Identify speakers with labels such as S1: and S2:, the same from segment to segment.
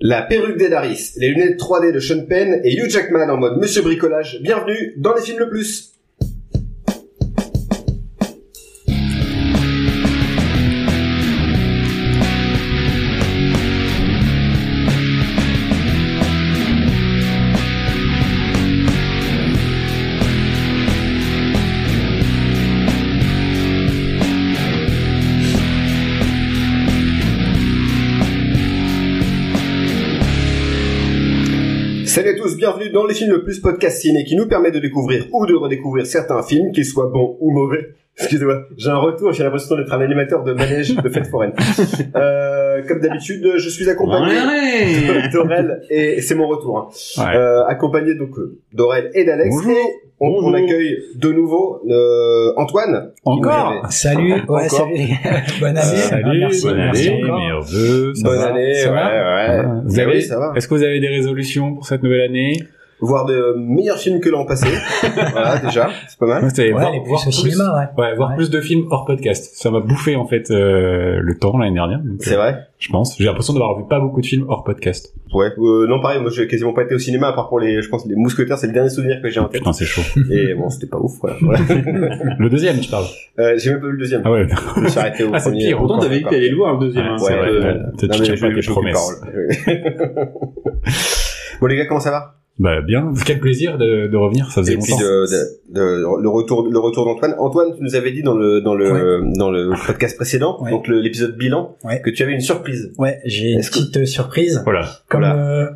S1: La perruque d'Edaris, les lunettes 3D de Sean Penn et Hugh Jackman en mode Monsieur Bricolage. Bienvenue dans les films le plus. Salut à tous, bienvenue dans les films le plus podcast ciné qui nous permet de découvrir ou de redécouvrir certains films, qu'ils soient bons ou mauvais. Excusez-moi, j'ai un retour, j'ai l'impression d'être un animateur de manège de fête foraine. Euh, comme d'habitude, je suis accompagné de Dorel et c'est mon retour. hein.
S2: Ouais.
S1: Euh, accompagné donc euh, d'Aurel et d'Alex.
S2: Bonjour.
S1: Et on, on
S2: Bonjour.
S1: accueille de nouveau euh, Antoine. qui
S2: Encore
S1: nous avait-
S3: Salut, ouais,
S1: Encore.
S3: salut les gars. Bonne année.
S2: Salut,
S3: Ah, merci,
S2: bonne
S3: merci
S2: année,
S3: encore.
S2: meilleurs vœux. ça
S1: Bonne
S2: va
S1: année,
S2: Ça
S1: ouais,
S2: va
S1: ouais.
S2: Ah, Vous
S1: Mais
S2: avez,
S1: oui, ça va.
S2: est-ce que vous avez des résolutions pour cette nouvelle année
S1: Voir de meilleurs films que l'an passé. voilà, déjà, c'est pas mal.
S2: Ah, Vous savez,
S3: Ouais,
S2: voir-
S3: les plus
S2: voir
S3: au
S2: plus-
S3: cinéma, ouais.
S2: Ouais, voir
S3: Ouais.
S2: plus de films hors podcast. Ça m'a bouffé en fait euh, le temps l'année dernière. donc,
S1: C'est
S2: euh,
S1: vrai.
S2: Je pense. J'ai l'impression d'avoir vu pas beaucoup de films hors podcast.
S1: Ouais. Euh, non, pareil, moi j'ai quasiment pas été au cinéma, à part pour les, je pense, les mousquetaires, c'est le dernier souvenir que j'ai en tête.
S2: Putain, c'est chaud.
S1: Et bon, c'était pas ouf, voilà. Voilà.
S2: Le deuxième, tu parles.
S1: Euh, j'ai même pas vu le deuxième.
S2: Ah ouais.
S1: Je me suis arrêté au
S2: Ah, c'est
S1: premier.
S2: pire,
S4: Pourtant, t'avais dit que t'allais le voir, le deuxième.
S2: Ouais,
S4: hein.
S2: c'est
S1: Ouais,
S2: vrai.
S4: Euh,
S2: ouais. Tu
S1: Non,
S2: tiens
S1: mais
S2: pas
S1: je-
S2: tes
S1: je coupe
S2: promesses.
S1: parole. Bon les gars, comment ça va
S2: Bah bien. Quel plaisir de, de revenir. Ça faisait
S1: Et puis
S2: longtemps.
S1: de, de- de- le retour, le retour d'Antoine. Antoine, tu nous avais dit dans le dans le dans le podcast précédent,
S3: Ouais.
S1: donc le- l'épisode bilan,
S3: Ouais.
S1: que tu avais une surprise.
S3: Ouais, j'ai une
S1: Est-ce que-
S3: petite euh, surprise.
S2: Voilà.
S3: Comme
S1: Voilà.
S3: euh,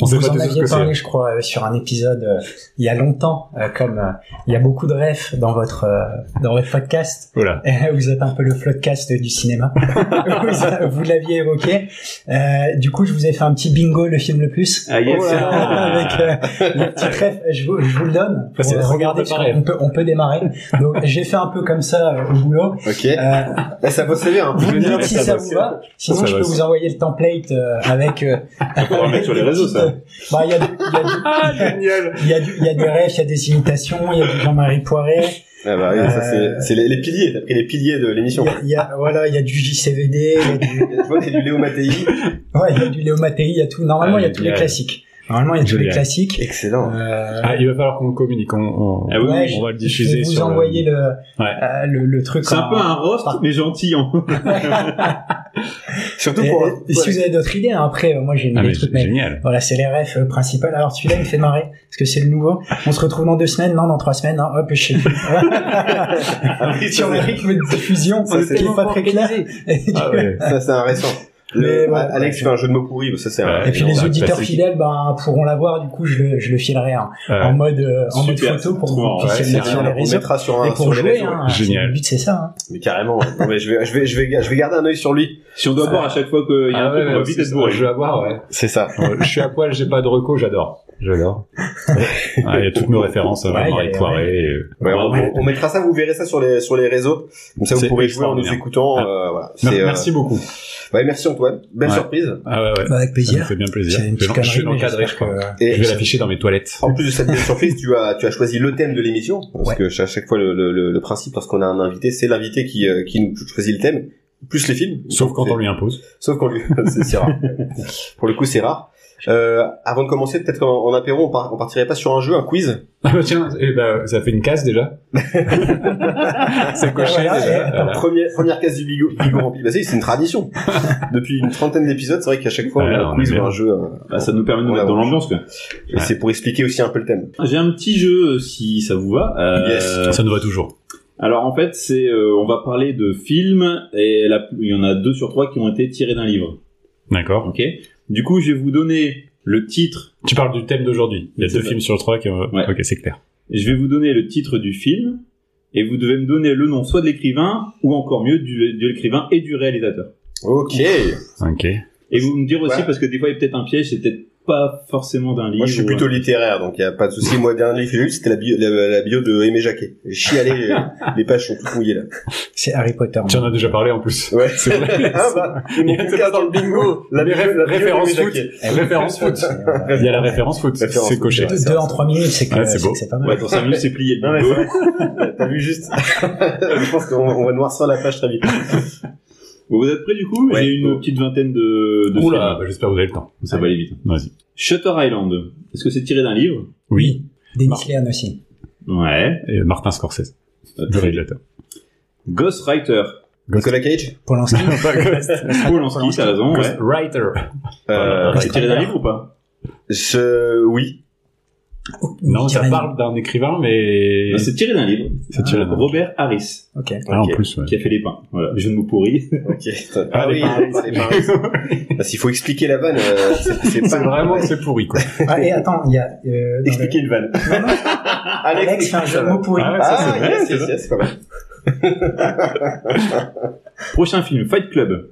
S2: On sait
S3: vous
S2: pas
S3: en
S2: tous ce
S3: aviez
S2: que c'est.
S3: parlé, je crois, euh, sur un épisode euh, il y a longtemps, euh, comme euh, il y a beaucoup de rêves dans votre euh, dans votre podcast. Euh,
S2: Voilà.
S3: vous êtes un peu le podcast du cinéma. vous vous l'aviez évoqué. Euh, du coup, je vous ai fait un petit bingo, le film le plus.
S4: Ah, yes.
S3: Oh là là, avec euh, le petit rêve, je vous, je vous le donne.
S2: Ça, c'est
S3: Pour, euh,
S2: trop bien
S3: regardez,
S2: préparé.
S3: on peut, on peut démarrer. Donc, j'ai fait un peu comme ça euh, au boulot.
S1: Ok.
S3: Euh,
S1: Eh, ça bosse bien.
S3: vous me
S2: Génial,
S3: dites si
S2: ça
S3: ça
S2: bosse.
S3: vous va. Sinon,
S2: Ça
S3: je peux
S2: bosse.
S3: vous envoyer le template euh, avec. euh,
S4: va mettre sur les réseaux, ça.
S3: Bah, il y a du- il y a du-
S2: Génial.
S3: il y a du, il y a des rêves, il y a des imitations, il y a du Jean-Marie Poiré,
S1: Ah bah oui, ça c'est
S3: Euh,
S1: c'est les, les piliers. T'as pris les piliers de
S3: il
S1: l'émission.
S3: y a, il y a- voilà, il y a du JCVD, il y a du,
S1: Je vois qu'il y a du Léo Mattei.
S3: ouais, il y a du Léo Mattei, il y a tout. Normalement,
S2: Ah,
S3: il y a tous les
S2: génial.
S3: classiques. Normalement, il y a tous les
S2: Génial.
S3: classiques.
S1: Excellent.
S3: Euh,
S2: Ah, il va falloir qu'on communique. On, on-
S4: Ah oui,
S3: ouais,
S2: on
S3: je-
S2: va le diffuser
S3: Je vais vous
S2: sur le-
S3: envoyer le,
S2: Ouais.
S3: euh, le, le truc.
S4: C'est un
S3: en-
S4: peu un roast,
S3: Enfin,
S4: mais gentil. hein.
S1: Surtout
S3: et-
S1: pour.
S3: et- et si vous avez d'autres idées, hein, après, euh, moi j'ai mis
S2: Ah,
S3: des
S2: mais
S3: trucs,
S2: c'est
S3: mais
S2: génial.
S3: Voilà, c'est les refs euh, principales. Alors celui-là, il me fait marrer, parce que c'est le nouveau. On se retrouve dans deux semaines, non, dans trois semaines, hein, hop, je sais plus.
S1: Ah oui,
S3: Sur
S1: ça,
S3: le
S1: c'est-
S3: rythme de diffusion,
S1: Ça,
S3: qui
S1: c'est-
S3: est pas très clair. Et du
S2: Ah ouais.
S1: ça, c'est un récent.
S3: Mais
S1: Le,
S3: bon,
S1: Alex
S3: ouais.
S1: fait un jeu de mots pourri, mais ça c'est. un-
S2: Ouais,
S3: Et puis
S2: non,
S3: les
S2: ça,
S3: auditeurs
S2: classique.
S3: fidèles ben, pourront l'avoir, du coup je le, je le filerai hein,
S2: Euh,
S3: en mode euh, en mode
S4: Super,
S3: photo
S4: c'est
S3: pour que
S4: trop
S3: vous
S4: marrant.
S3: puissiez
S4: Ouais,
S3: le
S4: c'est
S3: mettre sur
S1: on
S3: les
S1: le
S3: réseaux.
S1: mettra sur un
S3: Et
S1: sur
S3: pour
S1: les
S3: jouer,
S1: réseaux.
S3: hein,
S2: ouais.
S3: c'est-
S2: Génial.
S3: le but c'est ça. hein.
S1: Mais carrément. Non, mais je vais je vais je vais je vais garder un œil sur lui.
S4: Si on doit boire à chaque fois qu'il y a
S2: ah
S4: un
S2: ouais,
S4: truc, on va
S2: ouais,
S4: vite
S2: c'est
S4: être bourré.
S2: ça, Je vais avoir, ouais.
S1: C'est ça.
S2: Euh, je suis à poil, j'ai pas de reco, j'adore. J'adore. Il y a toutes nos références, hein,
S3: Ouais,
S2: à Marie
S3: y a-
S2: Poiré. et-
S1: Ouais, on,
S2: euh, Bravo.
S1: on mettra ça, vous verrez ça sur les sur les réseaux. Comme ça, vous
S2: C'est
S1: pourrez jouer en nous
S2: extraordinaire.
S1: écoutant.
S2: Ah.
S1: euh, voilà.
S2: Mer-
S1: C'est, euh,
S2: Merci beaucoup.
S1: ouais, merci Antoine. Belle
S2: Ouais.
S1: surprise.
S2: Ah ouais, ouais.
S3: Hein. Bah, avec
S2: Ça me
S3: plaisir.
S2: fait bien plaisir.
S3: C'est une petite
S2: Je vais- Je vais
S3: connerie, mais
S2: l'encadrer, je
S3: j'espère
S2: crois.
S3: que-
S1: Et
S2: Je vais l'afficher dans mes toilettes.
S1: en plus de cette belle surprise, tu as tu as choisi le thème de l'émission parce
S3: Ouais.
S1: que ch- à chaque fois le, le, le- le principe lorsqu'on a un invité, c'est l'invité qui euh, qui nous choisit le thème plus les films.
S2: Sauf quand
S1: C'est-
S2: on lui impose.
S1: Sauf qu'on lui, c'est c'est rare. Pour le coup, c'est rare. Euh, avant de commencer, peut-être qu'en en apéro, on, par- on partirait pas sur un jeu, un quiz.
S2: Ah bah tiens, eh ben, ça fait une case déjà. C'est coché
S3: Voilà,
S2: déjà.
S3: et-
S2: Voilà.
S1: Première première case du bigot, bigot rempli. Bah, si, c'est une tradition. Depuis une trentaine d'épisodes, c'est vrai qu'à chaque fois, on
S2: Ouais,
S1: a
S2: on
S1: un
S2: est
S1: quiz ou
S2: bien.
S1: un jeu. euh,
S4: Bah, ça nous permet de nous
S1: on
S4: mettre dans
S1: avance.
S4: l'ambiance. quoi.
S1: Et C'est pour expliquer aussi un peu le thème.
S4: J'ai un petit jeu, euh, si ça vous va. Euh,
S1: Yes.
S2: Ça nous va toujours.
S4: Alors en fait, c'est euh, on va parler de films et la- il y en a deux sur trois qui ont été tirés d'un livre.
S2: D'accord.
S4: Ok. Du coup, je vais vous donner le titre.
S2: Tu parles du thème d'aujourd'hui. Il y a
S4: C'est
S2: deux
S4: ça.
S2: films sur trois qui ont...
S4: Ouais.
S2: Ok, c'est clair.
S4: Je vais vous donner le titre du film et vous devez me donner le nom soit de l'écrivain ou encore mieux du- de l'écrivain et du réalisateur.
S1: Ok.
S2: Ok.
S4: Et vous me dire aussi,
S1: Ouais.
S4: parce que des fois, il y a peut-être un piège, c'est peut-être pas forcément d'un livre.
S1: Moi, je suis
S4: ou-
S2: euh,
S1: plutôt littéraire, donc il y a pas de souci. Moi, le dernier livre que j'ai lu, c'était la bio, la, la bio de Aimé Jacquet. J'ai Chialé, les, les pages sont toutes mouillées là.
S3: C'est Harry Potter.
S2: Tu en as déjà parlé en plus.
S1: Ouais.
S2: C'est vrai.
S1: Ah bah, ils m'ont
S2: Il
S1: tout cas dans le bingo. La
S2: Les
S1: bio-
S2: ré-
S1: la bio
S2: références
S1: d'Aimé
S2: foot.
S1: Jacquet.
S3: Eh oui.
S2: Référence foot.
S3: C'est- voilà.
S2: Il y a la référence foot.
S1: Référence
S2: C'est
S1: foot,
S2: coché.
S1: ouais.
S3: Deux, deux en trois minutes, c'est que
S2: Ouais, c'est
S3: c'est
S2: beau.
S3: que c'est pas mal.
S4: Ouais, pour 5 minutes, c'est plié. le
S1: Non, mais
S4: bingo.
S1: T'as vu juste. je pense qu'on on va noircir la page très vite.
S4: Vous êtes prêts du coup
S1: Ouais.
S4: J'ai une petite vingtaine de, de
S2: Oula,
S4: films.
S2: bah, j'espère que vous avez le temps.
S4: Ça va aller vite.
S2: Vas-y.
S4: Shutter Island. Est-ce que c'est tiré d'un livre
S2: Oui.
S3: Dennis
S2: Marc.
S3: Lehan aussi.
S4: Ouais.
S2: Et Martin Scorsese, le réalisateur.
S4: Ghostwriter.
S1: Nicolas Cage
S3: Polanski.
S4: Polanski, t'as raison. Ouais.
S2: Writer.
S1: euh,
S4: C'est tiré d'un livre ou pas
S1: je... Oui.
S2: Non,
S3: Nick
S2: ça
S3: Carman.
S2: parle d'un écrivain, mais. Ah,
S4: Non, C'est tiré d'un livre.
S2: C'est tiré d'un livre.
S4: Robert Harris.
S3: Ok.
S2: Ah,
S1: Ok.
S2: en plus, ouais.
S4: qui a fait les pains. Voilà, je ne me pourris.
S1: Ok. Ah oui,
S2: pareil.
S1: les pareils. Parce qu'il faut expliquer la vanne. euh, c'est- c'est
S2: C'est
S1: pas
S2: vraiment, c'est pourri, quoi.
S3: Ah, et attends, il y a. Euh, dans le-
S1: Expliquer une vanne.
S3: Non, non, Alex fait un jeu de mots pourri.
S2: Ah ouais, ça,
S1: Ah,
S2: c'est
S1: yes,
S2: vrai,
S1: yes,
S2: c'est
S1: yes,
S2: vrai.
S1: yes, c'est pas mal.
S4: Prochain film, Fight Club.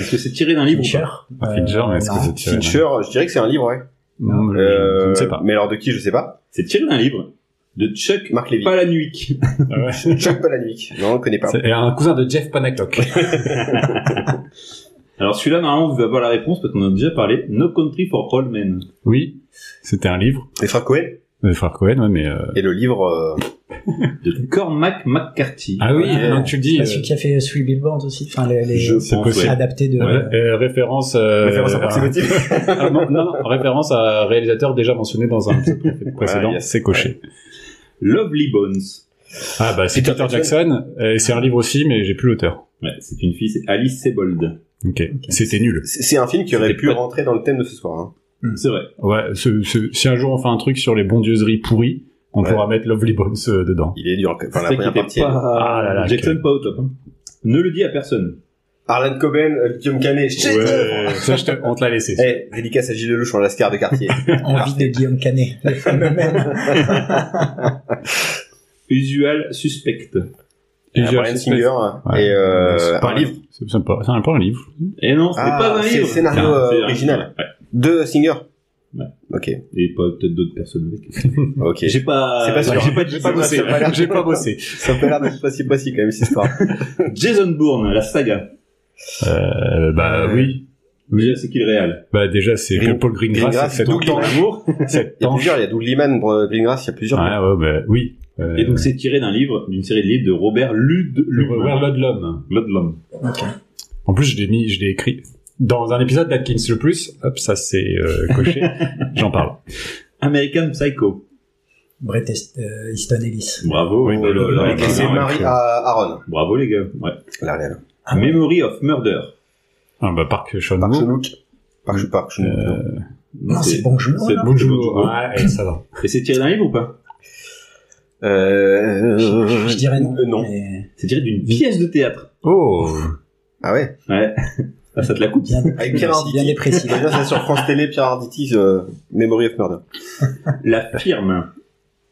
S4: Est-ce que c'est tiré d'un livre ou
S3: Fincher.
S4: pas
S2: Pas Fincher, mais est-ce que
S3: non.
S2: Ah, c'est tiré d'un-
S1: Fincher, je dirais que c'est un livre, ouais.
S2: Non, je- je
S1: Euh,
S2: ne sais pas.
S1: Mais alors de qui, je sais pas.
S4: C'est tiré d'un livre de Chuck
S1: Marc Lévy.
S4: Palahniuk.
S2: Ah ouais.
S1: Chuck Palahniuk. Non, on le connaît euh, pas.
S2: C'est un cousin de Jeff Panaclock.
S4: Alors celui-là, normalement, vous devez avoir la réponse parce qu'on en a déjà parlé. No Country for All Men.
S2: Oui, c'était un livre
S1: Les frères Cohen.
S2: de frère Cohen, ouais, mais. euh,
S1: Et le livre, euh,
S4: De Cormac McCarthy.
S2: Ah oui,
S1: Ouais.
S2: maintenant que tu le dis.
S3: Celui qui a fait Three Billboards aussi. Enfin, les, les
S4: Je
S2: C'est
S4: pense,
S2: possible.
S4: ouais.
S3: adaptés de.
S2: euh, ré- euh, référence. euh,
S1: référence
S2: à-
S1: approximative.
S2: Ah, non, non, non, référence à un réalisateur déjà mentionné dans un épisode pré- précédent,
S1: yes.
S2: c'est coché.
S4: Lovely Bones.
S2: Ah bah c'est
S1: Peter
S2: Peter, Jackson, euh, et c'est un livre aussi, mais j'ai plus l'auteur.
S4: Ouais, c'est une fille, c'est Alice Sebold.
S2: Ok, c'était nul.
S1: C'est c'est un film qui aurait
S4: C'était
S1: pu
S4: pas-
S1: rentrer dans le thème de ce soir. hein.
S4: C'est vrai.
S2: Ouais, ce- ce- si un jour on fait un truc sur les bondieuseries pourries, on
S1: Ouais.
S2: pourra mettre Lovely Bones euh, dedans.
S1: Il est dur. Enfin, la
S4: C'est vrai
S1: première
S4: qu'il
S1: partie.
S4: était
S1: elle-
S4: pas...
S2: Ah là là,
S4: Jackson
S2: quel-
S4: pas au top. hein. Ne le dis à personne.
S1: Arlan Coben, euh, Guillaume Canet. Chef d'œuvre.
S2: Ça, je te- on te l'a laissé.
S1: Eh, dédicace à Gilles Lelouch, on a la star de quartier.
S3: Envie de Guillaume Canet. Le fameux même.
S4: Usual Suspect.
S1: Il y a
S2: Usual
S1: Euh, Brian
S2: Suspects.
S1: Singer
S2: Ouais.
S1: et euh,
S2: C'est pas
S1: un livre
S2: C'est c'est pas, c'est pas un livre.
S4: Et Eh non, ce n'est
S1: Ah,
S4: pas un
S1: c'est
S4: livre.
S1: le scénario,
S4: C'est un-
S1: euh,
S4: c'est un-
S1: original.
S4: Ouais.
S1: de Singer.
S4: Ouais.
S1: Ok,
S4: Et pas peut-être d'autres personnes avec.
S1: ok.
S4: J'ai pas,
S1: C'est pas sûr.
S4: j'ai pas, j'ai pas bossé.
S1: Ça a pas l'air-
S2: J'ai pas bossé.
S1: Ça a pas l'air d'être pas si précis quand même cette histoire.
S4: Jason Bourne, la saga.
S2: Euh, bah
S1: Euh,
S2: oui.
S4: Déjà, c'est qui le réel
S2: Bah déjà c'est
S1: Green-
S2: que Paul Greengrass,
S1: Greengrass,
S2: cette
S1: donc,
S2: tanche.
S4: L'amour.
S2: Cette
S1: Il y a
S2: tanche.
S1: plusieurs, il y a Doug Liman, Br- Greengrass, il y a plusieurs.
S2: Ouais, ouais, bah, oui. Euh,
S4: Et donc, c'est tiré d'un livre, d'une série de livres de Robert Lud,
S2: le
S4: Lud-
S2: Robert Ludlum.
S4: Ludlum.
S3: Ok.
S2: En plus, je l'ai mis, je l'ai écrit dans un épisode d'Atkins le plus. Hop, ça c'est euh, coché. J'en parle.
S4: American Psycho.
S3: Bret Est- euh, Easton Ellis.
S4: Bravo.
S2: Oui, bah,
S4: Oh là
S2: le-
S4: là,
S2: le-
S4: bah,
S1: Et c'est
S2: non,
S4: bah,
S1: Marie
S2: écrit.
S1: à Aaron.
S4: Bravo, les gars. Ouais.
S1: La réelle.
S3: Ah ouais.
S4: Memory of Murder.
S2: Ah, bah, Park
S1: Park
S2: Chan-wook.
S1: Chenouk. Park Park Chan-wook,
S4: Euh,
S1: non.
S3: Non, c'est bon que je
S4: c'est
S3: me
S4: Bonjour.
S2: Ouais, et ça va.
S4: Et c'est tiré d'un livre ou pas
S1: Euh,
S3: Je dirais non.
S1: euh, non.
S3: mais
S4: C'est tiré d'une pièce de théâtre.
S2: Oh,
S1: Ah ouais.
S4: Ouais. Ah, ça te la coupe.
S3: Bien
S1: Avec Pierre
S3: déprécié. Bien
S1: Arditi.
S3: déprécié.
S1: Déjà, c'est sur France Télé, Pierre Arditi, euh, Memory of Murder.
S4: La firme.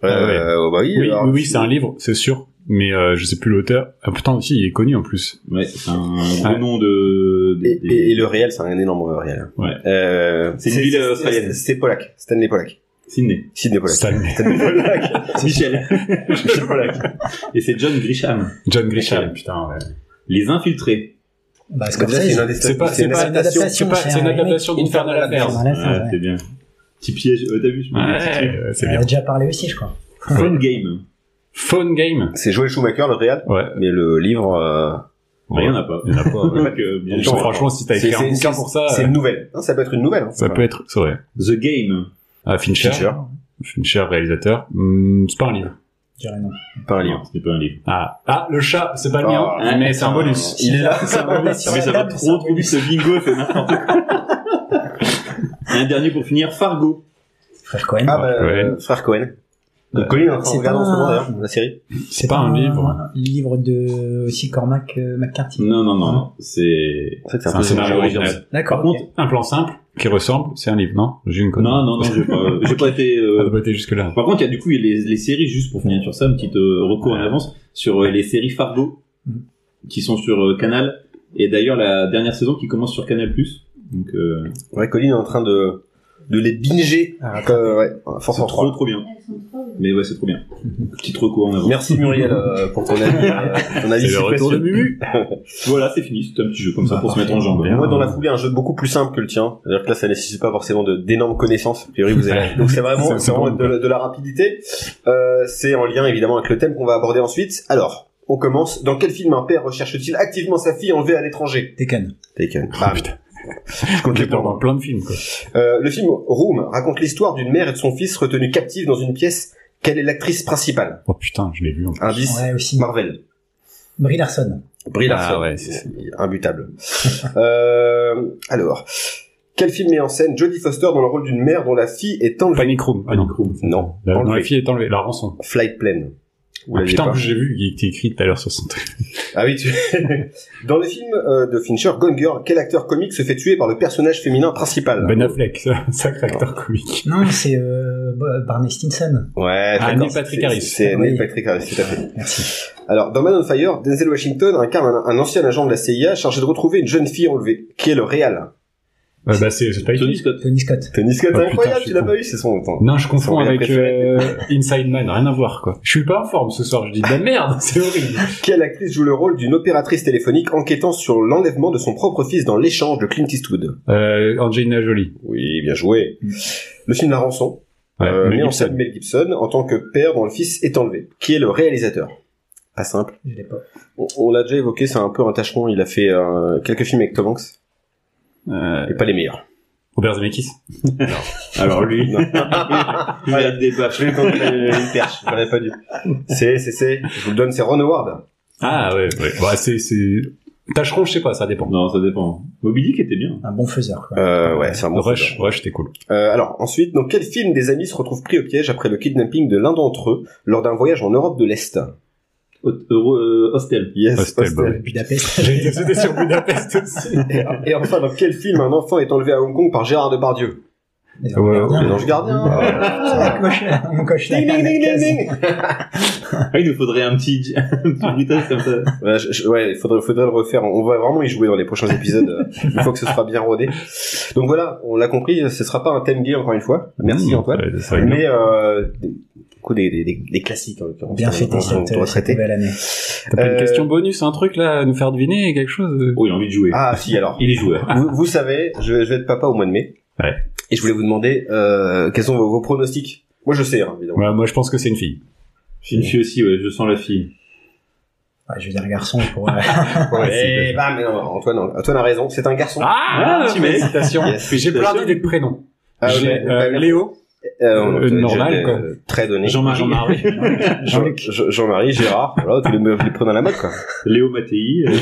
S2: Ah ouais.
S1: Euh, bah oui,
S2: oui,
S1: alors,
S2: oui, oui, c'est un livre, c'est sûr. Mais euh, je sais plus l'auteur. Ah, putain, aussi, il est connu en plus.
S4: Ouais, c'est un gros
S2: Ouais.
S4: nom de...
S1: Et,
S4: de-
S1: et- et le réel, c'est un énorme réel.
S2: Ouais.
S1: Euh,
S4: C'est une ville australienne.
S1: C'est Polak. Stanley Polak.
S4: Sydney.
S1: Sidney Polak.
S2: Stanley.
S1: Stanley Polak.
S4: Michel.
S1: Michel Polak.
S4: Et c'est John Grisham.
S2: John Grisham, putain. ouais.
S4: Les infiltrés.
S3: Bah,
S1: Parce que déjà, c'est une adaptation-
S3: Scorsese.
S2: C'est pas, c'est pas,
S1: une
S2: c'est pas, c'est pas- c'est une adaptation d'Infernal Affairs.
S3: Infernal Affairs,
S4: Ah,
S3: ouais.
S4: c'est bien. Petit piège. Euh, T'as vu je me dis, petit truc.
S2: Ouais, ouais, c'est
S3: On en
S2: bien.
S3: a déjà parlé aussi, je crois.
S4: Phone game.
S2: Phone Game.
S1: C'est Joel Schumacher, le réel.
S2: Ouais.
S1: Mais le livre, euh,
S4: Rien n'a pas.
S2: Il y en a pas. ouais.
S4: Donc, euh, bien
S2: Donc,
S4: sûr.
S2: franchement, si t'as
S1: c'est-
S2: écrit un
S1: c'est-
S2: bouquin
S1: c'est-
S2: pour ça,
S1: c'est
S2: euh,
S1: une nouvelle. Hein, ça peut être une nouvelle. hein,
S2: ça
S1: pas-
S2: peut être, c'est vrai.
S4: The Game.
S2: Ah, Fincher.
S1: Fincher.
S2: Fincher, réalisateur. Hmm, c'est pas un livre.
S3: Je dirais non.
S1: Pas un livre.
S4: Non, ce n'est pas un livre.
S2: Ah, ah le chat, c'est pas le
S1: Ah,
S2: mien, mais c'est un bonus.
S1: Il est là.
S3: C'est un bonus sur
S4: Ah, mais
S3: la
S4: ça va
S3: table,
S4: trop
S3: ça.
S4: trop vite, ce bingo fait n'importe quoi. Et un dernier pour finir, Fargo.
S3: Frère Cohen.
S1: Ah bah,
S2: Cohen. Euh,
S1: euh, frère Cohen.
S2: Ouais.
S1: Colin est en train
S3: C'est
S1: de regarder en
S3: pas
S1: ce moment
S3: un-
S1: d'ailleurs la série.
S2: C'est pas un livre. Mm.
S3: Un livre de aussi Cormac euh, McCarthy.
S4: Non, non, non, non. C'est...
S1: En fait,
S2: C'est un scénario original.
S3: D'accord.
S4: Par
S3: ok.
S4: contre,
S2: Un plan simple qui ressemble, c'est un livre, non J'ai une connerie.
S4: non, non, non, j'ai pas, j'ai pas été,
S2: Pas de
S4: euh,
S2: beauté jusque-là.
S4: par contre, il y a du coup il y a les, les séries, juste pour finir sur ça, un petit euh, recours en avance, sur euh, les séries Fargo,
S3: Mhm.
S4: qui sont sur euh, Canal, et d'ailleurs la dernière saison qui commence sur Canal+. Donc, euh,
S1: Ouais, Colin est en train de de les binger. Euh, ouais, force
S4: Ah, c'est
S1: en
S4: trop,
S1: trois.
S4: trop bien. Mais ouais, c'est trop bien. Petit recours en avant.
S1: Merci Muriel euh, pour ton avis. euh, ton avis
S2: Ah, C'est le
S1: si
S2: retour de
S1: précieux.
S2: Mumu.
S4: Voilà, c'est fini. C'était un petit jeu comme ça
S3: Bah,
S4: pour se mettre en
S3: parfait.
S4: jambe.
S1: Moi, dans la foulée, un jeu beaucoup plus simple que le tien. C'est-à-dire que là, ça nécessite pas forcément de- d'énormes connaissances. A priori, vous avez... Donc, c'est vraiment,
S2: C'est- c'est
S1: vraiment
S2: bon.
S1: de, la- de la rapidité. Euh, c'est en lien, évidemment, avec le thème qu'on va aborder ensuite. Alors, On commence. Dans quel film un père recherche-t-il activement sa fille enlevée à l'étranger
S3: Taken.
S1: Taken. Bam.
S2: putain.
S1: Je compte les points.
S2: dans plein de films, quoi.
S1: Euh, le film Room raconte l'histoire d'une mère et de son fils retenus captifs dans une pièce. Quelle est l'actrice principale
S2: Oh putain, je l'ai vu. en-
S1: Indice
S3: Ouais, aussi.
S1: Marvel.
S3: Brie Larson.
S1: Brie Larson.
S2: Ah ouais, c'est ça.
S1: Imbutable. euh, alors, quel film met en scène Jodie Foster dans le rôle d'une mère dont la fille est enlevée
S2: Panic Room. Ah non.
S1: Non.
S2: La, non, la
S1: enlevée.
S2: fille est enlevée. La rançon.
S1: Flight Plane. Vous
S2: Ah,
S1: l'aviez
S2: putain, en
S1: pas
S2: plus, j'ai vu, il était écrit tout à l'heure sur son truc.
S1: Ah oui, tu... dans le film euh, de Fincher, Gone Girl, quel acteur comique se fait tuer par le personnage féminin principal
S2: Ben Affleck, c'est un sacré
S1: Ah.
S2: acteur comique.
S3: Non, c'est euh, Bo- Barney Stinson.
S1: Ouais,
S2: Ah,
S1: d'accord,
S2: Neil Patrick
S1: c'est-
S2: Harris.
S1: C'est
S3: Oui.
S1: Neil Patrick Harris, tout à fait.
S3: Merci.
S1: Alors, dans Man on Fire, Denzel Washington incarne un, un ancien agent de la CIA chargé de retrouver une jeune fille enlevée, qui est le réal.
S2: Ouais, bah, c'est Spike
S4: Tony Scott.
S3: Tony Scott.
S1: Tony Scott,
S2: Oh,
S1: c'est
S2: putain,
S1: incroyable,
S2: je suis
S1: tu l'as
S2: con.
S1: pas eu, c'est son temps.
S2: Non, je
S1: Son
S2: confonds
S1: rire
S2: avec
S1: préféré.
S2: euh, Inside Man, rien à voir quoi. Je suis pas en forme ce soir, je dis de la merde, c'est horrible.
S1: Quelle actrice joue le rôle d'une opératrice téléphonique enquêtant sur l'enlèvement de son propre fils dans l'échange de Clint Eastwood
S2: Euh, Angelina Jolie.
S1: Oui, bien joué. Le film La Rançon,
S2: Ouais,
S1: euh,
S2: Mel
S1: met en
S2: Gibson.
S1: scène Mel Gibson en tant que père dont le fils est enlevé. Qui est le réalisateur Pas simple.
S3: Je l'ai pas.
S1: On, on l'a déjà évoqué, c'est un peu un tâcheron. Il a fait euh, quelques films avec Tom Hanks,
S4: Euh,
S1: mais pas les meilleurs.
S2: Robert Zemeckis.
S4: alors lui,
S1: Non.
S4: il a des baffes.
S1: Je vais prendre une perche, j'en avais pas dû. C'est, c'est, c'est. Je vous le donne, c'est Ron Howard.
S2: Ah ouais, ouais. Bah, c'est, c'est... Tâcheron, je sais pas, ça dépend.
S4: Non, ça dépend. Moby Dick était bien.
S3: Un bon faiseur, quoi.
S1: Euh, ouais, c'est un bon
S2: Rush, Rush, c'était cool.
S1: Euh, alors ensuite, dans quel film des amis se retrouvent pris au piège après le kidnapping de l'un d'entre eux lors d'un voyage en Europe de l'Est
S4: Hot- euh, Hostel.
S1: Yes,
S2: Hostel,
S1: Hostel.
S2: bah ouais.
S3: Budapest.
S2: J'ai été sauté sur Budapest aussi.
S1: Et, et enfin, dans quel film un enfant est enlevé à Hong Kong par Gérard Depardieu
S3: Les
S2: Ah, Ouais,
S1: Les
S3: Gardiens.
S1: Anges Gardiens.
S3: Ah, on coche- On coche la
S1: Ding, ding, ding,
S3: case.
S1: ding, ding.
S4: Ah, il nous faudrait un petit, un
S1: Ah.
S4: petit bruitage comme ça.
S1: Ouais, je- je- ouais, il faudrait, faudrait le refaire. On va vraiment y jouer dans les prochains épisodes. euh, Une fois que ce sera bien rodé. Donc voilà, on l'a compris. Ce sera pas un thème gay encore une fois. Merci
S2: Mmh,
S1: Antoine.
S2: ouais, c'est vrai que non.
S1: Mais euh, des, du coup, des, des, des- des classiques en l'occurrence.
S3: Bien fêté
S1: On- on- on
S3: cette,
S1: doit
S3: cette
S1: traiter.
S3: nouvelle année.
S2: T'as pas
S1: Euh,
S2: une question bonus, un truc là, à nous faire deviner quelque chose
S4: Oh, il a envie de jouer.
S1: Ah si alors.
S4: Il est joueur.
S1: vous, vous savez, je, je vais être papa au mois de mai.
S2: Ouais.
S1: Et je voulais vous demander euh, quels sont vos, vos pronostics. Moi, je sais, hein, évidemment.
S2: Ouais, Moi, je pense que c'est une fille.
S4: Une fille aussi, ouais, je sens la fille.
S3: Ouais, je veux dire garçon pour. euh,
S2: Ah, c'est
S1: Eh, bam, mais non, Antoine, Antoine a raison, c'est un garçon.
S2: Ah,
S4: Ah,
S2: félicitations.
S1: yes.
S2: Puis J'ai plein d'idées de prénoms.
S1: Ah, ouais,
S2: J'ai,
S1: ouais,
S2: euh,
S1: ouais,
S2: Léo,
S1: euh, on
S2: euh,
S1: te-
S2: normal,
S1: je-
S2: quoi.
S1: euh, Très donné.
S4: Jean-Marie.
S2: Jean-Marie.
S1: Jean- Jean- Jean-Marie, Gérard, voilà, tu les, me- les prends dans la mode, quoi.
S4: Léo Mattei. euh,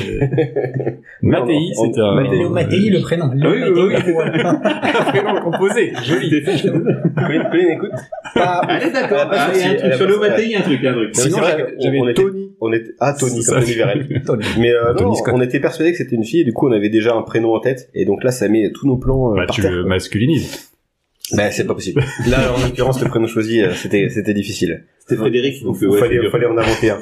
S2: Mathéi,
S1: on-
S2: c'était
S1: on-
S2: un...
S1: Mathéi.
S3: Léo Mattei, le prénom.
S2: Ah
S3: Léo
S2: oui, oui,
S3: Mattei, euh, voilà.
S2: un prénom composé. Joli.
S1: Colline, Colline, écoute. Pas-
S4: Allez,
S1: Elle a
S4: d'accord.
S1: pas
S4: Ah, Il y a un
S1: sorti, elle
S4: truc
S1: a
S4: sur
S1: pas
S4: Léo
S1: sorti.
S4: Mattei, il y a un truc, il y a un truc.
S1: Non, mais
S2: Sinon,
S1: c'est vrai
S2: j'avais-
S1: qu'on-
S2: j'avais
S1: on était-
S2: Tony.
S1: On était, ah, Tony,
S2: C'est
S1: comme
S2: ça.
S1: Tony Vérel.
S3: Tony.
S1: Mais, euh,
S2: Tony
S1: non,
S2: Scott.
S1: on était persuadé que c'était une fille, et du coup, on avait déjà un prénom en tête, et donc là, ça met tous nos plans, euh,
S2: Bah,
S1: par
S2: tu
S1: terre.
S2: le masculinises.
S1: Bah, c'est pas possible. Là, en l'occurrence, le prénom choisi, euh, c'était, c'était difficile.
S4: C'était Frédéric. donc, euh,
S1: Il
S4: ouais,
S1: fallait,
S4: c'est
S1: fallait en inventer un.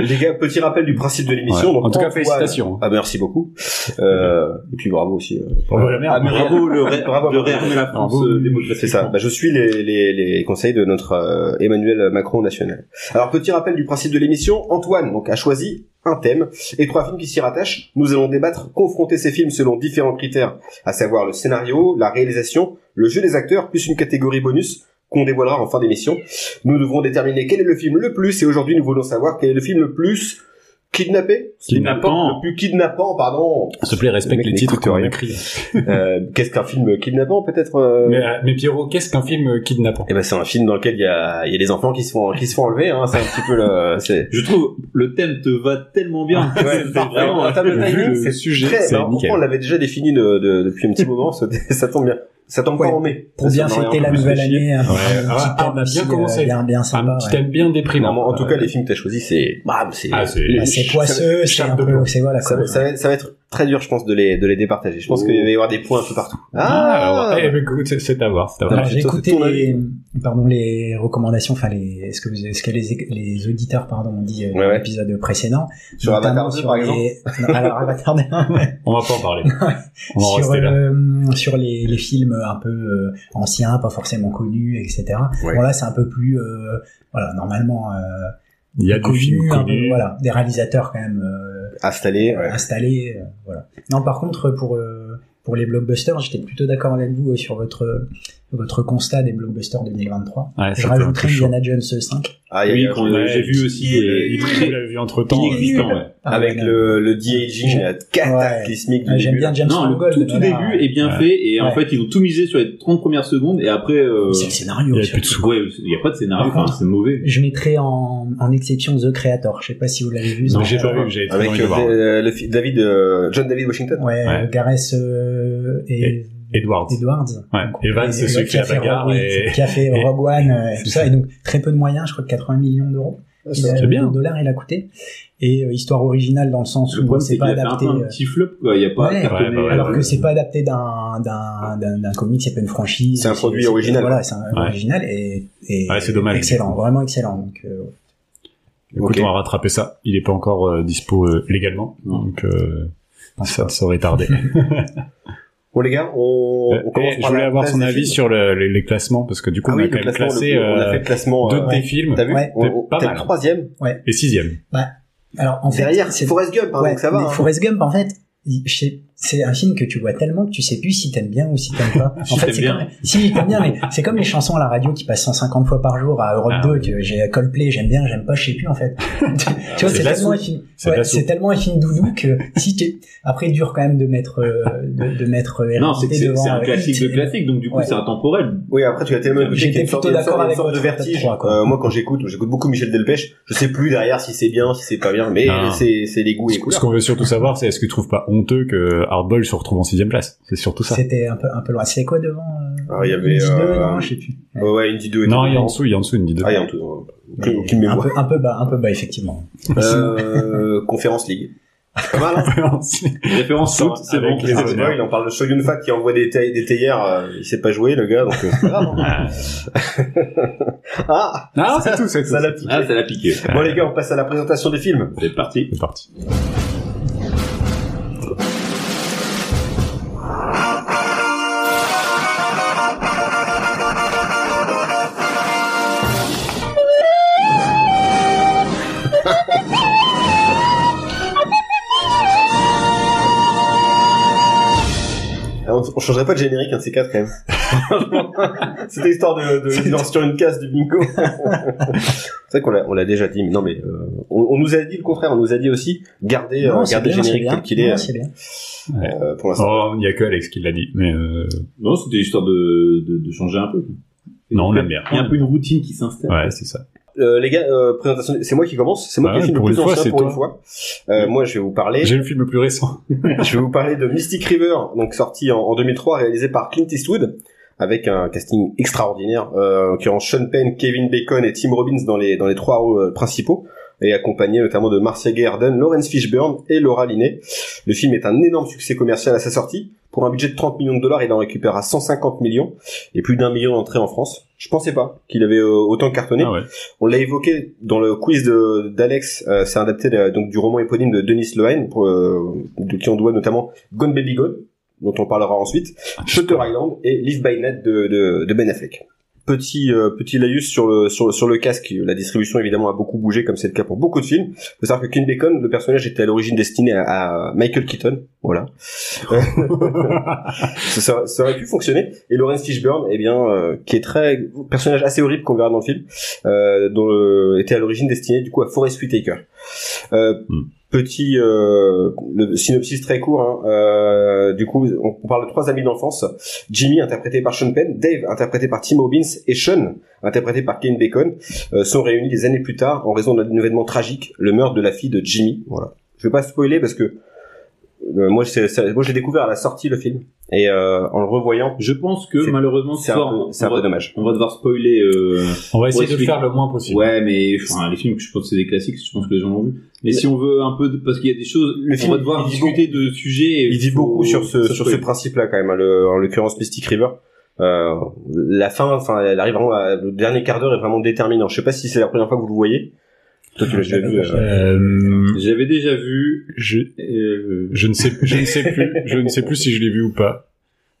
S1: Les gars, petit rappel du principe de l'émission.
S2: Ouais.
S1: Donc,
S2: En tout cas,
S1: Antoine-
S2: félicitations.
S1: Ah, merci beaucoup. Euh, et puis bravo aussi. euh.
S2: Bravo à bah, la merde.
S1: Ah, mais
S4: bien. Bravo, le ré-
S1: Bravo.
S4: de réarmer la France
S2: Bravo.
S4: euh, démocratique.
S1: C'est ça. Bah, je suis les, les, les conseils de notre euh, Emmanuel Macron national. Alors, petit rappel du principe de l'émission. Antoine, donc, a choisi un thème et trois films qui s'y rattachent. Nous allons débattre, confronter ces films selon différents critères, à savoir le scénario, la réalisation, le jeu des acteurs, plus une catégorie bonus qu'on dévoilera en fin d'émission. Nous devrons déterminer quel est le film le plus et aujourd'hui, nous voulons savoir quel est le film le plus kidnappé, le
S4: Kidnappant.
S1: plus kidnappant, pardon.
S2: S'il te plaît,
S1: Le
S2: respecte
S1: mec
S2: les titres
S1: n'écoute
S2: qu'on
S1: rien.
S2: écrit.
S1: Euh, qu'est-ce qu'un film kidnappant peut-être euh,
S2: Mais, euh, mais Pierrot, qu'est-ce qu'un film euh, kidnappant
S1: Eh ben c'est un film dans lequel il y a, il y a des enfants qui se font qui se font enlever. Hein, c'est un petit peu le. C'est...
S4: Je trouve le thème te va tellement bien.
S1: Ouais,
S4: C'est
S1: vraiment,
S4: vraiment-
S1: en termes de
S2: Vu
S1: timing,
S2: le
S1: c'est
S2: sujet,
S1: très-
S2: c'est
S1: alors, pourquoi
S2: nickel.
S1: on l'avait déjà défini de- de- depuis un petit moment. Ça, ça tombe bien. Ça tombe
S3: Ouais,
S1: pas en mai.
S3: Pour
S1: Ça
S3: bien
S1: tombe en
S3: fêter
S1: mai,
S3: la
S1: en plus,
S3: nouvelle
S1: c'est chier.
S3: année, hein. un
S2: Ouais,
S3: un
S2: ah,
S3: petit
S2: ah, on a
S3: thème
S2: bien
S3: aussi,
S2: commencé.
S3: euh, bien, bien
S2: Un
S3: sympa.
S2: petit
S3: ouais.
S2: thème bien déprimant.
S1: Finalement, en tout cas,
S2: Euh,
S1: les films que t'as choisis, c'est bam, c'est.
S2: Ah, c'est...
S3: Bah, c'est poisseux, c'est un
S2: de
S3: peu,
S2: plomb.
S3: c'est voilà.
S1: ça,
S3: quoi.
S1: va- ça, va, ça va être très dur, je pense, de les de les départager. Je pense
S4: Oh.
S1: qu'il va y avoir des points un peu partout.
S2: Ah, alors, eh, mais écoute, c'est- c'est à voir, c'est à voir.
S3: Alors, j'ai
S1: plutôt,
S3: écouté
S1: c'est ton
S3: les, pardon, les recommandations, enfin les, ce que vous, ce que les, les auditeurs, pardon, ont dit euh, dans
S1: Ouais, ouais.
S3: l'épisode précédent.
S1: Sur
S3: notamment
S1: Avatar 2, par exemple.
S3: les- non, alors, Avatar 2,
S2: On va pas en parler. On va en
S3: sur,
S2: rester là.
S3: euh, sur les, les films un peu euh, anciens, pas forcément connus, etc.
S1: Ouais.
S3: Bon, là, c'est un peu plus, euh, voilà, normalement, euh,
S2: Il y a des
S3: connu,
S2: films
S3: un peu,
S2: connus.
S3: voilà, des réalisateurs quand même euh,
S1: Installé. ouais.
S3: installés, euh, voilà. Non, par contre, pour euh, pour les blockbusters, j'étais plutôt d'accord avec vous euh, sur votre votre constat des blockbusters 2023.
S2: Ouais,
S3: Je
S2: c'était un
S3: rajouterai
S2: peu chaud.
S3: Indiana Jones 5.
S1: Ah,
S4: Oui,
S1: il y a-
S4: qu'on- euh, j'ai vu aussi des-
S2: Il
S4: très-
S2: l'a vu entre temps. hein.
S4: inexistant, ouais.
S3: Ah,
S1: avec
S3: ouais,
S1: le, le de la cataclysmique
S3: ouais,
S1: du
S3: J'aime
S1: début.
S3: bien James
S4: Non, le
S3: Mangold.
S4: tout, tout
S3: mais
S4: début
S3: là,
S4: est bien
S2: Ouais.
S4: fait et en
S3: Ouais.
S4: fait ils ont tout misé sur les 30 premières secondes et après euh,
S3: C'est le scénario.
S2: Il y a plus
S3: surtout.
S2: de sous.
S4: ouais, il n'y a pas de scénario,
S3: Par
S4: enfin, c'est mauvais.
S3: Je mettrai en, en exception The Creator. Je sais pas si vous l'avez vu.
S2: Non,
S3: The
S2: j'ai pas
S3: Creator.
S2: vu, j'ai très
S1: Avec
S2: envie de
S1: euh,
S2: voir.
S1: euh, le fi- David, euh, John David Washington.
S3: Ouais,
S2: Ouais.
S3: Gareth euh, et,
S2: Edwards.
S3: Edwards.
S2: Ouais.
S3: Donc,
S2: Evans,
S3: et-
S2: c'est
S3: et
S2: celui qui a la
S3: fait
S2: bagarre
S3: Rogue- oui,
S2: et-
S3: qui a fait
S2: et-
S3: Rogue One euh, et tout
S2: C'est ça.
S3: ça.
S2: Ah,
S3: Et donc très peu de moyens, je crois que 80 millions d'euros.
S1: ça,
S3: il a-
S2: c'est bien.
S3: de dollars il a coûté. Et euh, histoire originale dans le sens
S4: Le
S3: où
S4: problème
S3: c'est
S4: c'est
S3: pas
S4: qu'il a fait un
S3: adapté.
S4: peu un
S3: euh,
S4: petit flop, quoi. Il n'y a pas
S3: Ouais.
S4: cartonné,
S2: Ouais, bah ouais,
S4: euh,
S3: alors que c'est pas adapté d'un d'un d'un d'un comic, c'est pas une franchise.
S1: C'est un produit original.
S3: Voilà, c'est un
S2: Ouais.
S3: original et, et
S2: Ouais, c'est dommage.
S3: excellent, vraiment excellent. Donc euh,
S2: Écoute,
S1: Ok.
S2: on va rattraper ça. Il est pas encore euh, dispo euh, légalement,
S4: Non.
S2: donc euh, ça, ça aurait tardé.
S1: Bon les gars, on,
S2: Euh,
S1: on commence
S2: et je
S1: par
S2: voulais
S1: la
S2: avoir
S1: place
S2: son
S1: des
S2: avis
S1: films.
S2: sur le- les, les classements parce que du coup
S1: Ah
S2: on
S1: oui,
S2: a
S1: le
S2: quand même
S1: classement,
S2: classé
S1: le- on a
S2: euh,
S1: fait le classement.
S2: deux de
S1: euh,
S2: tes films
S1: T'as vu
S3: Ouais.
S1: On- on-
S2: Pas
S1: T'es
S2: mal. hein.
S1: troisième.
S2: et sixième.
S3: alors en fait,
S1: Derrière,
S3: c'est
S1: c'est Forrest Gump, hein,
S3: ouais,
S1: donc ça va.
S3: mais
S1: hein.
S3: Forrest Gump en fait, il- je sais- c'est un film que tu vois tellement que tu sais plus si t'aimes bien ou si t'aimes pas. En
S4: Si
S3: fait,
S4: t'aimes
S3: c'est
S4: bien.
S3: comme, si t'aimes bien, mais c'est comme les chansons à la radio qui passent 150 fois par jour à Europe
S2: Ah.
S3: 2 que j'ai à Coldplay, j'aime bien, j'aime pas, je sais plus en fait. tu vois,
S2: C'est
S3: c'est
S2: de la
S3: tellement
S2: soupe.
S3: un film,
S2: C'est de
S3: ouais,
S2: la
S3: c'est
S2: soupe.
S3: tellement un film doudou que si t'es, après dur quand même de mettre, euh, de, de mettre euh,
S4: Non, c'est
S3: RRT
S4: que c'est-
S3: devant,
S4: c'est un
S3: euh,
S4: classique
S3: Hit.
S4: de classique, donc du coup
S3: Ouais.
S4: c'est intemporel.
S1: Oui, après, tu as tellement écouté
S3: J'étais
S1: qu'il y a une sorte-
S3: plutôt
S1: il y a une
S3: d'accord
S1: sorte- une
S3: avec
S1: sorte de
S3: votre top
S1: vertige.
S3: trois, quoi.
S1: Euh, moi, quand j'écoute, j'écoute beaucoup Michel Delpech. Je sais plus derrière si c'est bien, si c'est pas bien, mais
S2: Ah.
S1: c'est c'est les goûts et les
S2: Ce
S1: couleurs.
S2: qu'on veut surtout savoir, c'est est-ce que tu trouves pas honteux que Hardball se retrouve en sixième place C'est surtout ça.
S3: C'était un peu, un peu loin. C'est quoi devant euh,
S1: Alors, il y avait,
S3: Indy 2,
S1: euh,
S3: non, je sais plus.
S1: Ouais, ouais, Indy 2 et
S2: Non,
S1: tout.
S2: il y a en dessous, il y a en dessous une dit deux.
S1: Ah, il y a en tout. Aucune- Aucune
S3: un
S1: mémoire.
S3: peu, un peu bas, un peu bas effectivement.
S1: Euh, Conférence League. Pas mal, hein
S4: Référence hein, foot, c'est bon.
S2: Avec les-
S1: Ah, tu vois, il en parle de Shogun Fat qui envoie des, thaï- des théières, euh, il sait pas jouer le gars, donc euh, c'est pas grave. hein. ah,
S2: Ah, c'est tout, c'est tout.
S1: ça l'a piqué.
S4: Ah, ça l'a piqué.
S1: Bon les gars, on passe à la présentation des films.
S4: C'est parti.
S2: C'est parti.
S1: Ah, On, on changerait pas de générique, un de ces quatre quand même. C'était histoire de, de, de lancer sur une case du bingo. c'est vrai qu'on l'a, on l'a déjà dit, mais non mais euh, on, on nous a dit le contraire, on nous a dit aussi garder, euh,
S3: Non, c'est
S1: garder
S3: bien,
S1: le
S3: c'est
S1: générique
S3: bien.
S1: tel qu'il est
S3: Non, c'est bien.
S1: euh, pour l'instant.
S2: Oh, il y a que Alex qui l'a dit, mais euh,
S4: Non, c'était histoire de, de, de changer un peu.
S2: non, on aime bien.
S4: Il y a un peu une routine qui s'installe.
S2: Ouais, c'est ça.
S1: Euh, les gars, euh, présentation, c'est moi qui commence, c'est moi
S2: Bah
S1: qui ai
S2: ouais,
S1: le film le plus
S2: pour une fois,
S1: ancien
S2: c'est
S1: pour
S2: toi.
S1: une fois. Euh, moi je vais vous parler.
S2: J'ai le film le plus récent.
S1: Je vais vous parler de Mystic River, donc sorti en, en 2003, réalisé par Clint Eastwood, avec un casting extraordinaire, euh, qui Sean Penn, Kevin Bacon et Tim Robbins dans les dans les trois rôles euh, principaux, et accompagné notamment de Marcia Gay Harden, Lawrence Fishburne et Laura Linney. Le film est un énorme succès commercial à sa sortie. Pour un budget de 30 millions de dollars, il en récupère à 150 millions et plus d'un million d'entrées en France. Je pensais pas qu'il avait euh, autant cartonné.
S2: Ah ouais.
S1: On l'a évoqué dans le quiz de- d'Alex, euh, c'est adapté de- donc du roman éponyme de Denis Lehane, pour, euh, de qui on doit notamment Gone Baby Gone, dont on parlera ensuite, Shutter Island et Live by Night de, de, de Ben Affleck. Petit euh, petit laïus sur le sur, le- sur le casque. La distribution évidemment a beaucoup bougé, comme c'est le cas pour beaucoup de films. Faut savoir que Ken Bacon, le personnage était à l'origine destiné à, à Michael Keaton, voilà. ça, ça- ça aurait pu fonctionner. Et Lawrence Fishburne, eh bien, euh, qui est très personnage assez horrible qu'on verra dans le film euh, dont le- était à l'origine destiné du coup à Forest Whitaker. Euh,
S2: Hmm.
S1: Petit euh, le synopsis très court. hein, euh, du coup, on, on parle de trois amis d'enfance. Jimmy interprété par Sean Penn, Dave interprété par Tim Robbins et Sean interprété par Kevin Bacon euh, sont réunis des années plus tard en raison d'un événement tragique, le meurtre de la fille de Jimmy. Voilà. Je vais pas spoiler parce que euh, moi, c'est- ça- moi, j'ai découvert à la sortie le film et euh, en le revoyant,
S4: Je pense que
S1: C'est-
S4: malheureusement, ce
S1: c'est un
S4: soir,
S1: peu,
S4: on-
S1: c'est un
S4: on
S1: peu
S4: va-
S1: dommage.
S4: on va devoir spoiler. euh,
S2: On va essayer
S4: Ouais,
S2: de le
S4: celui-
S2: faire le moins possible.
S4: Ouais, mais enfin, les films que je pense que c'est des classiques, je pense que les gens l'ont vu. Mais si on veut un peu, de- parce qu'il y a des choses,
S1: Le
S4: on
S1: film,
S4: va devoir
S1: il dit
S4: discuter de sujets. et
S1: Il dit
S4: faut-
S1: beaucoup sur ce,
S4: ça
S1: sur
S4: peut
S1: ce
S4: être-
S1: principe-là quand même, hein, le- en l'occurrence Mystic River. Euh, la fin, enfin, elle arrive vraiment, à- le dernier quart d'heure est vraiment déterminant. Je sais pas si c'est la première fois que vous le voyez. Toi, tu l'as déjà vu. euh.
S2: Euh,
S4: J'avais déjà vu.
S2: je,
S4: euh,
S2: je ne sais, je ne sais plus, je ne sais plus si je l'ai vu ou pas.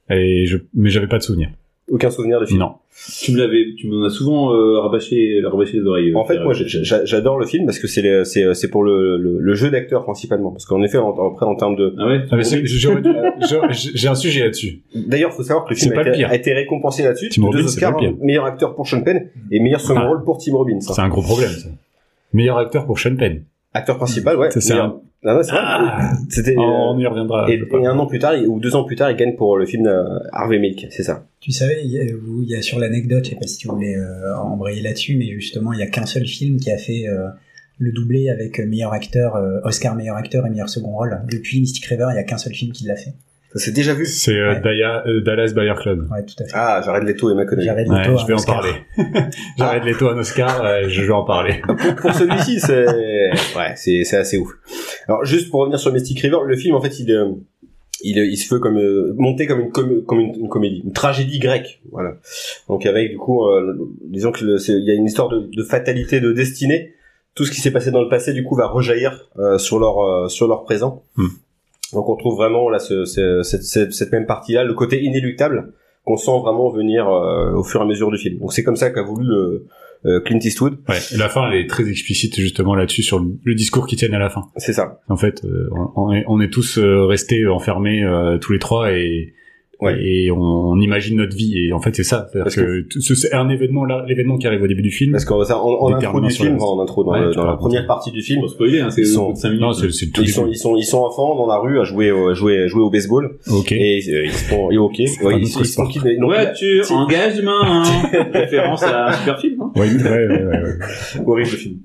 S2: Et je, mais j'avais pas de souvenir.
S1: aucun souvenir de film.
S2: Non.
S4: Tu me l'avais, tu m'en as souvent euh, rabâché, rabâché les oreilles. euh,
S1: En fait, moi, j'ai- j'ai- j'adore le film parce que c'est les- c'est euh, c'est pour le, le, le jeu d'acteur principalement. Parce qu'en effet, en, après en termes de,
S4: Ah ouais.
S2: Ah, mais c'est- j'aurais dû- j'aurais- J'ai un sujet là-dessus.
S1: d'ailleurs, faut savoir que le film
S2: C'est
S1: a
S2: pas le
S1: été,
S2: pire.
S1: a été récompensé là-dessus.
S2: Tim
S1: de
S2: Robbins,
S1: deux
S2: c'est pas
S1: Oscars,
S2: le pire.
S1: meilleur acteur pour Sean Penn et meilleur second
S2: Ah.
S1: rôle pour Tim Robbins.
S2: C'est un gros problème, ça. Meilleur acteur pour Sean Penn.
S1: Acteur principal, ouais.
S2: C'est Ah. ça.
S1: Meilleur- Non, non, c'est vrai. C'était.
S2: on
S1: euh,
S2: y reviendra.
S1: Ah, et,
S2: Ah, je sais
S1: et
S2: pas.
S1: un an plus tard, il- ou deux ans plus tard, il gagne pour le film euh, Harvey Milk, c'est ça.
S3: Tu savais, il y a, vous- il y a sur l'anecdote, je sais pas si tu voulais euh, embrayer là-dessus, mais justement, il y a qu'un seul film qui a fait euh, le doublé avec meilleur acteur, euh, Oscar meilleur acteur et meilleur second rôle. Depuis Mystic River, il y a qu'un seul film qui l'a fait.
S1: Ça s'est déjà vu.
S2: C'est euh,
S3: Ouais.
S2: Daya- euh, Dallas Buyer Club.
S3: Ouais, tout à fait.
S1: Ah, j'arrête Leto et McConaughey.
S3: J'arrête
S2: Ouais, je vais en parler. J'arrête les taux à Oscar, euh, je vais en parler.
S1: pour celui-ci, c'est ouais, c'est c'est assez ouf. Alors juste pour revenir sur Mystic River, le film en fait il euh, il, il se fait comme euh, monter comme une com- comme une, une comédie, une tragédie grecque, voilà. Donc avec du coup, euh, disons que le- c'est- il y a une histoire de, de fatalité, de destinée. Tout ce qui s'est passé dans le passé du coup va rejaillir euh, sur leur euh, sur leur présent.
S2: Hmm.
S1: Donc on trouve vraiment là ce- ce- cette, cette- cette même partie là, le côté inéluctable qu'on sent vraiment venir euh, au fur et à mesure du film. Donc c'est comme ça qu'a voulu euh, euh, Clint Eastwood,
S2: Ouais, et la fin, elle est très explicite justement là-dessus sur le, le discours qu'ils tiennent à la fin.
S1: c'est ça.
S2: En fait, euh, on, on est, on est tous euh, restés enfermés euh, tous les trois et
S1: Ouais.
S2: et on, on imagine notre vie. Et en fait, c'est ça. C'est-à-dire
S1: Parce
S2: que, tout- ce- c'est un événement là, l'événement qui arrive au début du film.
S1: Parce qu'en ça, en, en
S2: Déterminant
S1: intro du
S2: sur
S1: film,
S2: la-
S1: en intro, dans,
S2: Ouais,
S1: le-
S2: tu
S1: dans
S2: peux
S1: la
S2: raconter.
S1: première partie du film,
S4: Pas spoiler, hein, c'est
S1: Ils
S4: au
S1: sont-
S4: bout de 5 minutes.
S2: non, c'est c'est tout.
S1: ils sont,
S2: début.
S1: ils sont, ils sont enfants dans la rue à jouer, euh, jouer, jouer au baseball.
S2: Ok.
S1: Et euh, ils se font, et ok,
S2: C'est
S1: ouais,
S2: un
S1: ils,
S2: autre
S1: ils se font
S2: sport.
S1: kidnapper. Donc,
S4: Voiture,
S1: Si.
S4: engagement, hein. référence à Superfilm. Hein.
S2: Ouais, ouais, ouais, ouais, ouais.
S1: Horrible le film.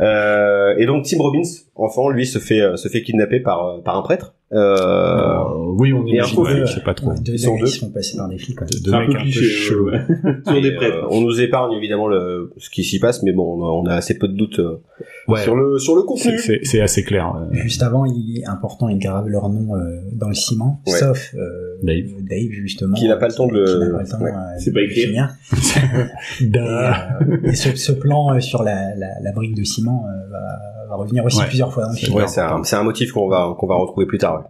S1: Euh, et donc Tim Robbins, enfant, lui se fait, euh, se fait kidnapper par, euh, par un prêtre. Euh,
S2: Euh, oui, on
S1: et un
S2: imagine.
S1: pauvre,
S2: ouais,
S3: euh,
S2: je sais pas trop.
S3: Ouais, deux
S1: Ils sont
S3: sont
S1: deux.
S3: qui sont passés par des flics. quoi.
S2: De, de
S4: C'est un
S2: mecs
S4: peu cliché.
S2: chelous.
S4: euh, Sur des
S1: et,
S4: prêtres.
S1: euh, on nous épargne évidemment le, ce qui s'y passe, mais bon, on a, on a assez peu de doutes euh,
S2: Ouais.
S1: sur le, sur le contenu.
S2: C'est- C'est c'est assez clair. euh,
S3: Juste avant, il est important, ils gravent leur nom euh, dans le ciment,
S1: Ouais.
S3: sauf euh,
S2: Dave.
S3: justement.
S1: Qui n'a pas le temps de le-
S3: qui n'a pas le temps,
S1: Ouais.
S3: euh,
S4: C'est pas
S3: de
S4: écrit.
S3: finir. Et,
S2: da-
S1: Ah.
S3: euh, et ce, ce plan euh, sur la, la, la brique de ciment euh, va, va revenir aussi
S2: Ouais.
S3: plusieurs fois dans le film.
S1: Ouais, c'est un, c'est un motif qu'on va, qu'on va retrouver plus tard. ouais.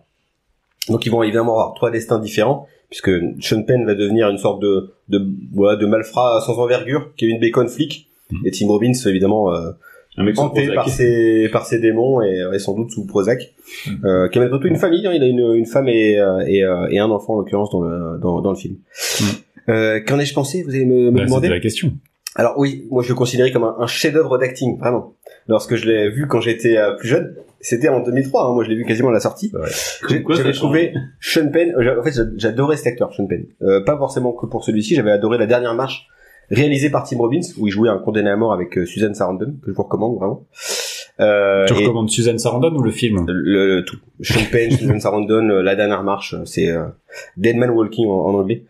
S1: Donc ils vont évidemment avoir trois destins différents, puisque Sean Penn va devenir une sorte de, de, voilà, de malfrat sans envergure, qui est une bacon flic,
S2: Mhm.
S1: et Tim Robbins évidemment euh,
S4: Un mec sans
S1: hanté
S4: Prozac.
S1: par ses, par ses démons et, et sans doute sous Prozac,
S2: Mm-hmm.
S1: euh, qui a malgré tout une famille, hein, il a une, une femme et, euh, et, euh, et un enfant en l'occurrence dans le, dans, dans le film.
S2: Mhm.
S1: Euh, Qu'en ai-je pensé Vous allez me, me
S2: Bah,
S1: demander
S2: C'était la question.
S1: alors oui, moi je le considérais comme un, un chef-d'œuvre d'acting, vraiment. Lorsque je l'ai vu quand j'étais euh, plus jeune, c'était en 2003. hein, moi je l'ai vu quasiment à la sortie. J'ai-
S4: Comme quoi,
S1: J'avais
S4: ça
S1: trouvé Sean Penn. euh, j'a- en fait, j'a- j'adorais cet acteur, Sean Penn. Euh, pas forcément que pour celui-ci. J'avais adoré La Dernière Marche, réalisée par Tim Robbins, où il jouait un condamné à mort avec euh, Suzanne Sarandon, que je vous recommande vraiment. Euh,
S2: Tu
S1: et
S2: recommandes Suzanne Sarandon ou le film
S1: le, le tout. Sean Penn, Suzanne Sarandon, euh, La Dernière Marche, euh, c'est euh, Dead Man Walking en, en anglais.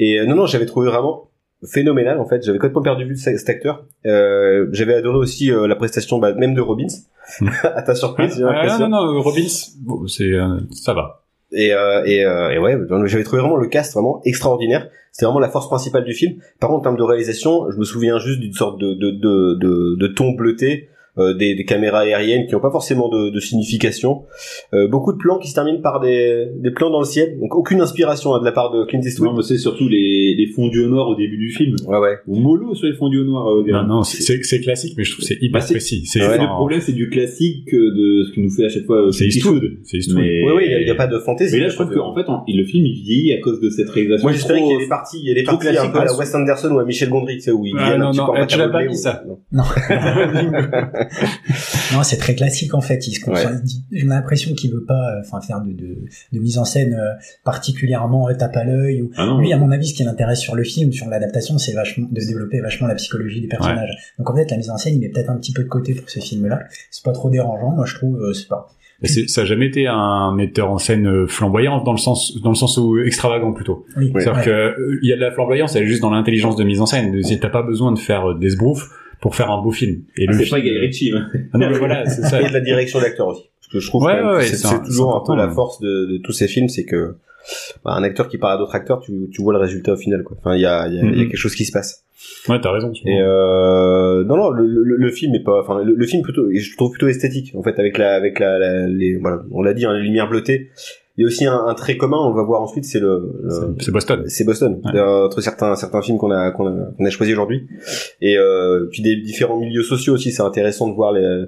S1: Et euh, non, non, j'avais trouvé vraiment phénoménal en fait. J'avais complètement perdu vue de ce- cet acteur. Euh, j'avais adoré aussi euh, la prestation bah, même de Robbins.
S2: Mm.
S1: à ta surprise, j'ai
S2: Ah,
S1: l'impression.
S2: non, non, non, Robbins, bon, c'est euh, ça va.
S1: Et, euh, et, euh, et ouais, donc j'avais trouvé vraiment le cast vraiment extraordinaire. C'était vraiment la force principale du film. Par contre, en termes de réalisation, je me souviens juste d'une sorte de, de, de, de, de ton bleuté, euh, des, des caméras aériennes qui n'ont pas forcément de, de signification. Euh, beaucoup de plans qui se terminent par des, des plans dans le ciel. Donc aucune inspiration hein, de la part de Clint Eastwood.
S4: Non, mais c'est surtout les, les fondus au noir au début du film.
S1: Ouais, ouais.
S4: Ou mollo sur les fondus au noir. euh, gars.
S2: Non, non, c'est- c'est c'est classique, mais je trouve que c'est hyper
S4: Bah, c'est-
S2: précis. C'est
S4: C'est
S2: c'est
S4: le
S2: un-
S4: problème, c'est du classique euh, de ce que nous fait à chaque fois. euh,
S2: c'est
S4: Clint
S2: Eastwood. C'est Eastwood.
S4: Mais-
S1: Oui, oui, il n'y a, pas de fantaisie.
S4: Mais là, je trouve qu'en fait, en- le film, il vieillit à cause de cette réalisation.
S1: Moi, j'espérais
S4: trop- euh,
S1: qu'il y ait des parties, il y a des
S4: trop
S1: parties un
S4: classique,
S1: peu à la
S4: hein.
S1: Wes Anderson ou à Michel Gondry, tu sais, où il
S2: Ah,
S1: viennent
S2: non,
S1: un petit
S2: non,
S1: peu en
S2: eh, tu l'as pas
S1: patagonie
S2: mis,
S1: ou-
S2: ça.
S1: Non.
S3: Non, c'est très classique en fait. Il se concentre- J'ai l'impression qu'il veut pas euh, enfin, faire de, de, de mise en scène euh, particulièrement euh, tape à l'œil. Ou...
S4: Ah non,
S3: Lui, à mon avis, ce qui l'intéresse sur le film, sur l'adaptation, c'est vachement de développer vachement la psychologie des personnages. Donc en fait, la mise en scène, il met peut-être un petit peu de côté pour ce film-là. C'est pas trop dérangeant, moi je trouve. euh, c'est pas.
S2: Mais c'est- Ça n'a jamais été un metteur en scène euh, flamboyant dans le sens, dans le sens où extravagant plutôt.
S3: Oui,
S1: Ouais.
S2: C'est-à-dire
S3: ouais.
S2: que euh, il y a de la flamboyance, elle est juste dans l'intelligence de mise en scène. Tu T'as pas besoin de faire euh, des sbrouffes pour faire un beau film. Et
S4: Ah,
S2: le
S4: c'est
S2: film-
S4: pas Guy Ritchie. hein.
S2: Ah non, mais voilà, c'est ça.
S1: et de la direction d'acteur aussi. Parce que je trouve
S2: Ouais,
S1: quand même
S2: ouais,
S1: que
S2: ouais,
S1: c'est
S2: c'est
S1: c'est
S2: un-
S1: toujours un peu
S2: c'est important, hein.
S1: la
S2: ouais.
S1: force de, de tous ces films, c'est que bah, un acteur qui parle à d'autres acteurs, tu, tu vois le résultat au final. Quoi. Enfin, il y a, il y a- il y a
S2: Mhm.
S1: quelque chose qui se passe.
S2: Ouais, t'as raison.
S1: Et euh, non, non, le, le- le film est pas, enfin, le, le film plutôt, je le trouve plutôt esthétique en fait avec la, avec la, la- les, voilà, on l'a dit, hein, les lumières bleutées, Il y a aussi un, un trait commun, on le va voir ensuite, c'est le, le-
S2: C'est Boston.
S1: c'est Boston,
S2: Ouais.
S1: d'ailleurs, entre certains certains films qu'on a qu'on a, qu'on a choisi aujourd'hui, et euh, puis des différents milieux sociaux aussi. C'est intéressant de voir les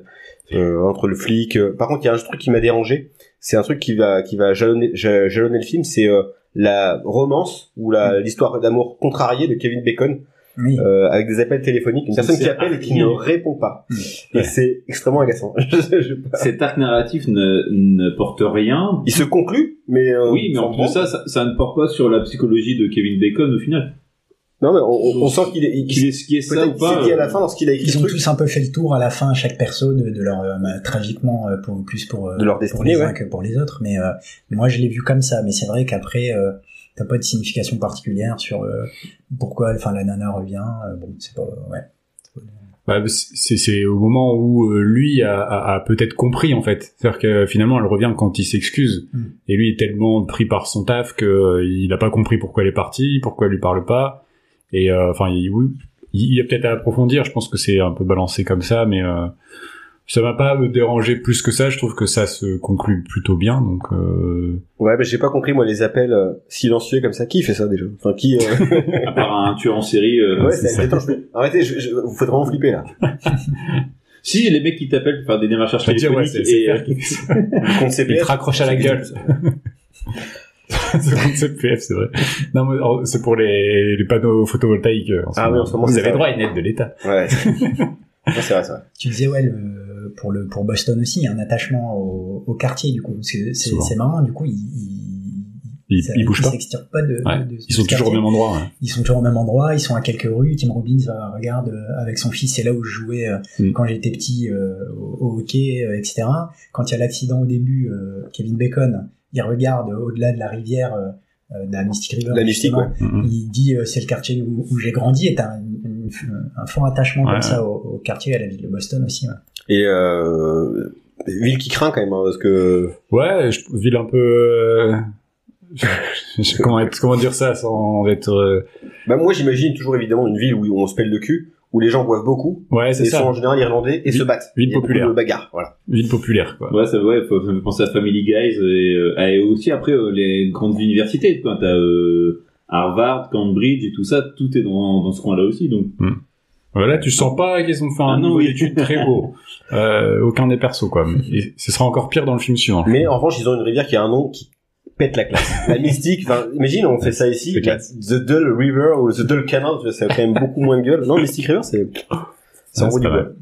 S1: euh, entre le flic. euh. Par contre, il y a un truc qui m'a dérangé. C'est un truc qui va qui va jalonner, ja- jalonner le film, c'est euh, la romance ou la
S4: Mm.
S1: l'histoire d'amour contrariée de Kevin Bacon
S3: Oui.
S1: euh, avec des appels téléphoniques, une
S4: Ça,
S1: personne qui
S4: c'est
S1: appelle et qui ne
S4: incroyable.
S1: répond pas.
S4: Mm.
S1: Et
S4: Ouais.
S1: c'est extrêmement agaçant. Je- je-
S4: Cet arc narratif ne, ne porte rien.
S1: il se conclut, mais euh,
S2: Ah
S4: Oui, mais
S1: on
S4: en
S1: s'en
S4: plus de
S1: prend.
S4: ça, ça, ça ne porte pas sur la psychologie de Kevin Bacon au final.
S1: non mais on- on, on sent qu'il est, il-
S4: Qu'il est ce qui est ça
S1: peut-être
S4: ou
S1: qu'il s'est
S4: pas.
S1: dit à
S4: euh,
S1: la fin lorsqu'il a écrit
S3: Ils
S1: ce
S3: ont
S1: truc.
S3: tous un peu fait le tour à la fin, chaque perso, de, de leur euh, bah, tragiquement euh, pour, plus pour, euh,
S1: De leur
S3: pour
S1: destinée,
S3: les uns
S1: ouais.
S3: que pour les autres. Mais euh, moi, je l'ai vu comme ça. Mais c'est vrai qu'après, euh, t'as pas de signification particulière sur euh, pourquoi, enfin, la nana revient. euh, bon, c'est pas ouais.
S2: Bah, c'est c'est au moment où euh, lui a, a- a peut-être compris en fait. C'est-à-dire que finalement elle revient quand il s'excuse.
S3: Mm.
S2: Et lui est tellement pris par son taf que euh, il n'a pas compris pourquoi elle est partie, pourquoi elle lui parle pas. Et euh, enfin il, oui, il il y a peut-être à approfondir. Je pense que c'est un peu balancé comme ça, mais euh, ça m'a pas euh, dérangé plus que ça. Je trouve que ça se conclut plutôt bien. Donc euh,
S1: Ouais, mais j'ai pas compris moi les appels euh, silencieux comme ça. Qui fait ça déjà Enfin, qui euh,
S4: à part un tueur en série. euh,
S1: Ouais, c'est
S2: ça.
S1: inquiétant. je- Arrêtez, je, je- vous faites vraiment flipper là.
S4: Si les mecs qui t'appellent pour faire des démarchages
S2: je veux dire, Bah, ouais,
S4: téléphoniques
S2: c'est c'est
S4: et
S2: clair
S4: euh,
S2: qu'il-
S1: Le compte
S2: Il
S1: CPF.
S2: te raccroche à la gueule. Ce concept PF, c'est vrai. Non, mais alors, c'est pour les, les panneaux photovoltaïques. euh, En ce
S1: Ah oui, en ce moment,
S2: Vous
S1: c'est
S2: avez
S1: ça.
S2: droit à une aide de l'État.
S1: Ouais. c'est- Ouais, c'est vrai, c'est vrai.
S3: Tu disais, ouais, le, pour, le, pour Boston aussi, il y a un attachement au, au quartier, du coup. C'est c'est-
S2: Souvent.
S3: c'est marrant, du coup, ils. ils
S2: Ils,
S3: ça-
S2: ils bougent pas.
S3: s'extirpent pas de,
S2: Ouais.
S3: de- de
S2: Ils sont
S3: ce
S2: toujours au
S3: quartier.
S2: même endroit. ouais.
S3: ils sont toujours au même endroit, ils sont à quelques rues. Tim Robbins va regarde euh, avec son fils, c'est là où je jouais euh,
S2: Mm.
S3: quand j'étais petit euh, au, au hockey, euh, etc. Quand il y a l'accident au début, euh, Kevin Bacon, il regarde euh, au-delà de la rivière, euh, euh, de la Mystic River.
S1: La Mystic,
S3: justement.
S2: Mhm.
S3: Il dit euh, c'est le quartier où, où j'ai grandi et t'as un, une- un fort attachement
S2: Ouais.
S3: comme ça au, au quartier et à la ville de Boston aussi. ouais.
S1: Et euh, ville qui craint quand même hein, parce que
S2: Ouais, je ville un peu. euh, je sais comment, être- comment dire ça sans être. euh,
S1: bah moi j'imagine toujours évidemment une ville où on se pèle le cul, où les gens boivent beaucoup,
S2: Ouais, c'est
S1: et sont
S2: ça.
S1: en général irlandais et
S2: Ville-
S1: se battent.
S2: ville
S1: Il y a beaucoup
S2: populaire.
S1: De bagarre, voilà.
S2: Ville populaire, quoi.
S4: Ouais, ça, ouais, faut, faut penser à Family Guys et, euh, et aussi après euh, les grandes universités. Quand t'as euh, Harvard, Cambridge et tout ça, tout est dans, dans ce coin-là aussi. Donc,
S2: Voilà, Bah, tu sens pas qu'ils ont fait
S4: Ah
S2: un
S4: non,
S2: niveau
S4: oui.
S2: d'études très haut. Euh, aucun des persos, quoi. Et ce sera encore pire dans le film suivant.
S1: Mais en revanche ils ont une rivière qui a un nom qui pète la classe. la mystique. Enfin, imagine on fait ça ici.
S2: C'est
S1: la- The Dull River ou The Dull Canal, tu vois, ça a quand même beaucoup moins de gueule. Non, Mystic River c'est c'est en
S2: Ouais,
S1: gros
S2: c'est
S1: du
S2: pas
S1: beurre.
S2: mal.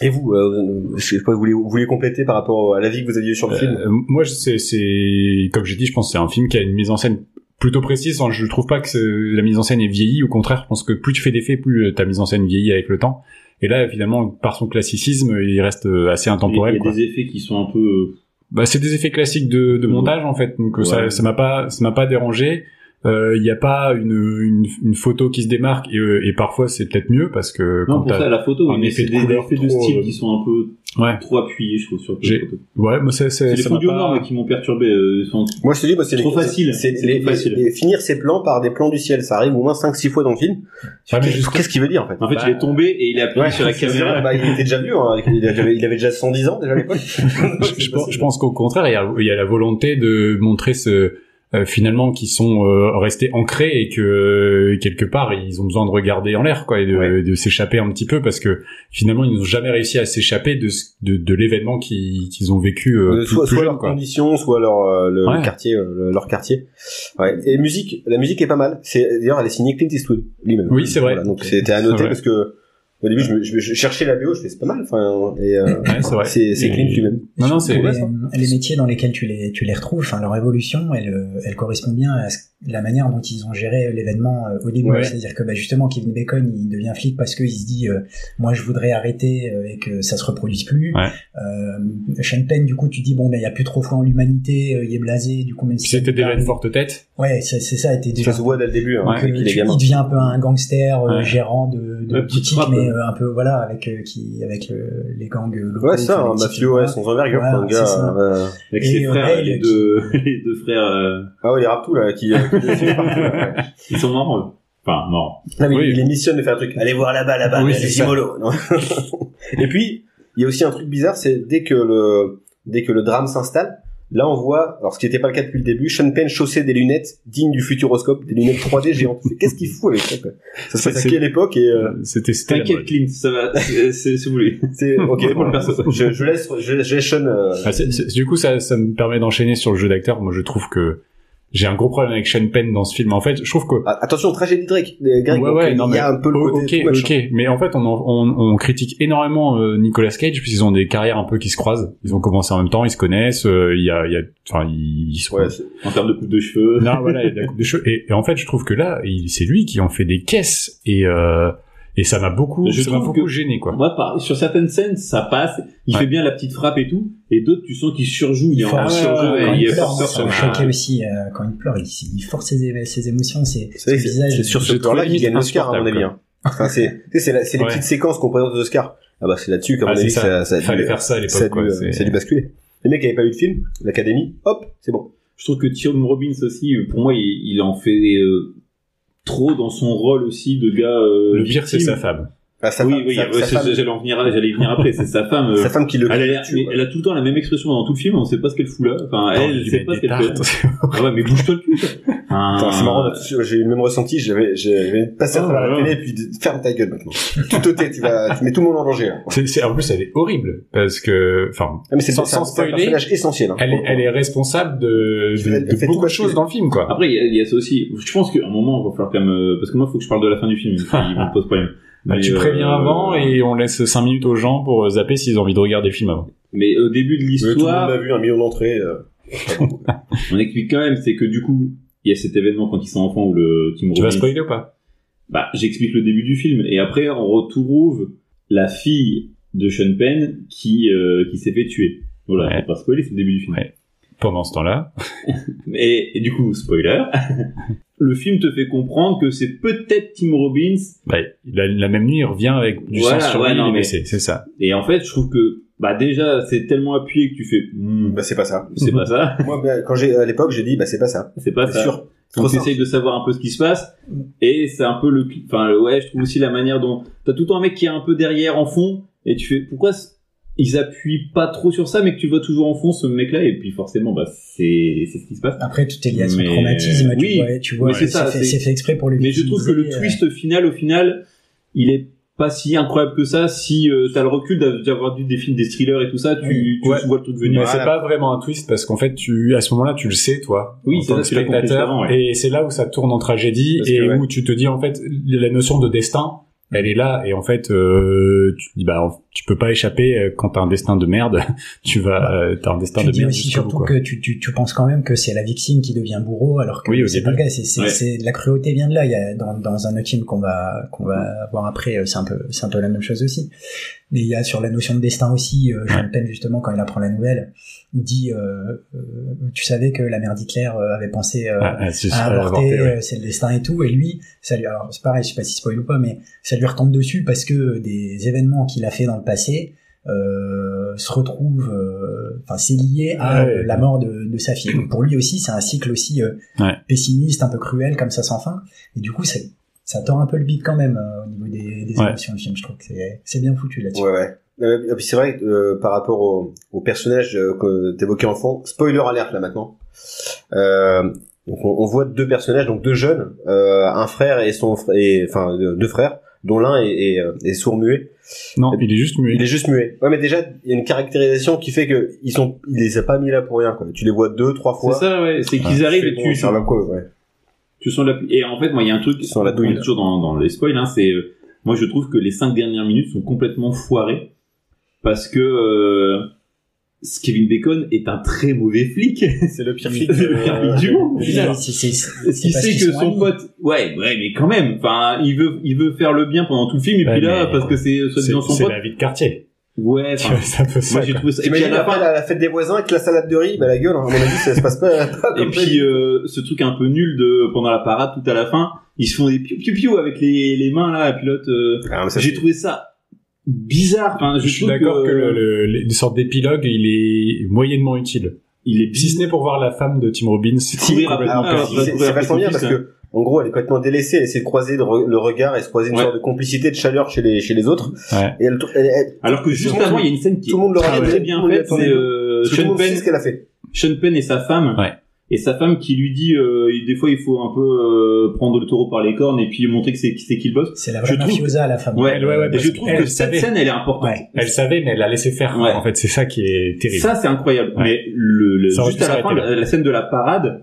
S1: Et vous, euh, je sais pas, vous voulez, vous voulez compléter par rapport à l'avis que vous aviez eu sur le film
S2: Euh, moi, je- c'est, c'est, comme j'ai dit, je pense que c'est un film qui a une mise en scène plutôt précise. Enfin, Je trouve pas que ce- la mise en scène est vieillie. Au contraire, je pense que plus tu fais d'effets, plus euh, ta mise en scène vieillit avec le temps. Et là, finalement, par son classicisme, il reste euh, assez
S4: il y a- il
S2: intemporel.
S4: y a
S2: quoi.
S4: des effets qui sont un peu. euh,
S2: Bah, c'est des effets classiques de, de montage en fait, donc euh, ça
S4: Ouais.
S2: ça m'a pas ça m'a pas dérangé. Euh, Il n'y a pas une, une, une photo qui se démarque et, euh, et parfois c'est peut-être mieux parce que
S4: Non,
S2: quand
S4: pour
S2: t'as-
S4: ça, la photo,
S2: un
S4: oui, mais
S2: effet
S4: c'est
S2: de
S4: des
S2: couleur
S4: effets de
S2: trop,
S4: style
S2: euh,
S4: qui sont un peu
S2: ouais
S4: trop appuyés, je trouve, sur
S2: J'ai-
S4: les photos.
S2: ouais moi c'est
S4: C'est
S2: c'est
S4: les
S2: ça
S4: fonds
S2: m'a
S4: du
S2: pas
S4: Nord qui m'ont perturbé. euh, enfin,
S1: Moi, je te dis, moi, c'est
S4: Trop
S1: les-
S4: facile.
S1: C'est
S4: C'est
S1: les-
S4: trop facile.
S1: les- finir ses plans par des plans du ciel. Ça arrive au moins 5-6 fois dans le film.
S2: Ouais, Ah, mais
S1: Qu'est-
S2: juste-
S1: Qu'est-ce qu'il veut dire en fait
S4: En fait,
S2: Bah,
S4: il est tombé et il est appuyé sur la
S1: c'est vrai,
S4: caméra.
S1: bah, il était déjà vieux. hein, Il avait, il avait déjà 110 ans déjà à l'époque.
S2: je, je pense, je pense qu'au contraire, il y, a, il y a la volonté de montrer ce euh, finalement qu'ils sont euh, restés ancrés et que euh, quelque part ils ont besoin de regarder en l'air quoi et de,
S1: Ouais.
S2: de s'échapper un petit peu parce que finalement ils n'ont jamais réussi à s'échapper de, ce- de, de l'événement qui- qu'ils ont vécu euh,
S1: Euh,
S2: plus,
S1: soit
S2: plus
S1: soit
S2: jeune,
S1: leurs
S2: quoi.
S1: conditions, soit leur euh, le, le
S2: Ouais.
S1: quartier, euh, le- leur quartier. Ouais. Et musique, la musique est pas mal. C'est d'ailleurs elle est signée Clint Eastwood lui-même.
S2: Oui, c'est vrai.
S1: Voilà, donc c'était à noter
S2: vrai.
S1: parce que au début je, me- je- je cherchais la bio, je fais c'est pas mal. Enfin, et euh,
S2: Ouais, c'est vrai.
S1: c'est c'est
S2: Et-
S1: Clint lui-même.
S2: Non non
S3: les,
S2: c'est
S3: les métiers dans lesquels tu les, tu les retrouves, enfin, leur évolution, elle, euh, elle correspond bien à ce- la manière dont ils ont géré l'événement euh, au début.
S2: Ouais.
S3: C'est-à-dire que bah, justement, Kevin Bacon, il devient flic parce qu'il se dit, euh, moi, je voudrais arrêter euh, et que ça se reproduise plus.
S2: Ouais.
S3: Euh, Sean Penn, du coup, tu dis, bon, ben, il n'y a plus trop foi en l'humanité, euh, il est blasé, du coup, même
S2: Puis
S3: si...
S2: c'était déjà une forte tête.
S3: Ouais, c'est c'est ça, était déjà...
S1: Ça se voit dès le début. Hein,
S2: Ouais.
S1: dès
S3: que
S1: qu'il est
S3: tu-
S1: gamin.
S3: il devient un peu un gangster euh,
S2: Ouais.
S3: gérant de, de
S4: Ouais, petite
S3: boutique,
S4: frappe.
S3: mais euh, un peu voilà avec euh, qui avec le- les gangs euh, locaux.
S1: Ouais, ça, un
S3: enfin, les petits-
S1: mafieux, ouais, sans envergure,
S3: Ouais,
S1: quoi, un
S3: c'est
S1: gars.
S3: ça.
S1: euh,
S4: Avec
S3: Et,
S4: ses
S3: euh,
S4: frères,
S3: Bale,
S4: les
S3: qui-
S4: deux, les deux frères, euh,
S1: Ah ouais, les raptous, là, qui... euh, qui- Ouais.
S4: ils sont marrants. eux. Enfin, marrants.
S1: non, mais
S2: Oui.
S1: il les missionne de faire un truc. Allez voir là-bas, là-bas,
S2: Oui,
S1: allez,
S2: c'est
S1: les
S2: ça.
S1: immolos. Non. Et puis, il y a aussi un truc bizarre, c'est dès que le, dès que le drame s'installe, Là, on voit, alors ce qui n'était pas le cas depuis le début, Sean Penn chaussé des lunettes dignes du futuroscope, des lunettes 3D géantes. Mais Qu'est-ce qu'il fout avec ça quoi Ça se
S2: C'est-
S1: passait à l'époque et euh,
S2: C'était c'était la
S4: T'inquiète,
S2: mode.
S4: Clint, ça va, c'est c'est- si vous voulez.
S1: c'est ok pour le perso. Je, je laisse, je laisse, je laisse Sean. euh,
S2: Ah, c'est- c'est- du coup, ça, ça me permet d'enchaîner sur le jeu d'acteur. Moi, je trouve que j'ai un gros problème avec Sean Penn dans ce film. En fait, je trouve que
S1: ah, Attention, tragédie Drake. Greg,
S2: Ouais,
S1: donc,
S2: ouais,
S1: euh,
S2: non,
S1: il y a un peu le
S2: Oh,
S1: côté.
S2: ok,
S1: too much,
S2: ok. Mais en fait, on, en- on, on critique énormément euh, Nicolas Cage puisqu'ils ont des carrières un peu qui se croisent. Ils ont commencé en même temps, ils se connaissent. euh, Il y a, il y a, enfin, ils ils
S1: hein.
S2: sont.
S1: Ouais, c'est-
S4: En termes de coupe de cheveux.
S2: Non, voilà, il y a de la coupe de cheveux. Et, et en fait, je trouve que là, il- c'est lui qui en fait des caisses et euh, et ça m'a beaucoup,
S4: Je
S2: ça m'a
S4: trouve
S2: beaucoup
S4: que-
S2: gêné quoi.
S4: Moi, par- sur certaines scènes, ça passe. Il
S2: Ouais.
S4: fait bien la petite frappe et tout. Et d'autres, tu sens qu'il surjoue. Il est en
S3: force.
S4: surjeu.
S2: ouais,
S4: et
S3: quand
S4: il
S3: il
S4: est
S3: pleure,
S4: forceur
S3: ça
S4: sur
S3: m'a
S4: le
S3: choqué
S4: chien.
S3: aussi euh, quand il pleure, il, il force ses, ses émotions, c'est
S1: C'est vrai que c'est-
S3: visage.
S1: c'est sur ce
S2: J'ai
S1: plan-là
S2: trouvé
S1: qu'il gagne
S2: limite
S1: l'Oscar, à mon avis. hein. Enfin, c'est tu sais, c'est la- c'est les
S2: Ouais.
S1: petites séquences qu'on présente aux Oscars. Ah bah c'est là-dessus, comme
S2: Ah,
S1: on a
S2: c'est
S1: dit,
S2: ça.
S1: ça, ça a dû-
S2: Fallait faire ça à
S1: ça a
S2: l'époque.
S1: dû,
S2: quoi.
S1: euh, ça a dû basculer. Les mecs n'avaient pas eu de film, l'Académie, hop, c'est bon.
S4: Je trouve que Tim Robbins aussi, euh, pour moi, il, il en fait euh, trop dans son rôle aussi de gars. euh,
S2: Le pire, c'est
S4: victime.
S2: sa femme.
S1: Ah, sa
S4: Oui,
S1: femme-
S4: oui,
S1: sa-
S4: ouais,
S1: sa
S4: c'est-
S1: femme-
S4: j'allais en venir, j'allais y venir après. C'est sa femme. euh,
S1: sa femme qui le
S4: elle a, l'air-
S1: tue,
S4: mais
S1: ouais.
S4: elle a tout le temps la même expression dans tout le film, on sait pas ce qu'elle fout là. Enfin, elle,
S2: il
S4: sait
S2: met
S4: pas ce
S2: des
S4: qu'elle fait.
S2: tartes.
S4: Ah ouais, mais bouge-toi le cul.
S1: Putain, c'est marrant, là-dessus, j'ai eu le même ressenti, j'avais, j'avais passé à
S2: Oh,
S4: Ah,
S1: travers la
S4: ouais.
S1: télé et puis dit, ferme ta gueule maintenant. Tout au tête, tu vas, tu mets tout le monde en danger, là.
S2: C'est- c'est- en plus, elle est horrible parce que, enfin,
S1: Ah, mais c'est
S2: Sans-
S1: c'est un-
S2: sans
S1: c'est un
S2: spoiler,
S1: personnage essentiel, hein.
S2: elle est, elle est responsable de,
S1: Elle fait
S2: de, de
S1: tout
S2: beaucoup de
S1: basculer.
S2: choses dans le film quoi.
S4: Après, il y, a- il y a ça aussi. Je pense qu'à un moment, il va falloir quand même. euh, Parce que moi, il faut que je parle de la fin du film, qui me pose problème.
S2: Bah,
S4: Mais,
S2: tu préviens
S4: euh,
S2: avant et on laisse 5 minutes aux gens pour euh, zapper s'ils ont envie de regarder le film avant.
S4: Mais au début de
S1: Mais Tout le monde
S4: l'histoire,
S1: a vu un million d'entrées, euh,
S4: on explique quand même, c'est que du coup, il y a cet événement quand ils sont enfants où le Tim
S2: Tu vas
S4: Robbins
S2: spoiler ou pas
S4: bah, j'explique le début du film et après on retrouve la fille de Sean Penn qui euh, qui s'est fait tuer. Voilà,
S2: Ouais.
S4: faut pas spoiler, c'est le début du film.
S2: Ouais. Pendant ce temps-là,
S4: Et, et du coup, spoiler, le film te fait comprendre que c'est peut-être Tim Robbins
S2: bah, la, la même nuit, il revient avec du
S4: Voilà,
S2: sang sur
S4: ouais,
S2: lui, il
S4: non,
S2: est
S4: mais-
S2: blessé, c'est ça.
S4: et en fait, je trouve que bah déjà, c'est tellement appuyé que tu fais Hmm,
S1: bah, c'est pas ça.
S4: c'est pas ça,
S1: Moi, ben, quand j'ai, à l'époque, j'ai dit, bah, c'est pas ça.
S4: c'est pas
S1: C'est
S4: ça.
S1: sûr.
S4: Donc
S1: Trop Mm.
S4: t'essayes de savoir un peu ce qui se passe et c'est un peu le cli- enfin ouais je trouve aussi la manière dont t'as tout le temps un mec qui est un peu derrière en fond et tu fais pourquoi c- ils appuient pas trop sur ça mais que tu vois toujours en fond ce mec là et puis forcément bah c'est c'est ce qui se passe
S3: Après, tout est lié à son
S4: Mais-
S3: traumatisme.
S4: oui,
S3: tu vois, tu vois
S4: mais c'est
S3: c'est
S4: ça,
S3: fait,
S4: c'est-
S3: c'est fait exprès pour le
S4: mais je trouve que le
S1: euh.
S4: twist final au final il est pas si incroyable que ça si euh, t'as le recul d'av- d'avoir vu des films des thrillers et tout ça tu,
S3: Oui.
S4: tu
S2: Ouais.
S4: vois le truc
S2: Mais
S4: venir
S2: c'est pas vraiment un twist parce qu'en fait, tu, à ce moment-là, tu le sais, toi,
S4: Oui,
S2: en
S4: c'est
S2: tant
S4: ça,
S2: que
S4: tu l'as compris
S2: spectateur,
S4: avant, ouais.
S2: et c'est là où ça tourne en tragédie
S1: Parce que,
S2: et
S1: ouais.
S2: où tu te dis en fait la notion de destin, elle est là et en fait, euh, tu te dis bah tu peux pas échapper euh, quand t'as un destin de merde, tu vas, euh, t'as un destin
S3: Tu
S2: de
S3: dis
S2: merde
S3: aussi
S2: jusqu'au bout,
S3: surtout
S2: quoi.
S3: que tu, tu, tu penses quand même que c'est la victime qui devient bourreau, alors que
S2: Oui, au
S3: c'est pas le
S2: début.
S3: cas. C'est, c'est,
S4: Ouais.
S3: c'est- la cruauté vient de là. Il y a, dans, dans un autre film qu'on va, qu'on va voir après, euh, c'est un peu, c'est un peu la même chose aussi. Mais il y a sur la notion de destin aussi, euh, Sean Penn justement quand il apprend la nouvelle, il dit, euh, euh, tu savais que la mère d'Hitler euh, avait pensé euh,
S2: Ah, ah, c'est-
S3: à
S2: à
S3: avorter,
S2: avorter, ouais.
S3: euh, c'est le destin et tout. Et lui, ça lui, alors c'est pareil, je sais pas si spoil ou pas, mais ça lui retombe dessus parce que des événements qu'il a fait dans le passé euh, se retrouvent, euh, enfin c'est lié à
S2: Ah ouais.
S3: euh, la mort de, de sa fille. Donc pour lui aussi, c'est un cycle aussi euh,
S2: Ouais.
S3: pessimiste, un peu cruel, comme ça sans fin. Et du coup, ça, ça tord un peu le bide quand même euh, au niveau des, des
S2: Ouais.
S3: émotions du film. Je trouve que c'est, c'est bien foutu là-dessus.
S1: Ouais, ouais. Euh, et puis c'est vrai, que, euh, par rapport au, au personnage euh, que t'évoquais en fond, spoiler alerte là maintenant. Euh, donc on, on voit deux personnages, donc deux jeunes, euh, un frère et son fr- et enfin euh, deux frères, dont l'un est, est, euh, est sourd muet.
S2: Non, il est juste muet.
S1: Il est juste muet. Ouais, mais déjà il y a une caractérisation qui fait que ils sont, il les a pas mis là pour rien. Quoi. Tu les vois deux, trois
S4: c'est
S1: fois.
S4: ça ouais c'est qu'ils
S1: Tu
S4: arrivent
S1: fais,
S4: et
S1: bon,
S4: tu
S1: Sherlock Holmes, ouais.
S4: Tu sens la Et en fait, moi, il y a un truc,
S1: Tu sens la douille,
S4: on est
S1: là.
S4: toujours dans, dans les spoils, hein, c'est, euh, moi, je trouve que les cinq dernières minutes sont complètement foirées parce que euh, Kevin Bacon est un très mauvais flic.
S1: C'est le pire
S3: Oui.
S1: flic.
S4: C'est le pire
S1: euh,
S4: flic du monde. au
S3: Mais
S4: final.
S3: c'est, c'est,
S2: euh,
S4: Parce qu'il
S3: parce
S4: sait
S3: qu'ils
S4: que
S3: sont
S4: son
S3: amis.
S4: pote, ouais, ouais, mais quand même, enfin, il veut, il veut faire le bien pendant tout le film, et
S2: Ouais,
S4: puis là,
S2: mais
S4: parce que c'est euh,
S2: C'est
S4: soi-disant son
S2: c'est
S4: pote,
S2: la vie de quartier.
S4: ouais,
S2: Tu
S4: enfin,
S2: vois, c'est un peu ça.
S4: moi j'ai
S2: quoi.
S4: trouvé ça. Et puis à
S1: T'imagines
S4: la
S1: après
S4: fin,
S1: la, la fête des voisins avec la salade de riz, bah la gueule, hein, à mon avis ça se passe pas. pas
S4: Et
S1: comme
S4: puis euh, ce truc un peu nul de pendant la parade tout à la fin, ils se font des piou piou piou avec les, les mains là, la pilote. euh,
S1: Ah, mais ça,
S4: J'ai
S1: c'est-
S4: trouvé ça bizarre. Enfin, je,
S2: Je suis
S4: trouve
S2: d'accord que le, le- le- une sorte d'épilogue, il est moyennement utile.
S4: il est
S2: Si ce
S4: bizarre.
S2: n'est pour voir la femme de Tim Robbins, c'est
S4: Courir
S2: complètement
S4: après-
S1: Ah,
S2: perdu.
S1: c'est- c'est c'est vachement bien parce que en gros elle est complètement délaissée elle essaie de croiser le, re- le regard et se croiser une
S4: Ouais.
S1: sorte de complicité de chaleur chez les chez les autres
S2: Ouais.
S1: et elle, elle- elle-
S4: Alors que juste
S1: Tout le
S4: avant, il y a une scène qui
S1: tout le monde
S4: est
S1: l'aurait
S4: très,
S1: aimé,
S4: très
S1: tout
S4: bien
S1: le monde
S4: faite,
S1: l'attendait.
S4: c'est euh,
S1: tout le
S4: Sean
S1: monde sait
S4: Penn.
S1: ce qu'elle a fait
S4: Sean Penn et sa femme.
S2: Ouais.
S4: Et sa femme qui lui dit, euh, des fois, il faut un peu euh, prendre le taureau par les cornes et puis montrer que c'est c'est qui le boss.
S3: C'est
S4: Je
S3: la vraie
S4: trouve-
S3: mafiosa, la femme.
S4: Ouais,
S2: ouais, ouais,
S4: Et
S2: parce
S4: je trouve
S2: qu'elle
S4: que cette
S2: savait.
S4: scène, elle est importante.
S3: Ouais.
S2: Elle savait, mais elle l'a laissé faire.
S4: Ouais.
S2: En fait, c'est ça qui est terrible.
S4: Ça, c'est incroyable.
S2: Ouais.
S4: Mais le, le-
S2: Ça aurait
S4: juste
S2: pu
S4: à la fin,
S2: s'arrêter
S4: la, la scène de la parade,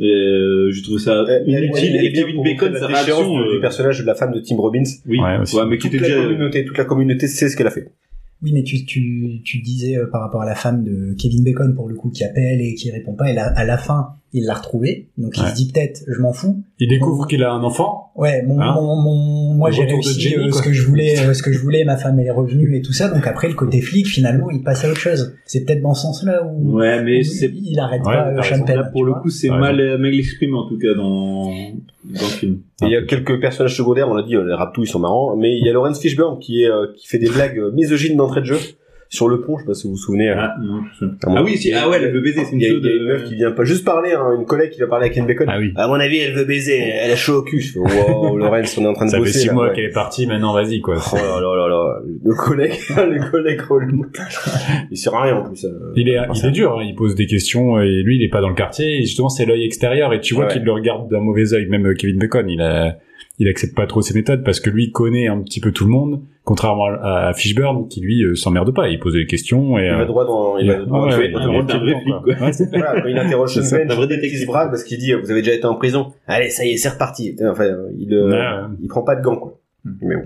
S4: euh, je trouve ça
S1: Euh, elle-
S4: inutile.
S1: elle- elle
S4: Et
S1: vient
S4: Kevin
S1: pour
S4: Bacon,
S1: montrer
S4: sa
S1: la déchéance
S4: réaction,
S1: du-
S4: euh,
S1: du personnage de la femme de Tim Robbins.
S4: oui.
S2: Ouais, aussi.
S4: Ouais, mais qui
S1: Toute la
S4: était déjà.
S1: communauté, toute la communauté sait ce qu'elle a fait.
S3: Oui, mais tu, tu, tu disais euh, par rapport à la femme de Kevin Bacon, pour le coup, qui appelle et qui répond pas, et là, à la fin, il l'a retrouvée, donc il
S2: Ouais.
S3: se dit peut-être, je m'en fous.
S2: Il découvre qu'il a un enfant.
S3: Ouais, mon,
S2: Hein
S3: mon, mon- moi
S2: Le
S3: j'ai
S2: retour de
S3: réussi
S2: Jenny,
S3: euh, ce
S2: quoi.
S3: que je voulais, euh, ce que je voulais, ma femme elle est revenue et tout ça, donc après le côté flic, finalement, il passe à autre chose. C'est peut-être dans ce sens-là où
S4: Ouais, mais
S3: où
S4: c'est
S3: il arrête
S2: Ouais,
S3: pas
S2: t'as
S3: euh,
S2: raison.
S3: Sean Penn.
S4: Là, pour
S3: tu
S4: le
S3: vois.
S4: coup, c'est
S2: Ouais.
S4: mal, mal exprimé, en tout cas, dans, dans le film.
S1: Et il y a quelques personnages secondaires, on l'a dit, euh, les raptous, ils sont marrants, mais il y a Lawrence Fishburne qui est, euh, qui fait des blagues euh, misogynes d'entrée de jeu sur le pont, je sais pas si vous vous souvenez. euh,
S4: Ah, non, je-
S1: à mon-
S4: Ah oui, si, ah ouais, elle veut baiser, c'est une
S1: Il y a,
S4: vidéo
S1: il y a une
S4: de...
S1: meuf qui vient pas juste parler, hein, une collègue qui va parler à Ken Bacon.
S2: Ah oui.
S1: À mon avis, elle veut baiser, elle a chaud au cul. Je fais, wow, Lawrence, on est en train de
S2: Ça fait
S1: bosser.
S2: six
S1: là,
S2: mois
S1: ouais.
S2: qu'elle est partie, maintenant vas-y quoi.
S1: Oh là là là là, le collègue, le collègue relou. Il sert à rien en plus. euh.
S2: Il est,
S1: Enfin,
S2: il est dur, hein, il pose des questions et lui il est pas dans le quartier et justement c'est l'œil extérieur et tu vois
S1: Ouais.
S2: qu'il le regarde d'un mauvais œil. Même euh, Kevin Bacon, il a, il accepte pas trop ses méthodes parce que lui il connaît un petit peu tout le monde, contrairement à, à Fishburne qui lui euh, s'emmerde pas, il pose des questions et
S1: Il
S2: euh,
S1: va droit dans, il va droit
S2: ouais,
S1: dans
S2: ouais,
S1: le
S2: il
S1: fait.
S2: a
S4: un
S2: le
S4: rôle d'un vrai
S2: temps,
S4: flic,
S2: quoi. Ouais, c'est-
S1: Voilà, quand il interroge
S4: C'est
S1: Sean
S4: ça,
S1: Penn,
S4: un vrai
S1: Sean Penn, il
S4: détective.
S1: se braque parce qu'il dit, euh, vous avez déjà été en prison. Allez, ça y est, c'est reparti. Enfin, euh, il, euh,
S2: Ouais, ouais.
S1: il prend pas de gants, quoi. Mais bon.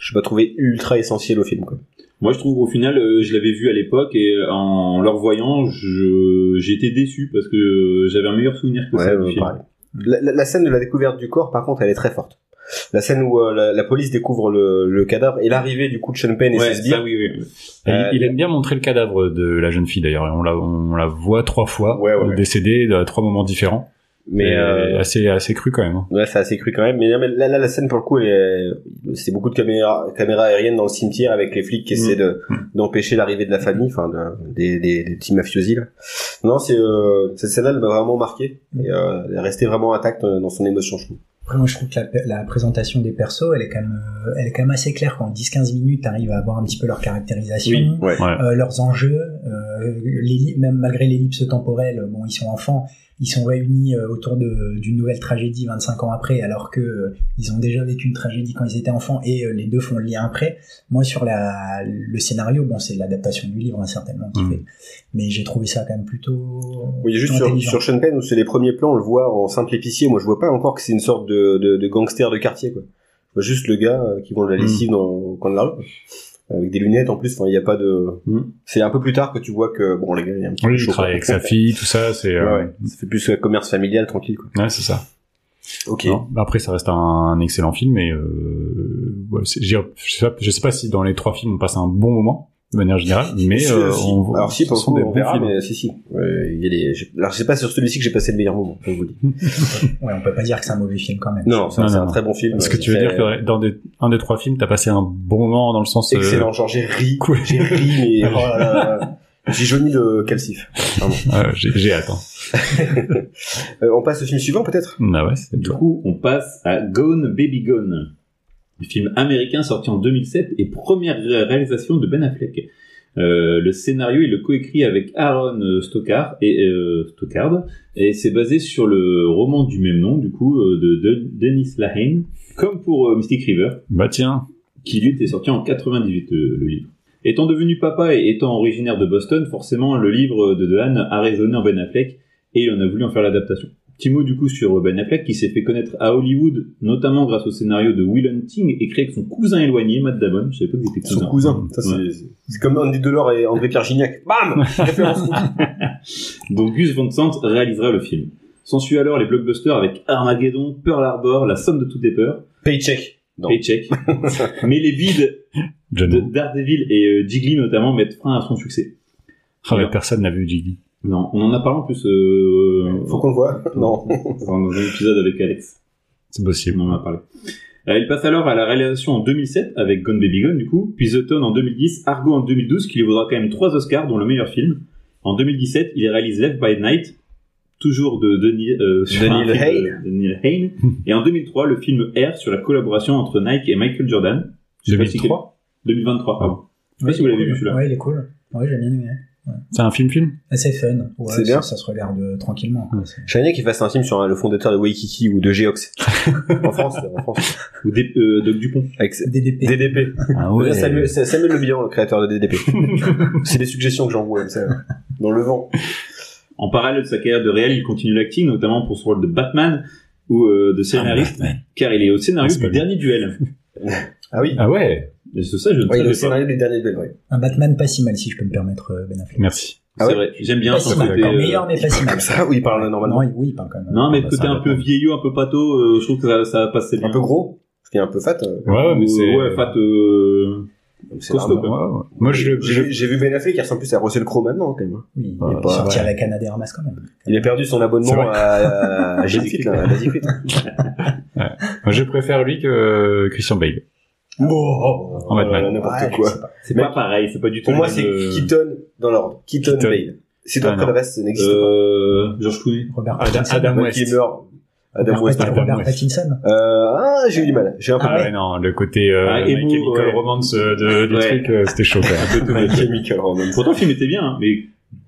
S1: Je pas trouvé ultra essentiel au film, quoi.
S4: Moi, je trouve au final, euh, je l'avais vu à l'époque et euh, en le revoyant, je- j'étais déçu parce que euh, j'avais un meilleur souvenir que
S1: Ouais,
S4: ça. du
S1: euh,
S4: film.
S1: pareil. La, la- la scène de la découverte du corps, par contre, elle est très forte. La scène où euh, la, la police découvre le, le cadavre et l'arrivée du coup de Sean Penn et
S4: Ouais,
S1: ses sbires.
S4: ça, oui, oui.
S2: Et
S1: Euh,
S2: il, il aime bien montrer le cadavre de la jeune fille d'ailleurs. On la, on la voit trois fois
S1: Ouais, ouais,
S2: euh,
S1: ouais.
S2: décédée à trois moments différents.
S1: Mais
S2: Et,
S1: euh,
S2: assez, assez cru quand même. hein.
S1: ouais, c'est assez cru quand même. Mais, non, mais là, là, la scène pour le coup, elle est- c'est beaucoup de caméras caméras aériennes dans le cimetière avec les flics qui
S4: Mm.
S1: essaient de d'empêcher l'arrivée de la famille, enfin de- des, des, des petits mafiosi. Là. Non, c'est euh, cette scène-là, elle m'a vraiment marqué. Et, euh, elle est restée vraiment intacte euh, dans son émotion, je trouve.
S3: Après, moi, je trouve que la, la présentation des persos, elle est quand même, euh, elle est quand même assez claire. Quand en 10-15 minutes, t'arrives à avoir un petit peu leur caractérisation,
S1: ouais.
S3: euh, leurs enjeux, euh, l'elli- même malgré l'ellipse temporelle, bon, ils sont enfants, ils sont réunis euh, autour de- d'une nouvelle tragédie 25 ans après, alors que euh, ils ont déjà vécu une tragédie quand ils étaient enfants et euh, les deux font le lien après. Moi, sur la, le scénario, bon, c'est l'adaptation du livre, hein, certainement, qui
S2: Mhm.
S3: fait, mais j'ai trouvé ça quand même plutôt.
S1: Oui, juste
S3: plutôt
S1: sur,
S3: intelligent.
S1: sur Sean Penn, où c'est les premiers plans, on le voit en simple épicier. Moi, je vois pas encore que c'est une sorte de, de, de gangster de quartier, quoi. Je vois juste le gars euh, qui vend de la
S2: Mm.
S1: lessive dans, au coin de la rue, quoi. avec des lunettes en plus. Enfin, il y a pas de.
S4: Mm.
S1: C'est un peu plus tard que tu vois que bon, les gars, il y a un petit
S2: Hmm. Oui,
S1: peu
S2: il
S1: chaud,
S2: travaille
S1: quoi.
S2: avec sa fille, tout ça, c'est
S1: Ouais,
S2: euh,
S1: ouais. Ça fait plus euh, commerce familial, tranquille, quoi.
S2: ouais, c'est ça.
S1: Ok.
S2: Non, Après, ça reste un, un excellent film, et euh, ouais, c'est- j'ai- je, sais pas, je sais pas si dans les trois films on passe un bon moment de manière générale, mais
S1: Si,
S2: euh,
S1: si.
S2: on,
S1: Alors si, pour
S2: ce
S1: le
S2: sont
S1: coup,
S2: des
S1: on
S2: bons
S1: verra,
S2: films.
S1: mais si, si. Ouais, il y a les- je- Alors, je sais pas sur celui-ci que j'ai passé le meilleur moment, je vous le dis.
S3: Ouais, on peut pas dire que c'est un mauvais film quand même.
S1: Non, non, c'est
S2: Non,
S1: un, c'est
S2: non,
S1: un
S2: non.
S1: très bon film.
S2: Est-ce que
S1: Il
S2: tu veux
S1: fait-
S2: dire que dans des, un des trois films, t'as passé un bon moment dans le sens euh,
S1: Excellent, genre j'ai ri,
S2: cool.
S1: j'ai ri, mais oh là là là. j'ai jauni le calcif. Pardon.
S2: euh, J'ai j'ai hâte. hein.
S1: Euh, on passe au film suivant peut-être
S2: Ah ouais, c'est
S4: Du coup, on passe à Gone Baby Gone, un film américain sorti en 2007 et première ré- réalisation de Ben Affleck. Euh, le scénario, il le coécrit avec Aaron euh, Stockard et euh, Stockard, et c'est basé sur le roman du même nom, du coup, euh, de, de- Dennis Lehane, comme pour euh, Mystic River
S2: Bah tiens,
S4: qui lui était sorti en 98, euh, le livre. Étant devenu papa et étant originaire de Boston, forcément, le livre de Dehan a résonné en Ben Affleck et on a voulu en faire l'adaptation. Petit mot du coup sur Ben Affleck qui s'est fait connaître à Hollywood, notamment grâce au scénario de Will Hunting écrit avec son cousin éloigné, Matt Damon. Je savais pas que c'était
S1: Son
S4: cousin.
S1: cousin. Ça, c'est-
S4: Ouais.
S1: C'est comme Andy Delors et André-Pierre Gignac. Bam Référence.
S4: Donc Gus Van Sant réalisera le film. S'ensuit alors les blockbusters avec Armageddon, Pearl Harbor, La Somme de toutes les peurs,
S1: Paycheck. Non.
S4: Paycheck. Mais les bides
S2: John,
S4: de Daredevil et euh, Jiggly notamment mettent frein à son succès.
S2: Ah ouais, personne n'a vu Jiggy.
S4: Non, on en a parlé en plus. Euh,
S1: Faut qu'on le voit. Non.
S4: Dans dans un épisode avec Alex.
S2: C'est possible.
S4: On en a parlé. Euh, il passe alors à la réalisation en 2007 avec Gone Baby Gone, du coup, puis The Town en 2010, Argo en 2012, qui lui vaudra quand même trois Oscars, dont le meilleur film. En 2017, il réalise Left by Night, toujours de Denis, euh, sur un
S1: Denis
S4: film
S1: Lehane.
S4: de- de Denis Lehane. Et en 2003, le film Air sur la collaboration entre Nike et Michael Jordan. Je sais pas si-
S2: 2003
S4: 2023, pardon. Je sais pas
S3: Ouais,
S4: si vous l'avez
S3: il est
S4: vu
S3: cool.
S4: celui-là.
S3: Ouais, il est cool. Ouais, j'ai bien aimé.
S2: C'est un film-film
S3: C'est fun. Ouais,
S1: C'est bien.
S3: Ça, ça se regarde euh, tranquillement. quoi. C'est-
S1: J'aimerais bien qu'ils fassent un film sur hein, le fondateur de Waikiki ou de Geox. en France, en France.
S4: Ou des, euh, Doc Dupont.
S1: Avec
S3: DDP.
S1: DDP.
S2: Ah
S1: Déjà, Samuel, c'est Samuel Le Bihan, le créateur de DDP. c'est des suggestions que j'envoie comme ça, dans le vent.
S4: En parallèle de sa carrière de réel, il continue l'acting, notamment pour son rôle de Batman ou euh, de scénariste, car il est au scénario
S2: Ah, c'est
S4: du
S2: pas lui.
S4: dernier duel.
S1: Ah oui.
S2: Ah ouais
S4: Et c'est ça, je ne
S1: Ouais, il est au
S4: savais pas.
S1: scénario du dernier duel, ouais.
S3: Un Batman pas si mal, si je peux me permettre, euh, Ben Affleck.
S2: Merci.
S4: C'est
S1: Ah ouais
S4: vrai. J'aime bien
S3: Pas
S4: son
S3: si mal,
S4: côté.
S3: encore
S4: euh,
S3: meilleur, mais pas si mal.
S1: Comme ça, oui, il parle normalement.
S3: Non, il- oui, euh, il parle quand même.
S4: Non, mais le
S2: Ah, bah,
S4: côté
S2: ça,
S4: un peu
S2: d'accord.
S4: vieillot, un peu pâteau, euh, je trouve que ça, ça passait bien.
S1: Un peu gros, parce qu'il est un peu fat. euh,
S2: Ouais, ouais, mais
S4: Ou-
S2: c'est.
S4: Ouais, fat. euh,
S1: donc c'est
S4: Costaud,
S1: normal.
S4: quoi.
S2: Ouais, ouais. Moi, je, je-
S1: J'ai j'ai vu Ben Affleck qui ressemble plus à Russell Crowe maintenant, quand même.
S3: Oui, il
S2: Ah,
S3: est
S2: bah,
S3: sorti
S2: ouais.
S3: à la Canada Hermas quand même.
S1: Il a perdu son
S2: C'est
S1: abonnement
S2: vrai.
S1: à, à, à G-Fit, là, à hein. Basic Fit.
S2: moi, je préfère lui que euh, Christian Bale.
S1: Oh,
S2: En Batman.
S1: là là, N'importe
S3: Ouais,
S1: quoi.
S3: je sais pas.
S4: C'est
S1: Mais-
S4: pas pareil, c'est pas du tout
S1: Pour moi,
S4: le
S1: c'est
S4: même, euh,
S1: Keaton dans l'ordre. Keaton
S2: Keaton.
S1: Bale. C'est toi
S2: Ah,
S1: que le
S2: non.
S1: reste, ça n'existe
S4: Euh, George Clooney.
S3: Robert
S2: Adam,
S3: Pattinson.
S2: Adam
S1: pas.
S2: West.
S1: Qui meurt. Adam
S3: Robert
S1: West.
S3: Pat-
S2: Adam
S3: Robert
S2: West.
S3: Pattinson.
S1: Euh, ah, j'ai eu du mal. J'ai un peu
S2: Ah ouais, non, le côté euh,
S4: Ah,
S2: My
S4: Emo,
S2: Chemical
S4: ouais.
S2: Romance euh, de, du
S4: Ouais.
S2: truc, euh, c'était chaud quand même.
S4: Un peu tout
S1: My
S4: bête.
S1: Chemical Romance.
S4: Pourtant, le film était bien, hein, mais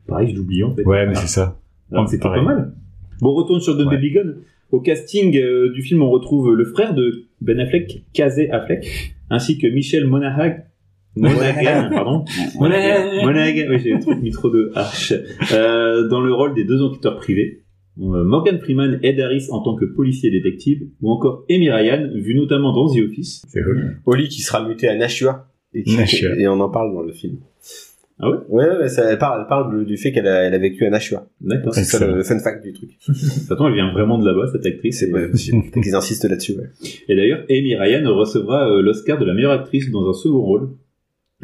S4: pareil, je l'oublie en fait.
S2: Ouais, mais c'est ça.
S4: Alors que Ah, C'était
S2: Pareil.
S4: pas mal. Bon, retourne sur The
S2: Ouais.
S4: Baby Gone. Au casting euh, du film, on retrouve le frère de Ben Affleck, Kazé Affleck, ainsi que Michel Monaghan. Monaghan, pardon. Monaghan. Monaghan. Oui, j'ai trop- mis trop de H. Euh, dans le rôle des deux enquêteurs privés. Euh, Morgan Freeman aide Harris en tant que policier détective, ou encore Amy Ryan, vu notamment dans The Office.
S2: C'est cool.
S1: Oli qui sera muté à Nashua. Et, qui-
S2: Nashua.
S1: et on en parle dans le film.
S4: Ah ouais
S1: Ouais, ouais, ça, elle parle, elle parle du fait qu'elle a, elle a vécu à Nashua.
S4: D'accord.
S1: C'est ça
S2: Excellent.
S1: le, le fun fact du truc.
S4: Attends, elle vient vraiment de là-bas, cette actrice.
S1: C'est pas possible. Peut-être qu'ils insistent là-dessus, ouais.
S4: Et d'ailleurs, Amy Ryan recevra euh, l'Oscar de la meilleure actrice dans un second rôle.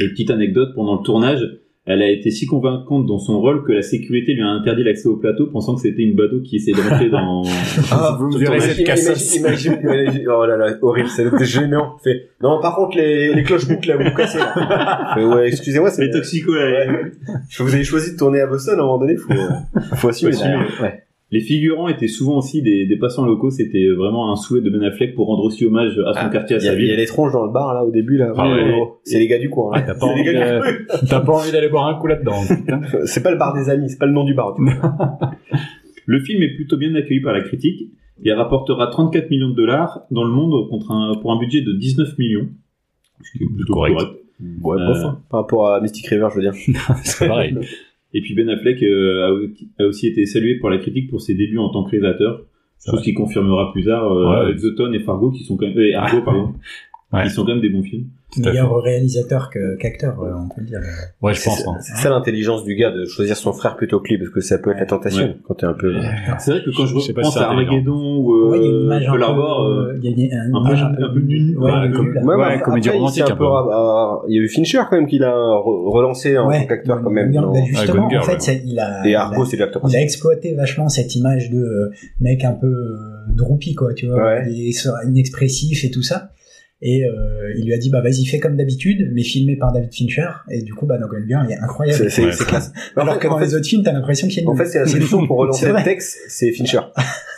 S4: Et petite anecdote, pendant le tournage, elle a été si convaincante dans son rôle que la sécurité lui a interdit l'accès au plateau, pensant que c'était une badaud qui essayait d'entrer dans...
S1: Ah,
S2: Vous me verrez cette cassasse.
S1: Imagine, imagine, imagine- oh là là, horrible, c'est gênant. Fait, non, par contre, les, les cloches boucles, là, vous vous cassez, là. Fait, ouais, excusez-moi, c'est,
S4: Les toxicos, là,
S1: Ouais. vous avez choisi de tourner à Boston, à un moment donné, faut, euh, faut assumer.
S4: Faut assumer.
S1: Ouais.
S4: Les figurants étaient souvent aussi des, des passants locaux, c'était vraiment un souhait de Ben Affleck pour rendre aussi hommage à son
S1: Ah,
S4: quartier, à
S1: Il y a,
S4: sa
S1: il y a
S4: ville.
S1: les tronches dans le bar, là, au début, là.
S2: Ah ouais.
S1: Oh, C'est les gars du coin,
S2: Ah,
S1: là.
S2: t'as pas
S1: C'est les
S2: envie
S1: gars du
S2: de- T'as pas envie d'aller boire un coup là-dedans. putain.
S1: C'est pas le bar des amis, c'est pas le nom du bar. tu vois.
S4: Le film est plutôt bien accueilli par la critique. Il rapportera 34 millions de dollars dans le monde contre un, pour un budget de 19 millions. Ce qui est plutôt
S2: Correct.
S4: correct.
S1: Ouais,
S4: Euh,
S1: bof, hein. Par rapport à Mystic River, je veux dire.
S2: C'est pareil.
S4: Et puis Ben Affleck euh, a- a aussi été salué pour la critique pour ses débuts en tant que réalisateur,
S2: C'est
S4: chose qu'il confirmera plus tard euh,
S2: Ouais.
S4: avec The Tone et Fargo, qui sont quand même, euh, Argo, pardon,
S2: Ouais.
S4: qui sont quand même des bons films.
S2: à
S3: Meilleur réalisateur que- qu'acteur, euh, on peut le dire.
S2: Ouais, je
S1: C'est
S2: pense.
S1: ça-
S2: hein.
S1: C'est ça l'intelligence du gars de choisir son frère plutôt que lui, parce que ça peut être la tentation
S4: Ouais.
S1: quand t'es un peu.
S4: C'est vrai que quand je,
S2: Je sais pas
S4: repense
S2: si hein. c'est
S4: à Armageddon ou euh,
S3: Ouais, il y a une image un peu.
S4: Pearl Harbor, euh,
S3: il y a une, une
S4: un peu-
S3: image
S4: un
S3: un peu,
S4: peu nulle.
S3: Ouais,
S2: Ouais,
S3: nulle.
S2: Ouais,
S1: mais
S2: comédie
S1: après, il
S2: romantique,
S1: s'est
S2: un peu.
S1: ra- ra- euh, Il y a eu Fincher quand même qui l'a re- relancé en
S3: Ouais.
S1: tant qu'acteur quand même.
S3: Bah,
S1: dans-
S2: Ah,
S3: justement,
S2: Gone
S3: en fait,
S2: Girl,
S3: c'est- il a.
S1: Et
S3: il a-
S1: Argo, c'est de l'acteur.
S3: Il a exploité vachement cette image de euh, mec un peu euh, droupi, quoi, tu vois,
S1: Ouais.
S3: il est inexpressif et tout ça. Et euh, il lui a dit, bah vas-y, fais comme d'habitude, mais filmé par David Fincher. Et du coup, bah, dans Gone Girl, il est
S1: C'est
S3: incroyable.
S1: c'est-
S2: Ouais,
S1: c'est
S2: c'est-
S1: classe.
S3: Alors que dans les autres films, t'as l'impression qu'il est
S1: En
S3: nul.
S1: fait, c'est la solution pour relancer
S3: C'est
S1: le
S3: vrai.
S1: texte, c'est Fincher.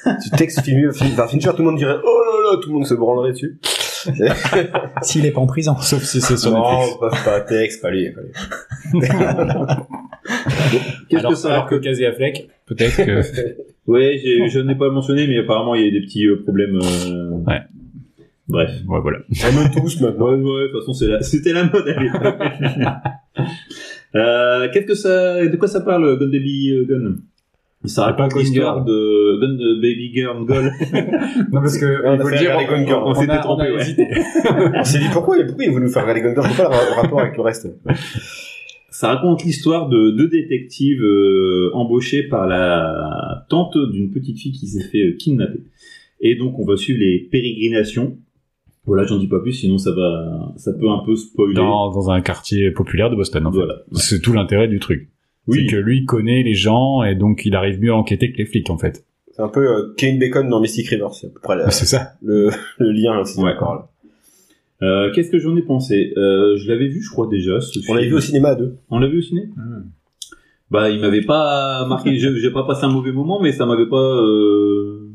S1: tu textes film, film- par Fincher, tout le monde dirait oh là là, tout le monde se branlerait dessus.
S3: S'il est pas en prison.
S2: Sauf si c'est sur Netflix.
S1: Non, pas, pas texte, pas lui. pas lui.
S4: qu'est-ce que
S2: Alors,
S4: ça
S2: alors que Casey Affleck, peut-être que.
S4: Ouais, j'ai- je n'ai pas mentionné, mais apparemment il y a eu des petits euh, problèmes. euh,
S2: Ouais.
S4: Bref.
S2: Ouais, voilà.
S1: On me tous maintenant.
S4: Ouais, ouais, de toute façon, c'est la- c'était la mode à l'époque. euh, qu'est-ce que ça, de quoi ça parle, Gun Baby euh, Gun? Ça
S2: C'est pas
S4: raconte
S2: Gone
S4: l'histoire
S2: Girl.
S4: de Gun de Baby Girl Gold.
S2: Non, parce que.
S1: On a
S2: il faut
S1: fait
S2: le dire,
S1: regarder Gone Girl, on
S2: a-
S4: s'était
S2: a
S4: trompé, ouais.
S2: hésité.
S1: On s'est dit pourquoi, pourquoi il veut nous faire regarder Gone Girl Je vois pas le ra- rapport avec le reste.
S4: Ça raconte l'histoire de deux détectives euh, embauchés par la tante d'une petite fille qui s'est fait euh, kidnapper. Et donc, on va suivre les pérégrinations. Voilà, j'en dis pas plus, sinon ça va, ça peut un peu spoiler.
S2: Dans, dans un quartier populaire de Boston, en fait.
S4: Voilà.
S2: C'est tout l'intérêt du truc.
S4: Oui.
S2: C'est que lui connaît les gens et donc il arrive mieux à enquêter que les flics, en fait.
S1: C'est un peu euh, Kane Bacon dans Mystic River, c'est à peu près la-
S2: C'est ça.
S1: le, le lien. aussi.
S4: Ouais.
S1: D'accord, là.
S4: Euh, qu'est-ce que j'en ai pensé? Euh, je l'avais vu, je crois, déjà. ce
S1: On l'a
S4: film.
S1: vu au cinéma à deux.
S4: On l'a vu au ciné Bah, il m'avait pas marqué. J'ai j'ai pas passé un mauvais moment, mais ça m'avait pas. euh,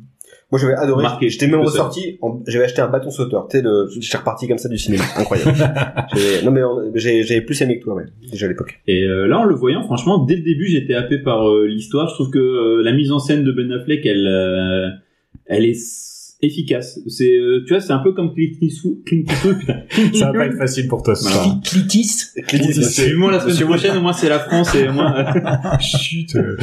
S1: Moi, j'avais adoré.
S4: Marqué,
S1: J'étais même
S4: tout
S1: ressorti. en- J'avais acheté un bâton sauteur. Tu sais, le... j'étais reparti comme ça du cinéma. Incroyable. J'ai- non mais on- j'ai j'ai plus aimé que toi, ouais. Déjà à l'époque.
S4: Et euh, là, en le voyant, franchement, dès le début, j'étais happé par euh, l'histoire. Je trouve que euh, la mise en scène de Ben Affleck, elle, euh, elle est s- efficace. C'est, euh, tu vois, c'est un peu comme Clint Eastwood. Clint Eastwood, putain.
S2: Ça va pas être facile pour toi ce
S4: Voilà.
S2: soir.
S3: Clitis.
S1: Clint Eastwood, c'est-
S4: Suivons la semaine prochaine, au moins c'est la France et moi.
S2: Chut. euh.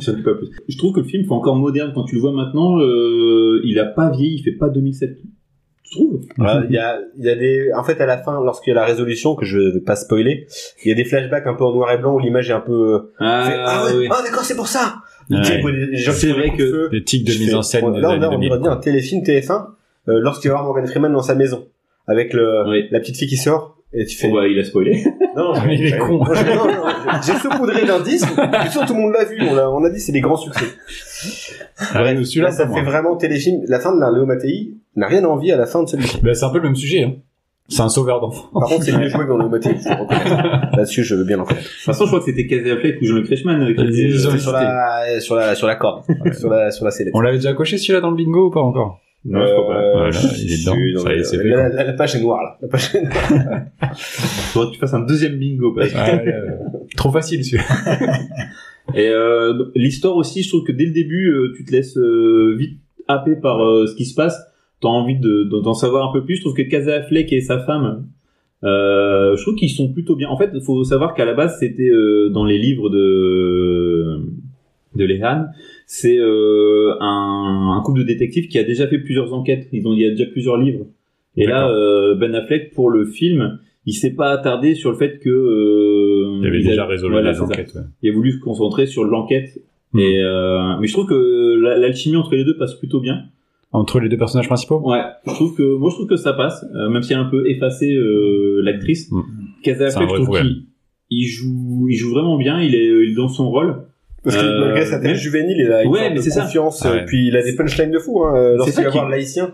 S4: Je dis pas plus. Je trouve que le film, fait encore moderne quand tu le vois maintenant, euh, il a pas vieilli, il fait pas 2007. Tu trouves
S1: Voilà, il y a, il y a des, en fait, à la fin, lorsqu'il y a la résolution que je vais pas spoiler, il y a des flashbacks un peu en noir et blanc où l'image est un peu.
S4: Ah,
S1: fait, ah ouais,
S4: oui.
S1: ah d'accord, c'est pour ça.
S4: Ouais.
S1: Tu sais, pour les- les gens qui
S4: C'est
S1: font des
S4: vrai
S1: coups
S4: que-
S1: feu.
S2: Les tics de
S1: Je
S2: mise
S1: fais-
S2: en scène
S1: on-
S2: des
S1: Là,
S2: années
S1: là, on
S2: 2000.
S1: dirait bien un téléfilm TF1 euh, lorsqu'il va voir Morgan Freeman dans sa maison avec le
S4: Oui.
S1: la petite fille qui sort. Et tu fais.
S4: Bon, bah, il a spoilé.
S1: Non,
S2: Ah, Mais il est
S1: j'ai-
S2: con.
S1: non, j'ai- non, non, J'ai saupoudré l'indice. mais sûr, tout le monde l'a vu. On a, on a dit c'est des grands succès.
S2: Ah,
S1: Bref,
S2: celui-là,
S1: là, ça
S2: pour
S1: fait
S2: moi.
S1: vraiment téléfilm. La fin de la Léo Mattei n'a rien envie à la fin de celui-ci.
S2: Bah, c'est un peu le même sujet. Hein. C'est un sauveur d'enfants.
S1: Par contre, c'est mieux joué que dans Léo Mattei. je le reconnais. Là-dessus, je veux bien l'entendre.
S4: De toute façon, je crois que c'était Casey Affleck ou Jean-Luc Reichmann euh, qui
S2: Ils-
S4: était-
S2: ils ont-
S1: Sur, la, sur la, sur la corde. sur la, sur la sellette.
S2: On l'avait déjà coché celui-là dans le bingo ou pas encore
S4: Non, je crois pas.
S1: Euh,
S2: Voilà, il est dedans.
S1: je suis dans
S2: Ça y est,
S1: le-
S2: c'est fait,
S1: euh, la, la- la page est noire, là. La page est noire.
S4: Faudrait que tu fasses un deuxième bingo. parce que-
S2: Ah, euh, Trop facile celui-là.
S4: Et euh, l'histoire aussi, je trouve que dès le début, euh, tu te laisses euh, vite happer par euh, ce qui se passe. T'as envie de- de- d'en savoir un peu plus. Je trouve que Casa Affleck et sa femme, euh, je trouve qu'ils sont plutôt bien. En fait, il faut savoir qu'à la base, c'était euh, dans les livres de de Lehan, c'est euh, un, un couple de détectives qui a déjà fait plusieurs enquêtes. Ils ont, il y a déjà plusieurs livres. Et là,
S2: D'accord.
S4: euh, Ben Affleck pour le film, il s'est pas attardé sur le fait que euh,
S2: Il avait
S4: ils
S2: déjà
S4: avaient-
S2: résolu
S4: voilà,
S2: les
S4: c'est ça
S2: enquêtes. ouais.
S4: il a voulu se concentrer sur l'enquête.
S2: Hmm.
S4: Et euh, mais je trouve que la- l'alchimie entre les deux passe plutôt bien.
S2: Entre les deux personnages principaux
S4: Ouais, je trouve que moi je trouve que ça passe, euh, même si elle a un peu effacé euh, l'actrice.
S2: Hmm.
S4: Casa
S2: C'est un
S4: Affleck, je
S2: vrai
S4: trouve
S2: problème.
S4: qu'il il joue, il joue vraiment bien. Il est, il est dans son rôle.
S1: Parce que
S4: Euh,
S1: malgré sa tête
S4: mais-
S1: juvénile, il a une
S4: Ouais,
S1: sorte
S4: mais c'est
S1: de
S4: ça.
S1: confiance.
S2: Ah
S1: euh,
S2: ouais.
S1: Puis il a des punchlines de fou, hein.
S4: ça
S1: Lorsqu'il va
S4: qui-
S1: voir le laïcien,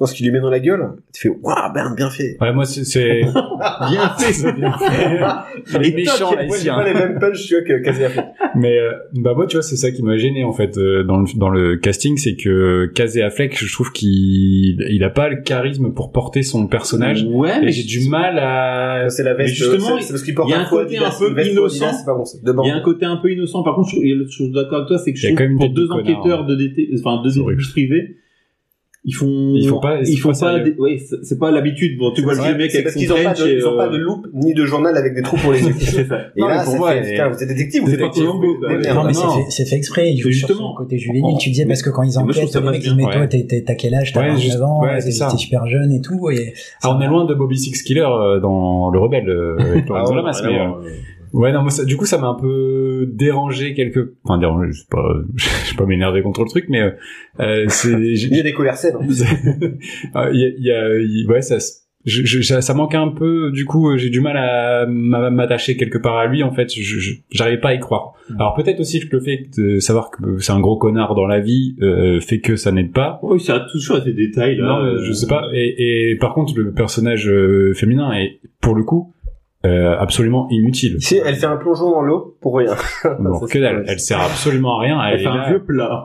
S1: lorsqu'il lui met dans la gueule, tu fais, waouh, ben, bien fait.
S2: Ouais, moi, c'est- c'est.
S4: Bien fait.
S2: Il est
S1: Et toc,
S2: méchant,
S1: moi,
S2: là, ici.
S1: j'ai
S2: hein.
S1: pas les mêmes punches, tu vois, que Casey Affleck.
S2: Mais euh, bah moi tu vois c'est ça qui m'a gêné en fait euh, dans le dans le casting c'est que Casey Affleck je trouve qu'il il a pas le charisme pour porter son personnage
S4: Ouais,
S2: et
S4: mais
S2: j'ai du mal à
S1: Euh, C'est la veste.
S4: Mais justement,
S1: c'est- c'est parce qu'il porte
S4: il y a un
S1: fois
S4: côté
S1: Adidas,
S4: un peu
S1: une veste
S4: innocent.
S1: Adidas, C'est pas bon, c'est de
S4: Il y a
S1: bande.
S4: un côté un peu innocent. Par contre, je, trouve- il y a l'autre chose que je suis d'accord avec toi, c'est que je
S2: Il y a
S4: trouve
S2: quand même une
S4: pour
S2: tête de
S4: deux
S2: connard, hein.
S4: enquêteurs de DT, enfin deux
S2: C'est horrible.
S4: détectives privés, ils font,
S2: Ils font pas- ils
S4: ils
S2: sont
S4: font
S2: pas
S4: pas,
S2: sérieux.
S4: des- ouais, c'est c'est pas l'habitude. Bon, tu vois
S1: C'est
S4: le mec avec
S1: parce
S4: son
S1: qu'ils ont pas,
S4: trench
S1: de,
S4: et,
S1: ils ont pas
S4: euh,
S1: de loupe ni de journal avec des trous pour les yeux.
S4: c'est ça.
S1: Et
S2: Non, mais
S1: là,
S2: pour
S1: ça
S2: moi,
S1: fait,
S2: elle-
S1: putain, vous êtes détective, vous
S4: C'est
S1: êtes
S4: pas Colombo, quoi.
S1: des merdes.
S3: Non, mais c'est
S4: non.
S3: fait, c'est fait exprès, ils jouent
S4: Mais
S3: sur
S4: justement.
S3: son côté juvénile, tu disais,
S4: Mais-
S3: parce que quand ils
S4: mais moi, je trouve
S3: enquêtent,
S4: que ça
S3: les mecs,
S4: passe
S3: ils disent, mais
S2: bien,
S3: toi,
S2: ouais.
S3: t'es- t'es- t'as quel âge,
S2: Ouais,
S3: t'as
S2: juste-
S3: 29 ans,
S2: ouais,
S3: t'es
S2: c'est ça.
S3: t'es super jeune et tout, et
S2: Ah, on est loin de Bobby Six Killer euh, dans Le Rebelle euh, avec
S1: Ah,
S2: Lorenzo
S1: ouais,
S2: Lamas, mais,
S1: vraiment, euh,
S2: euh, ouais non moi ça, du coup ça m'a un peu dérangé quelque enfin dérangé je sais pas je vais pas m'énerver contre le truc mais euh, euh, c'est j'ai-
S1: Il y a des colères saines. hein.
S2: Ah, il y a- il y a- il- ouais, ça, se- je- je- ça, ça manque un peu. Du coup, euh, j'ai du mal à m'a- m'attacher quelque part à lui. En fait, Je- je- j'arrivais pas à y croire. Alors peut-être aussi que le fait de savoir que c'est un gros connard dans la vie euh, fait que ça n'aide pas.
S4: Oui, ça a Oh, toujours à des détails là.
S2: Non, mais je sais pas. Et, et par contre, le personnage euh, féminin est pour le coup euh, absolument inutile.
S1: Tu sais, elle fait un plongeon dans l'eau pour rien.
S2: Bon,
S1: ça,
S2: que dalle.
S1: c'est-
S2: Elle sert absolument à rien.
S4: Elle
S2: Elle,
S4: fait un vieux plat.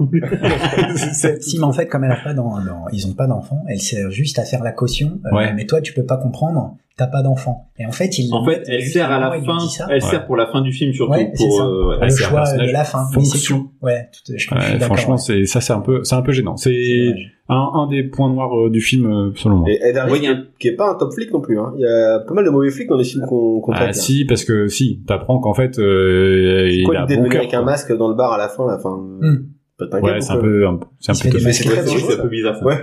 S2: vieux.
S3: Si, mais en fait, comme elle a pas dans, dans- ils ont pas d'enfant, elle sert juste à faire la caution. euh,
S2: Ouais.
S3: Mais toi, tu peux pas comprendre, t'as pas d'enfant. Et en fait, il.
S4: En fait, elle
S3: juste
S4: sert à
S3: avant,
S4: la
S3: il lui
S4: fin.
S3: dit ça.
S4: Elle sert pour la fin du film surtout.
S3: Ouais, c'est
S4: pour,
S3: ça.
S4: euh, ouais.
S3: le
S2: Ouais, c'est un
S3: choix
S2: personnage
S3: de la fin. mais c'est
S2: Fonction.
S3: tout. Ouais, tout, je, je
S2: Ouais,
S3: suis d'accord.
S2: franchement,
S3: ouais.
S2: c'est ça, c'est un peu, c'est un peu gênant.
S3: C'est
S2: C'est
S3: dommage.
S2: un, un des points noirs euh, du film, euh, selon moi.
S1: Et Ed Harris,
S4: Ouais, il y a un-
S1: qui est pas un top flic non plus. Hein. Il y a pas mal de mauvais flics dans les films qu'on qu'on
S2: Ah
S1: traite. hein.
S2: si, parce que si, t'apprends qu'en fait, euh,
S1: C'est
S2: il
S1: quoi
S2: a
S1: l'idée de
S2: bon
S1: venir
S2: cœur.
S1: avec un
S2: quoi.
S1: masque dans le bar à la fin là enfin,
S3: Hum.
S1: bah, t'inquiète,
S2: Ouais, c'est un
S1: pourquoi-
S2: peu, un, c'est un
S3: Il se fait
S2: peu.
S3: des
S2: teubé.
S1: Mais c'est
S3: masques.
S1: très
S4: Oui,
S1: drôle,
S4: c'est un
S1: ça.
S4: peu bizarre. Ça.
S1: Ouais.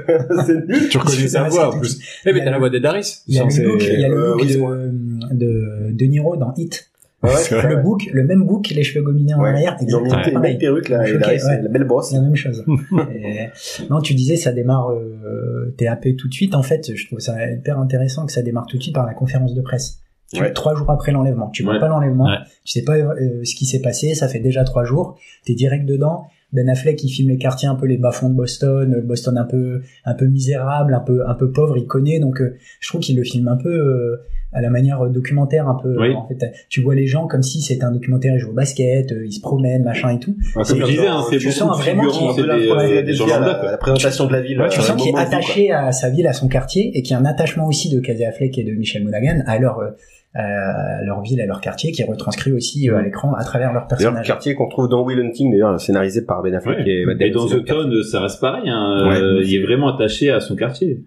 S1: c'est nul.
S2: Tu reconnais
S3: Il se
S2: sa
S3: fait des
S2: voix
S3: masques.
S2: en plus. Eh
S3: Il y
S2: mais
S3: a
S2: t'as la
S3: le-
S2: voix d'Edaris.
S3: Il y a
S2: C'est-
S3: le look, il y a le
S1: euh,
S3: look
S1: oui, c'est
S3: de, de, de Niro dans Hit.
S1: Ah ouais,
S2: C'est
S1: c'est
S2: vrai.
S1: vrai,
S3: Le
S1: ouais.
S3: bouc, le même bouc, les cheveux gominés en
S1: Ouais.
S3: arrière,
S1: Ils ont mis
S3: exactement
S1: une belle
S3: pareil.
S1: perruque là, Ed
S3: Ok,
S1: Harris,
S3: ouais.
S1: la belle brosse.
S3: C'est la même chose. Et- non, tu disais ça démarre, euh, t'es happé tout de suite. En fait, je trouve ça hyper intéressant que ça démarre tout de suite par la conférence de presse. Tu-
S1: Ouais.
S3: Trois jours après l'enlèvement, tu vois
S4: Ouais.
S3: pas l'enlèvement,
S2: Ouais.
S3: tu sais pas euh, ce qui s'est passé, ça fait déjà trois jours, t'es direct dedans. Ben Affleck qui filme les quartiers un peu les bas-fonds de Boston, le Boston un peu un peu misérable, un peu un peu pauvre, il connaît donc euh, je trouve qu'il le filme un peu euh, à la manière documentaire un peu
S4: Oui.
S3: en fait tu vois les gens comme si c'était un documentaire ils jouent au basket, euh, ils se promènent, machin et tout.
S1: Ouais,
S4: Comme je
S1: comme
S4: disais,
S1: genre,
S4: hein, c'est
S1: tu
S3: sens
S4: beaucoup de
S3: vraiment qu'il y
S4: figurants,
S3: a
S1: un peu
S4: c'est
S1: la
S4: des, euh, des
S1: Philadelphie
S4: gens
S1: à
S4: lambda,
S1: la,
S4: quoi.
S1: à la présentation de la ville.
S2: Ouais,
S3: Tu
S2: tu
S1: euh,
S3: sens
S1: au
S3: qu'il est
S1: moment où-
S3: attaché à sa ville, à son quartier, et qu'il y a un attachement aussi de Casey Affleck et de Michel Monaghan à leur, euh, à leur ville, à leur quartier, qui est retranscrit aussi euh, à l'écran à travers leur
S1: D'ailleurs, le
S3: personnage.
S1: quartier qu'on trouve dans Will Hunting, d'ailleurs, scénarisé par Ben Affleck
S2: Ouais.
S1: et Matt
S4: Et
S1: Damon,
S4: dans
S1: c'est le
S4: The Town, ça reste pareil. hein,
S1: Ouais.
S4: euh, il est vraiment attaché à son quartier.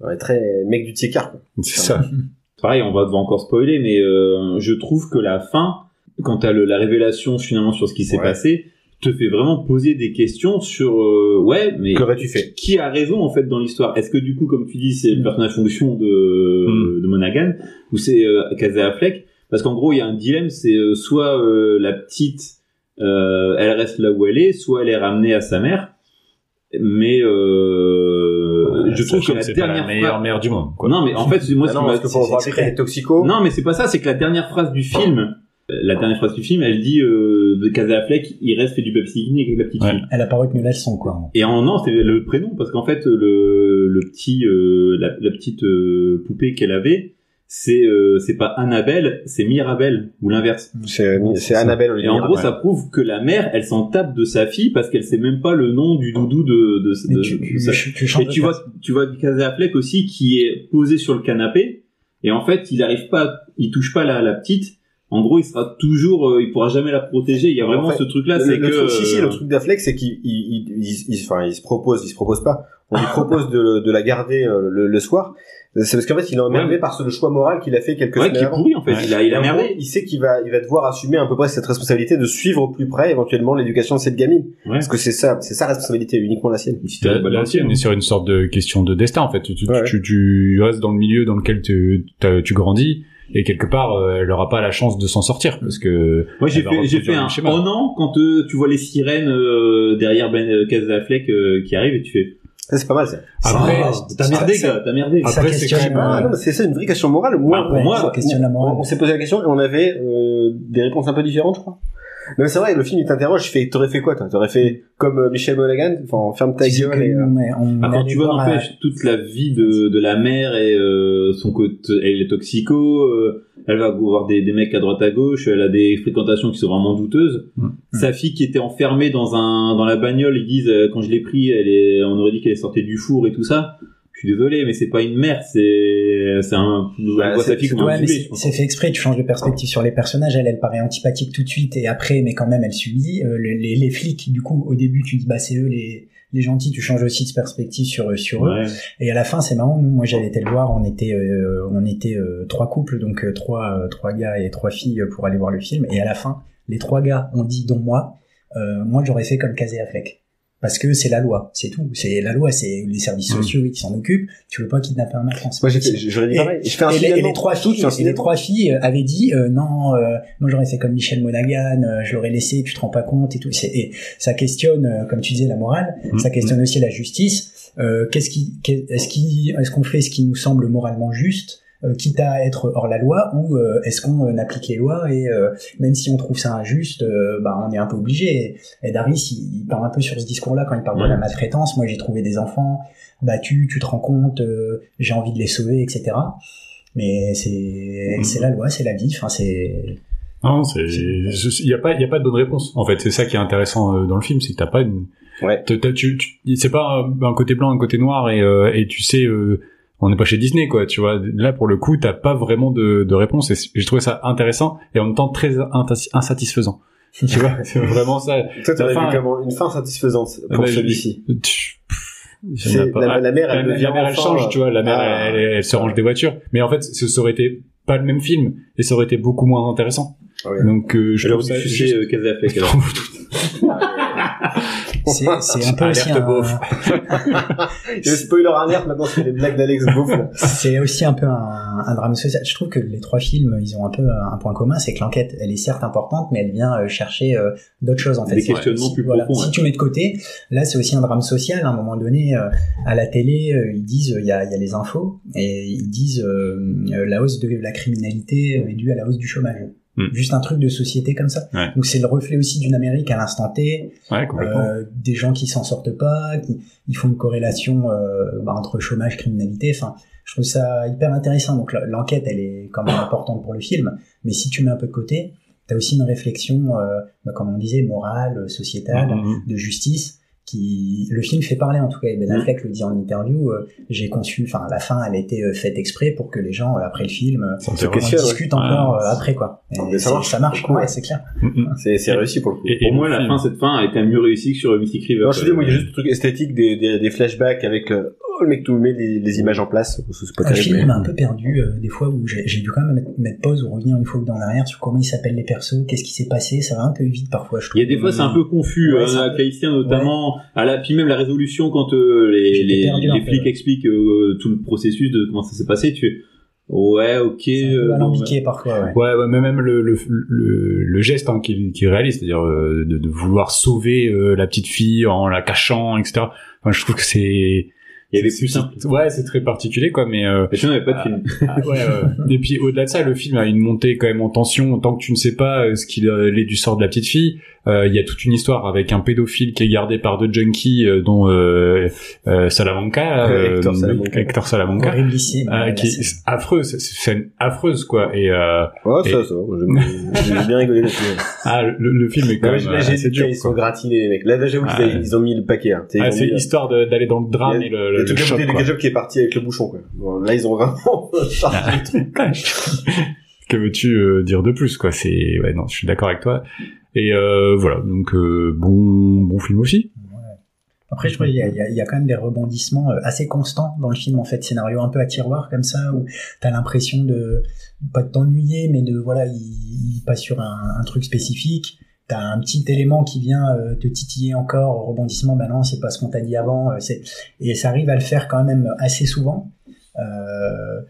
S1: quartier. Ouais, très mec du tiers-quart, quoi.
S2: C'est ça.
S4: Pareil, on va devoir encore spoiler, mais euh, je trouve que la fin, quand t'as le- la révélation finalement sur ce qui s'est
S1: Ouais.
S4: passé, te fait vraiment poser des questions sur euh, ouais, mais
S1: Qu'aurais-tu fait
S4: qui a raison en fait dans l'histoire Est-ce que du coup, comme tu dis, c'est le
S3: Mm.
S4: personnage fonction de,
S2: Mm.
S4: de Monaghan ou c'est euh, Casey Affleck Parce qu'en gros, il y a un dilemme, c'est euh, soit euh, la petite, euh, elle reste là où elle est, soit elle est ramenée à sa mère. Mais euh, je trouve que
S2: Sachant
S4: la
S2: c'est pas
S4: dernière
S2: la meilleure
S4: phrase-
S2: mère du monde. Quoi.
S4: Non, mais en fait, c'est- moi,
S1: Ah
S4: ce
S1: non,
S4: qui m'a-
S1: parce que pour
S4: c'est-
S1: voir
S4: c'est-
S1: bien qu'elle est
S3: Oh.
S1: toxico.
S4: non, mais c'est pas ça, c'est que la dernière phrase du film, euh, la dernière phrase du film, elle dit euh, de Casey Affleck, il reste fait du babysitting avec la petite
S2: Ouais.
S4: fille.
S3: Elle a pas retenu la leçon, quoi.
S4: Et en non, c'est le prénom parce qu'en fait le, le petit euh, la, la petite euh, poupée qu'elle avait, c'est euh, c'est pas Annabelle, c'est Mirabelle ou l'inverse.
S1: C'est, c'est
S2: ça.
S1: Annabelle
S4: Et
S1: Olivier.
S4: en gros,
S1: Ouais.
S4: ça prouve que la mère, elle s'en tape de sa fille parce qu'elle sait même pas le nom du doudou de de,
S3: Mais
S4: de-
S3: tu,
S4: de
S3: tu,
S4: sa
S3: tu, tu changes
S4: mais
S3: de
S4: tu vois, tu vois Casey Affleck aussi qui est posé sur le canapé et en fait il arrive pas, il touche pas la, la petite. En gros, il sera toujours, euh, il pourra jamais la protéger. Il y a
S1: En
S4: vraiment
S1: fait,
S4: ce truc-là,
S1: Le-
S4: c'est
S1: le
S4: que
S1: truc- si, si,
S4: euh,
S1: le truc d'Affleck, c'est qu'il, il, il, il- il- enfin, il se propose, il se propose pas. On lui propose de, de la garder euh, le, le soir. C'est parce qu'en fait, il est emmerdé
S4: Ouais.
S1: par ce- le choix moral qu'il a fait quelques
S4: ouais,
S1: semaines
S4: qui est
S1: avant.
S4: pourri en fait.
S2: Ouais.
S4: Il a, il
S1: Et
S4: a
S1: en gros,
S4: merdé.
S1: il sait qu'il va, il va devoir assumer à peu près cette responsabilité de suivre au plus près éventuellement l'éducation de cette gamine.
S4: Ouais.
S1: Parce que c'est ça, c'est sa responsabilité, uniquement la sienne.
S4: Si t'as
S2: Là,
S4: la balle
S2: Bah, là
S4: dans le
S2: aussi,
S4: pied,
S2: on est sur une sorte de question de destin, en fait. Tu, tu,
S1: Ouais.
S2: tu, tu restes dans le milieu dans lequel tu, t'as- tu grandis, et quelque part, euh, elle aura pas la chance de s'en sortir, parce que...
S4: Moi j'ai
S2: Elle va
S4: fait, j'ai
S2: reproduire
S4: fait
S2: le
S4: un
S2: schéma.
S4: oh non quand euh, tu vois les sirènes euh, derrière Ben euh, Casey Affleck euh, qui arrive et tu fais
S1: Ça, c'est pas mal, ça.
S2: Après,
S4: Ah, t'as merdé gars t'as merdé
S3: ça
S2: après, c'est
S3: questionne,
S2: quand même,
S1: Ah,
S3: euh,
S1: non, mais c'est ça une vraie question morale. Moi,
S4: Bah, pour moi,
S1: ça
S4: ça
S3: questionne la morale.
S1: On, on s'est posé la question et on avait euh, des réponses un peu différentes, je crois. Non, mais c'est vrai, le film il t'interroge, il fait, t'aurais fait quoi, toi T'aurais fait comme euh, Michel Monaghan, enfin, ferme ta
S3: Tu sais
S1: gueule
S3: que
S1: et. euh,
S3: nous, on est- on
S4: Ah,
S3: est
S4: quand
S3: allé
S4: tu vois
S3: voir euh, à-
S4: n'empêche toute la vie de, de la mère et euh, son côté elle est toxico euh, elle va voir des, des mecs à droite à gauche elle a des fréquentations qui sont vraiment douteuses
S2: Mm.
S4: sa fille qui était enfermée dans un dans la bagnole ils disent euh, quand je l'ai pris elle est on aurait dit qu'elle sortait du four et tout ça je suis désolé mais c'est pas une mère c'est c'est un on
S1: Bah,
S4: voit
S1: c'est-
S4: sa fille comme
S3: Ouais,
S4: un
S3: mais
S4: bébé
S3: c'est- c'est fait exprès, tu changes de perspective sur les personnages, elle, elle paraît antipathique tout de suite et après, mais quand même, elle subit. Euh, les, les- les flics, du coup, au début, tu dis, bah, c'est eux les, les gentils, tu changes aussi de perspective sur, sur eux.
S4: Ouais.
S3: Et à la fin, c'est marrant. Nous, moi, j'avais été le voir. On était, euh, on était euh, trois couples, donc euh, trois, euh, trois gars et trois filles euh, pour aller voir le film. Et à la fin, les trois gars ont dit, dont moi, euh, moi, j'aurais fait comme Casey Affleck. Parce que c'est la loi, c'est tout. C'est la loi, c'est les services
S2: Mhm.
S3: sociaux qui s'en occupent. Tu veux pas kidnapper un enfant.
S1: Mmh. Moi,
S3: c'est pas
S1: j'ai
S3: possible.
S1: fait, j'aurais dit
S3: Et-
S1: pareil. Je fais un
S3: Et les, et
S1: signalement.
S3: les trois
S1: Tout, je
S3: filles,
S1: fais un
S3: et les
S1: signalement.
S3: trois filles avaient dit euh, non, euh, moi j'aurais fait comme Michel Monaghan, euh, je l'aurais laissé, tu te rends pas compte et tout. C'est- Et ça questionne, euh, comme tu disais, la morale.
S1: Mmh.
S2: Mhm.
S3: Ça questionne aussi la justice. Euh, Qu'est-ce qui, qu'est- est-ce qui, est-ce qu'on fait ce qui nous semble moralement juste? euh, quitte à être hors la loi ou euh, est-ce qu'on euh, applique les lois et euh, même si on trouve ça injuste euh, bah on est un peu obligé et, et Daris il, il parle un peu sur ce discours là quand il parle de
S4: Ouais.
S1: Mmh.
S3: la maltraitance moi j'ai trouvé des enfants battus tu te rends compte euh, j'ai envie de les sauver etc mais c'est c'est la loi, c'est la vie. Enfin, c'est
S2: Non, c'est, je- il y a pas, il y a pas de bonne réponse. En fait, c'est ça qui est intéressant euh, dans le film, c'est que t'as pas une,
S1: Ouais.
S2: t'as- t'as- tu, tu- c'est pas un, un côté blanc, un côté noir, et, euh, et tu sais, euh, on n'est pas chez Disney, quoi. Tu vois, là pour le coup, t'as pas vraiment de, de réponse. Et c- j'ai trouvé ça intéressant et en même temps très intas- insatisfaisant. tu vois, c'est vraiment ça.
S1: Toi, t'aurais
S2: Enfin,
S1: vu comment une fin satisfaisante
S2: Ah
S1: pour
S2: bah, je-
S1: celui-ci.
S2: Tu- il y en a
S1: C'est
S2: pas.
S1: la, la mère,
S2: la,
S1: elle
S2: la
S1: devient
S2: mère, elle
S1: enfin,
S2: change,
S1: euh,
S2: tu vois. La mère,
S1: ah.
S2: elle, elle, elle se range des voitures. Mais en fait, ce ça aurait été pas le même film et ça aurait été beaucoup moins intéressant.
S1: Ouais.
S2: Donc, euh, je
S4: je leur
S2: trouve
S4: dis
S2: ça.
S4: tu
S2: juste-
S4: sais euh, Casey Affleck
S2: je
S4: alors.
S2: trouve-
S3: c'est c'est un peu aussi
S2: Alerte
S3: un,
S2: beauf.
S1: Et le spoiler alert maintenant, c'est les blagues d'Alex Beauf. là.
S3: c'est aussi un peu un, un drame social. Je trouve que les trois films, ils ont un peu un point commun, c'est que l'enquête, elle est certes importante, mais elle vient euh, chercher euh, d'autres choses en fait.
S4: Des
S3: C'est-
S4: questionnements
S3: si,
S4: plus
S3: voilà,
S4: profonds,
S3: Si
S4: ouais.
S3: tu mets de côté, là, c'est aussi un drame social. À un moment donné, euh, à la télé, euh, ils disent euh, il y a, il y a les infos et ils disent euh, euh, la hausse de la criminalité est due euh, à la hausse du chômage.
S4: Hmm.
S2: Mm.
S3: Juste un truc de société comme ça.
S2: Ouais.
S3: Donc c'est le reflet aussi d'une Amérique à l'instant T,
S2: Ouais, complètement.
S3: euh, des gens qui s'en sortent pas, qui ils font une corrélation euh, bah, entre chômage, criminalité. Enfin, je trouve ça hyper intéressant. Donc l- l'enquête, elle est quand même importante pour le film, mais si tu mets un peu de côté, t'as aussi une réflexion, euh, bah, comme on disait, morale, euh, sociétale,
S2: Mhm,
S4: mm,
S2: mhm.
S3: de justice. Qui le film fait parler en tout cas. Et Ben
S4: Mhm.
S3: Affleck le dit en interview. euh, J'ai conçu, enfin à la fin, elle a été euh, faite exprès pour que les gens euh, après le film euh,
S2: Ça
S1: se
S2: me fait
S3: on
S1: questionne, ouais.
S3: discute encore euh, après quoi. Et
S1: Ah, mais ça
S3: c'est-
S1: marche,
S3: ça marche,
S1: beaucoup,
S3: ouais,
S1: ouais.
S3: c'est clair.
S2: Mhm, mhm.
S1: C'est c'est réussi pour le coup.
S2: Et- et
S4: Pour moi,
S2: le
S4: la
S2: film-
S4: fin, cette fin a été mieux réussie que sur Mystic River.
S1: Non, je te dis, moi, il y
S2: Euh,
S1: a juste le truc esthétique des, des, des flashbacks avec euh, oh, le mec qui nous met les, les images en place. Oh, C'est pas
S3: Un
S1: terrible,
S3: film
S1: mais-
S3: un peu perdu euh, des fois où j'ai j'ai dû quand même mettre, mettre pause ou revenir une fois ou dans l'arrière sur comment ils s'appellent les persos, qu'est-ce qui s'est passé, ça va un peu vite parfois je trouve. euh,
S4: Il y a des fois, c'est un peu confus,
S3: Ouais,
S4: hein,
S3: c'est un peu-
S4: Caïtien notamment, à la, puis même la résolution quand euh, les,
S3: J'étais
S4: les,
S3: perdu un
S4: les
S3: peu,
S4: flics
S3: ouais.
S4: expliquent euh, tout le processus de comment ça s'est passé, tu es, ouais, ok,
S3: C'est un peu
S4: euh, bon,
S3: alambiqué parfois. Ouais.
S2: Ouais, ouais, mais même le, le, le, le geste hein, qu'il qu'il réalise, c'est-à-dire euh, de, de vouloir sauver euh, la petite fille en la cachant, etc. Enfin, je trouve que c'est...
S4: Il y avait
S2: c'est-
S4: plus
S2: c'est-
S4: simple.
S2: Ouais, c'est très particulier, quoi, mais... euh,
S4: Parce qu'on n'avait pas de film.
S2: Ah, ouais, ouais. Et puis au-delà de ça, le film a une montée quand même en tension. Tant que tu ne sais pas euh, ce qu'il euh, est du sort de la petite fille, Euh, il y a toute une histoire avec un pédophile qui est gardé par deux junkies, euh, dont euh, euh, Salamanca,
S1: Euh, Hector Salamanca. Ah,
S2: Hector Salamanca,
S3: Horriblissime.
S2: euh,
S4: Ah,
S3: ouais,
S2: qui
S3: la
S2: est
S3: scène.
S2: affreuse, c'est c'est une scène affreuse quoi. Et euh,
S1: Ouais,
S2: Et-
S1: ça, ça. moi, j'aime- J'ai bien rigolé là-dessus.
S2: ah, le, le film est quand
S1: Non, mais
S2: même
S1: là,
S2: euh,
S1: j'ai
S2: assez
S1: dit,
S2: dur.
S1: Bah ils sont
S2: quoi.
S1: gratinés, les mecs. Là, là, j'avoue
S2: Ah,
S1: qu'ils a-
S2: ouais.
S1: ils ont mis le paquet. Hein.
S2: Ah, c'est histoire de- d'aller dans le drame
S1: Il
S2: et le, le, le choc.
S1: le
S2: quoi.
S1: ketchup qui est parti avec le bouchon, quoi. Bon, là, ils ont vraiment chargé le truc.
S2: que veux-tu euh, dire de plus quoi C'est ouais non, je suis d'accord avec toi. Et euh, voilà, donc euh, bon bon film aussi.
S3: Après, je trouve qu'il y, a- il y a- il y a quand même des rebondissements euh, assez constants dans le film, en fait, scénario un peu à tiroir comme ça, où t'as l'impression de pas de t'ennuyer, mais de voilà, il, il passe sur un, un truc spécifique. T'as un petit élément qui vient euh, te titiller encore, rebondissement, bah non, c'est pas ce qu'on t'a dit avant, euh, c'est et ça arrive à le faire quand même assez souvent. Euh,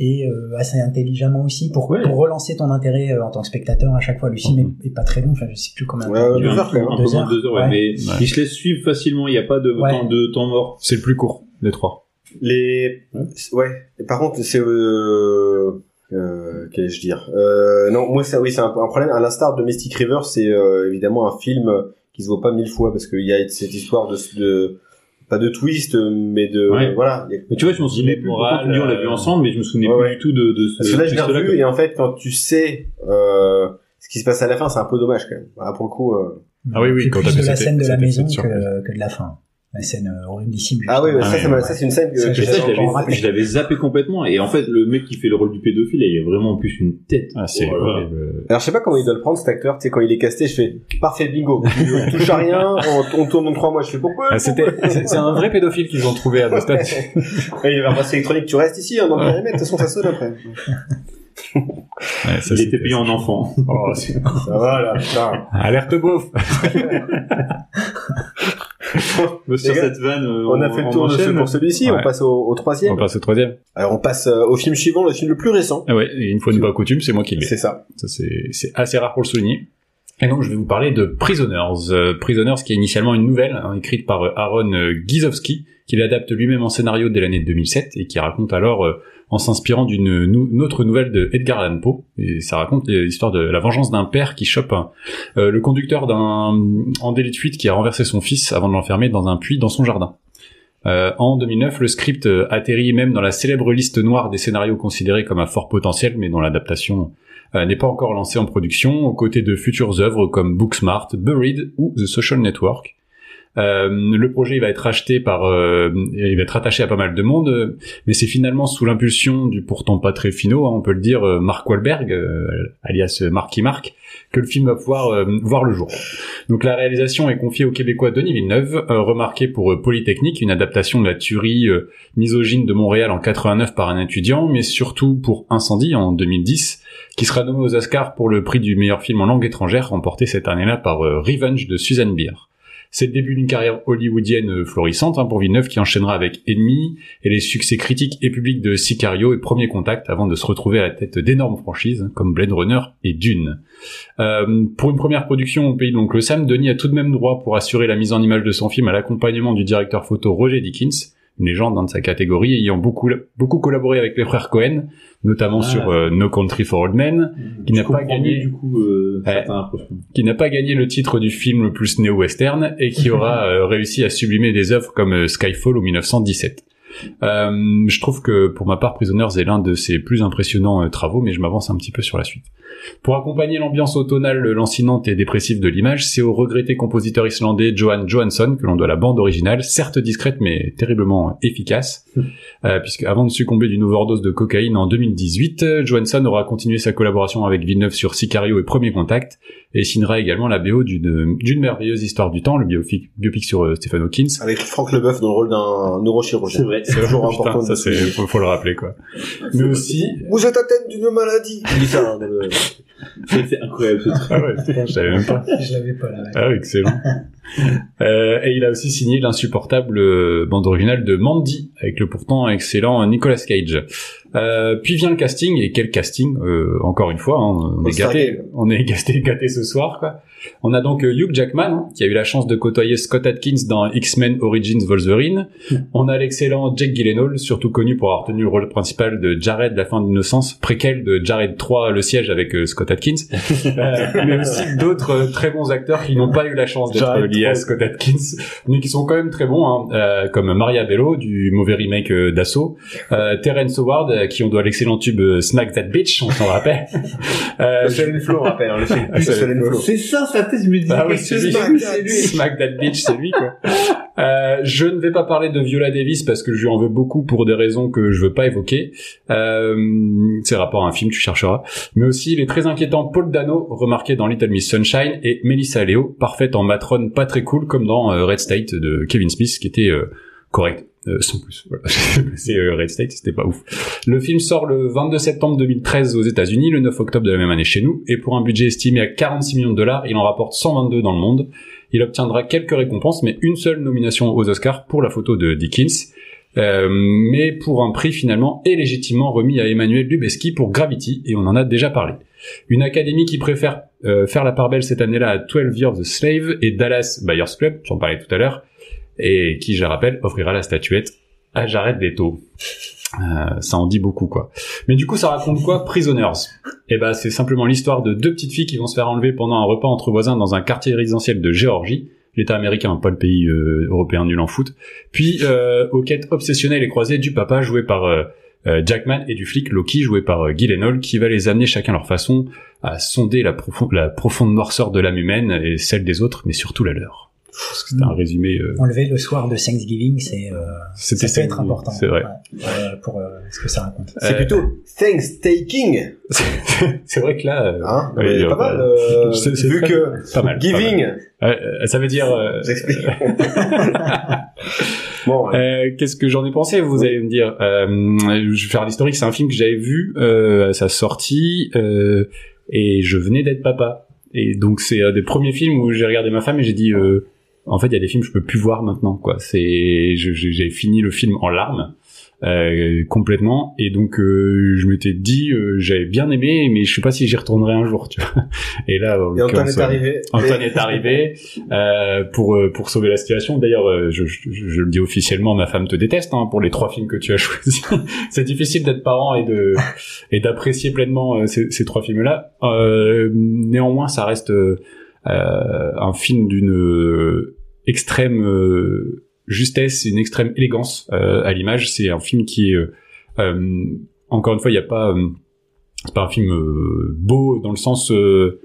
S3: et euh, assez intelligemment aussi pour,
S4: Ouais.
S3: pour relancer ton intérêt euh, en tant que spectateur à chaque fois. Le film est-
S2: Mhm.
S3: est, pas très long, enfin, je sais plus combien.
S1: Ouais, ouais,
S4: Il y a
S1: deux
S4: un
S1: heures, quand
S4: peu
S1: même.
S4: moins de
S3: Deux heures,
S4: deux heures, ouais,
S3: ouais.
S4: mais
S2: Ouais.
S4: ils se laissent suivre facilement, il n'y a pas de,
S3: Ouais.
S4: temps, de temps mort.
S2: C'est le plus court des trois.
S1: Les,
S4: Hein
S1: ouais. Et par contre, c'est, euh, euh, qu'allais-je dire? Euh, non, moi, ça, oui, c'est un, un problème. À l'instar de Mystic River, c'est, euh, évidemment un film qui se voit pas mille fois parce qu'il y a cette histoire de, de, pas de twist, mais de,
S4: Ouais.
S1: voilà. Il y a-
S4: Mais tu vois, je m'en souvenais
S2: Dilemme
S4: plus, pourtant, tu me dis, on l'a vu
S2: moral, euh,
S4: ensemble, mais je me souvenais
S1: Ouais,
S4: plus
S1: ouais.
S4: du tout de, de ce
S1: Parce que là, je l'ai
S4: truc-là,
S1: revu, et en fait, quand tu sais euh, ce qui se passe à la fin, c'est un peu dommage quand même. Voilà, pour le coup. euh.
S2: Ah oui, oui,
S3: C'est
S2: quand
S3: plus
S2: t'as
S3: de la
S2: fait-
S3: scène de la
S2: c'était
S3: maison
S2: fait sur-
S3: que, que de la fin. La scène euh, horriblissime.
S1: Ah oui,
S3: justement.
S1: mais ça,
S2: Ah,
S1: ça
S2: mais
S1: m'a- ça, c'est une scène que que
S3: Ça,
S4: Mais ça,
S1: j'avais
S4: je
S3: j'avais
S1: encore-
S4: l'avais-
S3: rappelé.
S4: je l'avais zappé complètement. Et en fait, le mec qui fait le rôle du pédophile, il a vraiment en plus une tête.
S2: Ah, c'est
S4: Oh là là.
S2: horrible.
S1: Alors, je sais pas comment il doit le prendre cet acteur. Tu sais, quand il est casté, je fais parfait bingo. On touche à rien, on, on tourne en trois mois. Je fais pourquoi
S2: Ah, c'était, c'est c'est un vrai pédophile qu'ils ont trouvé à deux stades.
S1: Et Il va passer électronique. Tu restes ici, hein, dans le périmètre. De toute façon, ça sonne après.
S2: Ouais, ça,
S4: il était
S2: c'était-
S4: payé en enfant.
S2: Oh, c'est-
S1: Voilà, putain.
S2: Alerte beauf.
S4: Sur
S1: gars,
S4: cette vanne, euh,
S1: On a fait le tour de
S4: enchaîne.
S1: ce pour celui-ci. On
S2: Ouais.
S1: passe au, au
S2: On
S1: troisième.
S2: passe au troisième.
S1: Alors, on passe euh, au film suivant, le film le plus récent.
S2: Ah ouais, et une fois n'est pas coutume, c'est moi qui l'ai.
S1: C'est ça.
S2: Ça, c'est c'est assez rare pour le souligner. Et donc, je vais vous parler de Prisoners. Euh, Prisoners, qui est initialement une nouvelle, hein, écrite par euh, Aaron euh, Gizowski, qu'il adapte lui-même en scénario dès l'année 2007, et qui raconte alors, euh, en s'inspirant d'une nou- une autre nouvelle de Edgar Allan Poe, et ça raconte euh, l'histoire de la vengeance d'un père qui chope un- euh, le conducteur d'un en délit de fuite qui a renversé son fils avant de l'enfermer dans un puits dans son jardin. Euh, en 2009, le script euh, atterrit même dans la célèbre liste noire des scénarios considérés comme à fort potentiel, mais dont l'adaptation euh, n'est pas encore lancé en production, aux côtés de futures œuvres comme Booksmart, Buried ou The Social Network. Euh, le projet il va être acheté par, euh, il va être attaché à pas mal de monde, euh, mais c'est finalement sous l'impulsion du pourtant pas très finot, hein, on peut le dire, euh, Mark Wahlberg, euh, alias euh, Marky Mark, que le film va pouvoir euh, voir le jour. Donc la réalisation est confiée au Québécois Denis Villeneuve, euh, remarqué pour euh, Polytechnique, une adaptation de la tuerie euh, misogyne de Montréal en 89 par un étudiant, mais surtout pour Incendie en 2010, qui sera nommé aux Oscars pour le prix du meilleur film en langue étrangère, remporté cette année-là par euh, Revenge de Suzanne Bier. C'est le début d'une carrière hollywoodienne euh, florissante hein, pour Villeneuve qui enchaînera avec Enemy et les succès critiques et publics de Sicario et Premier Contact avant de se retrouver à la tête d'énormes franchises hein, comme Blade Runner et Dune. Euh, pour une première production au pays de l'oncle Sam, Denis a tout de même droit pour assurer la mise en image de son film à l'accompagnement du directeur photo Roger Dickens, une légende dans de sa catégorie, ayant beaucoup, beaucoup collaboré avec les frères Cohen, notamment
S4: Ah.
S2: sur euh, No Country for Old Men, qui
S4: Je
S2: n'a pas
S4: comprends
S2: gagné.
S4: mieux, du coup euh,
S2: Ouais.
S4: certains rapprochements.
S2: qui n'a pas gagné le titre du film le plus néo-western et qui aura euh, réussi à sublimer des œuvres comme euh, Skyfall ou 1917. Euh, je trouve que pour ma part, Prisoners est l'un de ses plus impressionnants euh, travaux, mais je m'avance un petit peu sur la suite. Pour accompagner l'ambiance automnale euh, lancinante et dépressive de l'image, c'est au regretté compositeur islandais Johan Johansson que l'on doit la bande originale, certes discrète mais terriblement efficace, euh, puisque avant de succomber d'une overdose de cocaïne en 2018, euh, Johansson aura continué sa collaboration avec Villeneuve sur Sicario et Premier Contact, et signera également la BO d'une d'une merveilleuse histoire du temps, le biopic, biopic sur euh, Stephen Hawkins.
S1: Avec Franck Leboeuf dans le rôle d'un neurochirurgien.
S4: C'est vrai.
S1: C'est toujours important.
S2: Putain, ça
S1: de-
S2: c'est faut, faut le rappeler quoi. Mais aussi,
S1: Vous êtes atteint d'une maladie. Il dit ça, hein, dans le-
S4: C'est c'est incroyable ce truc.
S2: ah ouais, putain, je savais même pas.
S3: Je l'avais pas là. ouais.
S2: Ah, excellent. Euh, et il a aussi signé l'insupportable euh, bande originale de Mandy avec le pourtant excellent Nicolas Cage. Euh, puis vient le casting et quel casting euh, Encore une fois, hein, on,
S1: Au
S2: est gâté,
S1: Stargate.
S2: on est gâté, gâté ce soir quoi. On a donc euh, Hugh Jackman hein, qui a eu la chance de côtoyer Scott Atkins dans X-Men Origins Wolverine. On a l'excellent Jake Gyllenhaal, surtout connu pour avoir tenu le rôle principal de Jared la fin d'innocence, préquel de Jared 3 le siège avec euh, Scott Atkins. Euh, mais aussi d'autres euh, très bons acteurs qui n'ont pas eu la chance d'être
S1: Jared
S2: euh, liés à Scott Atkins, mais qui sont quand même très bons, hein, euh, comme Maria Bello du mauvais remake euh, d'Assaut, euh, Terrence Howard euh, qui on doit l'excellent tube euh, Snack That Bitch, on s'en rappelle. Euh,
S1: Solène Flo, on rappelle, hein, le film.
S2: Ah, Solène
S1: Solène
S2: Flo.
S1: Flo.
S4: C'est ça sa thèse, je me disais
S2: Ah oui,
S4: quelque
S2: c'est
S4: chose.
S2: lui.
S4: Du coup, c'est lui.
S2: Smack that bitch, c'est lui, quoi. Euh, je ne vais pas parler de Viola Davis parce que je lui en veux beaucoup pour des raisons que je veux pas évoquer. Euh, c'est rapport à un film, tu chercheras. Mais aussi, il est très inquiétant Paul Dano, remarqué dans Little Miss Sunshine, et Melissa Leo, parfaite en matrone pas très cool, comme dans euh, Red State de Kevin Smith, qui était euh, correct. Euh, sans plus, voilà. c'est euh, Red State, c'était pas ouf. Le film sort le 22 septembre 2013 aux États-Unis, le 9 octobre de la même année chez nous, et pour un budget estimé à 46 millions de dollars, il en rapporte 122 dans le monde. Il obtiendra quelques récompenses, mais une seule nomination aux Oscars pour la photo de Dickens, euh, mais pour un prix finalement et légitimement remis à Emmanuel Lubeski pour Gravity, et on en a déjà parlé. Une académie qui préfère euh, faire la part belle cette année-là à 12 Years a Slave et Dallas Buyers Club, j'en parlais tout à l'heure, et qui, je le rappelle, offrira la statuette à Jared Leto. Euh, ça en dit beaucoup quoi. Mais du coup, ça raconte quoi Prisoners Eh ben, c'est simplement l'histoire de deux petites filles qui vont se faire enlever pendant un repas entre voisins dans un quartier résidentiel de Géorgie, l'État américain, pas le pays euh, européen nul en foot. Puis euh, aux quêtes obsessionnelles et croisées du papa joué par euh, euh, Jackman et du flic Loki joué par euh, Gyllenhaal qui va les amener chacun leur façon à sonder la, profo- la profonde noirceur de l'âme humaine et celle des autres, mais surtout la leur. Parce que C'était un résumé. euh,
S3: Enlever le soir de Thanksgiving, c'est euh,
S2: C'était
S3: ça peut
S2: ça,
S3: être important.
S2: C'est vrai.
S3: ouais, euh, pour euh, ce que ça raconte.
S1: C'est
S2: Euh,
S1: plutôt Thanks Taking.
S2: C'est vrai que là, euh,
S1: Hein,
S2: oui,
S1: mais
S2: euh,
S1: pas mal. euh,
S2: c'est- c'est
S1: vu
S2: très-
S1: que
S2: pas mal. pas
S1: Giving.
S2: mal. Euh, euh, ça veut dire. euh,
S1: J'explique. bon, ouais.
S2: Euh, qu'est-ce que j'en ai pensé Vous allez me dire. Euh, je vais faire l'historique. C'est un film que j'avais vu euh, à sa sortie euh, et je venais d'être papa. Et donc c'est un des premiers films où j'ai regardé ma femme et j'ai dit. euh, en fait, il y a des films que je peux plus voir maintenant. Quoi. C'est, je- je- j'ai fini le film en larmes. euh, complètement et donc euh, je m'étais dit euh, j'avais bien aimé mais je sais pas si j'y retournerai un jour tu vois et là en
S1: et Antoine
S2: l'occurrence,
S1: est
S2: euh,
S1: arrivé.
S2: Antoine est arrivé euh, pour euh, pour sauver la situation. D'ailleurs, euh, je, je, je le dis officiellement, ma femme te déteste hein, pour les trois films que tu as choisis. C'est difficile d'être parent et de et d'apprécier pleinement euh, ces, ces trois films-là. Euh, néanmoins, ça reste euh, euh, un film d'une euh, extrême euh, justesse et une extrême élégance euh, à l'image. C'est un film qui est euh, euh, encore une fois, il n'y a pas euh, c'est pas un film euh, beau dans le sens euh,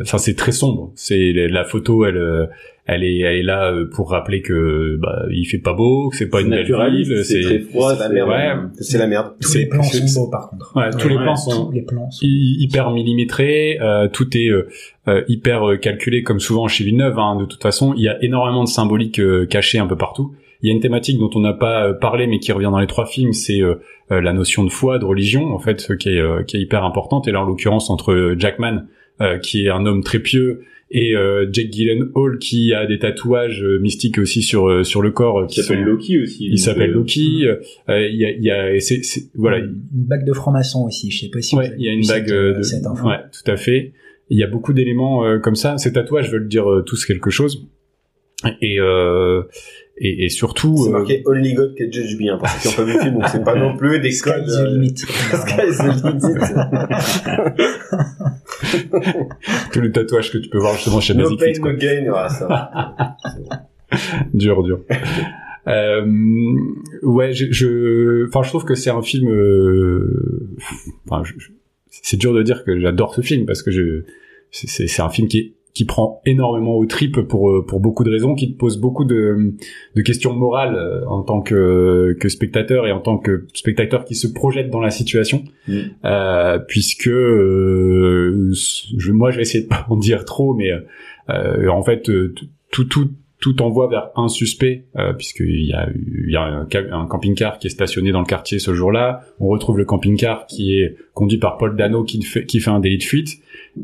S2: enfin c'est très sombre c'est la la photo elle euh, elle est elle est là euh, pour rappeler que bah il fait pas beau que c'est pas
S4: C'est
S2: une belle
S4: naturaliste,
S2: ville
S4: c'est très froid,
S1: c'est la
S4: c'est-
S1: merde.
S2: ouais.
S1: C'est la merde.
S3: Tous
S2: c'est-
S3: les plans
S2: c'est-
S3: sont beaux, par contre.
S2: Ouais, tous les plans sont-
S3: Tous les plans sont.
S2: hy- hyper millimétré, euh, tout est euh, euh, hyper euh, calculé comme souvent chez Villeneuve. hein, de toute façon, il y a énormément de symboliques euh, cachées un peu partout. Il y a une thématique dont on n'a pas euh, parlé mais qui revient dans les trois films, c'est euh, euh, la notion de foi, de religion en fait, ce qui est, euh, qui est hyper importante. Et là, en l'occurrence, entre euh, Jackman, euh, qui est un homme très pieux, et euh, Jake Gyllenhaal qui a des tatouages euh, mystiques aussi sur euh, sur le corps, euh,
S4: Qui
S2: qui
S4: s'appelle
S2: sont-
S4: Loki aussi.
S2: Il
S4: donc,
S2: s'appelle
S4: euh,
S2: Loki. euh, euh, Il y a, il y a- et c'est- c'est-
S4: Mm.
S2: voilà,
S3: Une bague de franc-maçon aussi, je sais pas si vous
S2: Ouais,
S3: avez
S2: il y a
S3: vu
S2: une
S3: cette,
S2: bague euh,
S3: euh,
S2: de...
S3: cette info.
S2: Ouais, tout à fait. Il y a beaucoup d'éléments euh, comme ça. Ces tatouages veulent dire euh, tous quelque chose. Et, euh, et, et surtout,
S1: C'est
S2: euh,
S1: marqué Only God can judge me, hein, parce qu'ils ont pas vu le film, donc c'est pas non plus des
S3: Sky
S1: codes.
S3: is the
S1: euh,
S3: limit.
S1: Sky is the limit.
S2: tous les tatouages que tu peux voir justement chez
S1: No
S2: Basic
S1: pain,
S2: Fit, quoi.
S1: no gain, voilà, ça.
S2: dur dur euh, ouais je- je enfin je trouve que c'est un film euh, enfin je- je- c'est dur de dire que j'adore ce film parce que je c'est- c'est c'est un film qui est- qui prend énormément aux tripes pour euh, pour beaucoup de raisons qui te pose beaucoup de de questions morales euh, en tant que que spectateur et en tant que spectateur qui se projette dans la situation
S4: Mm.
S2: Euh, puisque euh, je moi je vais essayer de pas en dire trop mais euh, en fait euh, t- tout tout tout envoie vers un suspect, euh, puisqu'il y a, eu- il y a un, ca- un camping-car qui est stationné dans le quartier ce jour-là. On retrouve le camping-car qui est conduit par Paul Dano qui ne fait, qui fait un délit de fuite.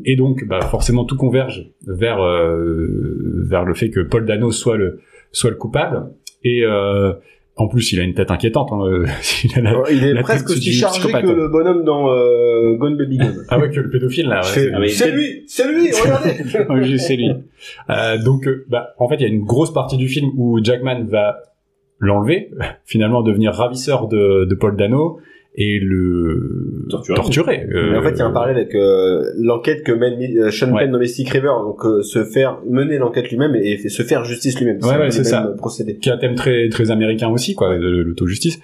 S2: Et donc, bah, forcément, tout converge vers, euh, vers le fait que Paul Dano soit le, soit le coupable. Et euh, en plus, il a une tête inquiétante. hein, euh, il a la-
S1: Ouais, Il est
S2: la
S1: presque
S2: tête
S1: aussi
S2: du
S1: chargé que
S2: psychopathe.
S1: le bonhomme dans euh, Gone Baby Gone.
S2: Ah ouais, que le pédophile, là.
S1: Je
S2: ouais,
S1: fais,
S2: c'est-
S4: Ah, mais
S1: c'est
S4: il-
S1: lui, c'est lui, regardez.
S2: Oui, je sais lui. Euh, donc, euh, bah, en fait, il y a une grosse partie du film où Jackman va l'enlever, finalement devenir ravisseur de, de Paul Dano et le
S4: Torturer.
S2: euh,
S1: Mais en fait, il y a un parallèle avec euh, l'enquête que mène euh, Sean
S2: Ouais.
S1: Penn dans Mystic River, donc euh, se faire mener l'enquête lui-même et, et se faire justice lui-même.
S2: Ouais,
S1: un
S2: ouais,
S1: peu
S2: c'est
S1: le
S2: ça.
S1: même Procédé.
S2: qui est un thème très très américain aussi, quoi, de l'auto-justice.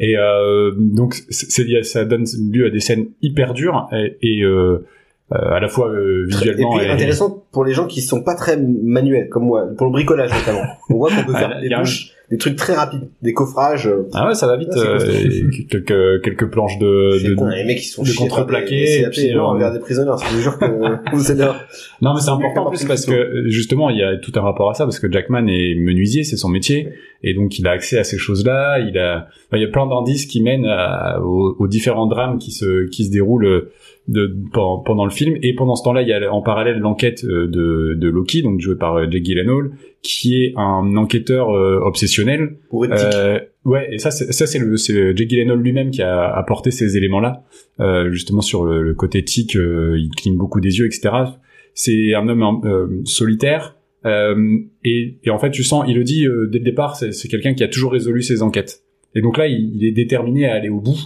S2: Et euh, donc, c'est- c'est- il y a- ça donne lieu à des scènes hyper dures et, et, euh, euh, à la fois euh,
S1: Et puis
S2: visuellement et-
S1: intéressant pour les gens qui sont pas très manuels comme moi, pour le bricolage notamment. On voit qu'on peut
S2: Ah,
S1: faire des
S2: il y a un-
S1: bouches, des trucs très rapides, des coffrages. euh,
S2: Ah ouais, ça va vite.
S1: Ah, c'est
S2: euh, et quelques quelques planches Euh, de,
S1: c'est
S2: de-
S1: con, les mecs qui sont
S2: de
S1: chiés à faire
S2: contreplaqué,
S1: des- des
S2: et
S1: CAP
S2: puis,
S1: énormes
S2: euh,
S1: envers des prisonniers. Je vous jure que vous allez avoir-
S2: Non, mais c'est important en
S1: D'accord,
S2: plus
S1: plus
S2: parce que
S1: plutôt.
S2: euh, justement, il y a tout un rapport à ça parce que Jackman est menuisier, c'est son métier, et donc il a accès à ces choses-là. Il a, enfin, il y a plein d'indices qui mènent à- aux, aux différents drames qui se qui se déroulent euh, de, pendant, pendant le film. Et pendant ce temps-là, il y a en parallèle l'enquête euh, de, de Loki, donc joué par euh, Jake Gyllenhaal, qui est un enquêteur euh, obsessionnel
S1: pour être tic.
S2: euh, ouais, et ça, c'est- ça c'est le c'est Jake Gyllenhaal lui-même qui a apporté ces éléments-là, euh, justement sur le, le côté tic, euh, il cligne beaucoup des yeux, etc. C'est un homme euh, solitaire. euh, et, et en fait, tu sens, il le dit euh, dès le départ, c'est c'est quelqu'un qui a toujours résolu ses enquêtes. Et donc là, il, il est déterminé à aller au bout,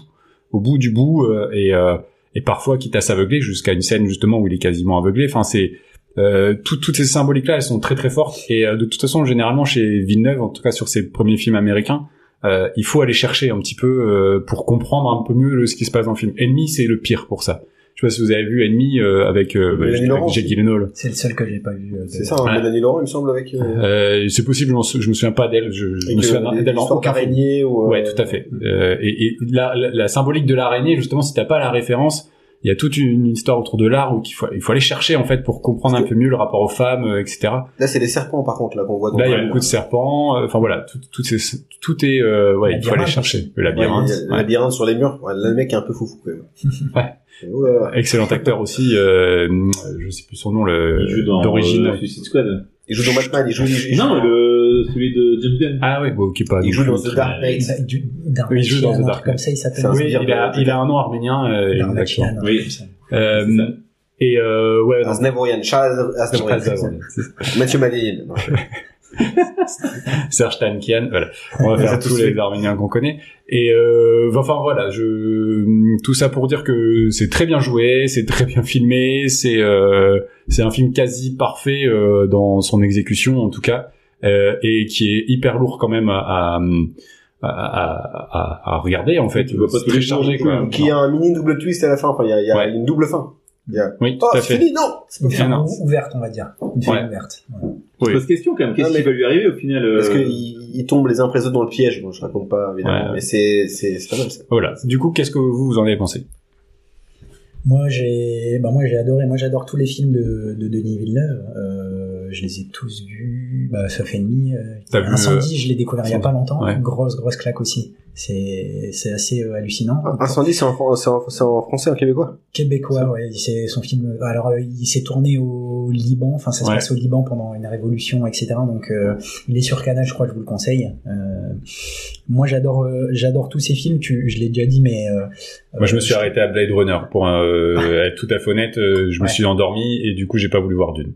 S2: au bout du bout, euh, et, euh, et parfois quitte à s'aveugler jusqu'à une scène justement où il est quasiment aveuglé. Enfin, c'est euh, tout- toutes ces symboliques-là, elles sont très très fortes. Et euh, de toute façon, généralement chez Villeneuve, en tout cas sur ses premiers films américains, euh, il faut aller chercher un petit peu euh, pour comprendre un peu mieux le- ce qui se passe dans le film. Ennemi, c'est le pire pour ça. Je sais pas si vous avez vu Ennemi euh, avec, euh,
S1: Mélanie
S2: avec
S1: Laurent
S2: Jake
S1: aussi.
S2: Gyllenhaal.
S3: C'est le seul que j'ai pas vu. euh, de-
S1: C'est ça, hein,
S2: Ouais.
S1: Mélanie Laurent, il me semble, avec. euh,
S2: Euh, c'est possible, je, m'en sou- je me souviens pas d'elle. Je, je
S1: avec, euh,
S2: me souviens
S1: des- des
S2: d'elle en
S1: histoires
S2: aucun film.
S1: d'araignées ou, euh,
S2: Ouais, tout à fait. Euh, et et la, la, la symbolique de l'araignée, justement, si t'as pas la référence, il y a toute une histoire autour de l'art où qu'il faut, il faut aller chercher en fait pour comprendre un peu mieux le rapport aux femmes, euh, etc.
S1: Là, c'est des serpents, par contre, là, qu'on voit dans
S2: Là, il y a
S1: le-
S2: beaucoup de serpents. euh, Enfin voilà, tout, tout, est, tout est, euh, ouais, il faut aller
S3: Labyrinthe.
S2: chercher le
S1: Ouais,
S2: labyrinthe.
S1: il y a le
S2: ouais.
S1: labyrinthe sur les murs. Ouais, là, le mec est un peu foufou, quand même.
S2: Ouais.
S1: Et oh là là.
S2: Excellent acteur aussi. Euh, je sais plus son nom, le
S4: Il joue dans
S2: d'origine.
S4: euh, Suicide Squad.
S1: Il joue dans Batman, il joue, il joue- il joue-
S4: Non, le, euh, celui de James Gunn.
S2: Ah oui, bon, qui est pas.
S1: il
S2: non
S1: joue
S2: plus
S1: dans The
S2: très-
S1: Dark Knight.
S3: Bah, du- d'un-
S2: Oui, il joue dans
S3: un
S2: The
S3: truc
S2: Dark
S3: Comme
S2: Knight.
S3: ça, il s'appelle.
S1: C'est un
S2: Oui, il a, il a un nom arménien. Euh,
S3: Darmachian,
S2: exactement.
S3: un truc
S4: Oui.
S3: comme ça.
S2: Euh,
S4: C'est ça.
S2: et euh,
S1: Ah,
S2: ouais, non,
S1: Aznavourian, Charles Aznavourian.
S2: Charles Aznavourian,
S1: Mathieu Madéine.
S2: Serge Tankian, voilà. On va
S1: Ça,
S2: faire
S1: tous
S2: tous
S1: les-
S2: les Arméniens qu'on connaît. Et euh, enfin voilà, je tout ça pour dire que c'est très bien joué, c'est très bien filmé, c'est euh, c'est un film quasi parfait euh, dans son exécution en tout cas, euh, et qui est hyper lourd quand même à à, à, à- à regarder en fait.
S4: Tu vois pas
S2: C'est
S4: tous
S2: très
S4: les jours,
S2: chargé
S4: quoi.
S2: quoi.
S1: Qui a un mini double twist à la fin. Enfin, il y a, il y a
S2: Ouais.
S1: une double fin. Il y a...
S2: Oui,
S1: Oh,
S2: tout à
S1: c'est
S2: fait.
S1: fini, non!
S3: C'est une
S2: Ah,
S3: fin
S2: non.
S3: ou- ouverte, on va dire. Une fin
S2: Ouais.
S3: ouverte. voilà.
S4: Je pose question quand même. Qu'est-ce
S1: Non, mais-
S4: qui va lui arriver au final euh,
S1: Parce que qu'ils ils tombent les uns après les autres dans le piège. Bon, je raconte pas, évidemment.
S2: Ouais.
S1: Mais c'est, c'est, c'est pas mal, ça.
S2: Voilà. Du coup, qu'est-ce que vous vous en avez pensé
S3: Moi, j'ai, bah, moi, j'ai adoré. Moi, j'adore tous les films de, de Denis Villeneuve. Euh, je les ai tous vus, bah, sauf Ennemi. euh,
S2: T'as vu,
S3: Incendie, je l'ai découvert il y a
S2: Incendie.
S3: pas longtemps.
S2: Ouais.
S3: Grosse, grosse claque aussi. C'est, c'est assez euh, hallucinant.
S1: Incendie, c'est en, fran- c'est en, c'est en français, en québécois.
S3: Québécois, ouais, c'est son film. Alors, euh, il s'est tourné au Liban, enfin, ça se
S2: Ouais.
S3: passe au Liban pendant une révolution, etc. Donc, euh, il est sur Canal, je crois, je vous le conseille. Euh, moi, j'adore, euh, j'adore tous ces films. Tu, je l'ai déjà dit, mais euh,
S2: Moi, je me suis
S3: euh,
S2: arrêté à Blade Runner pour euh, être tout à fait honnête. euh, je me
S3: Ouais.
S2: suis endormi et du coup, j'ai pas voulu voir d'une.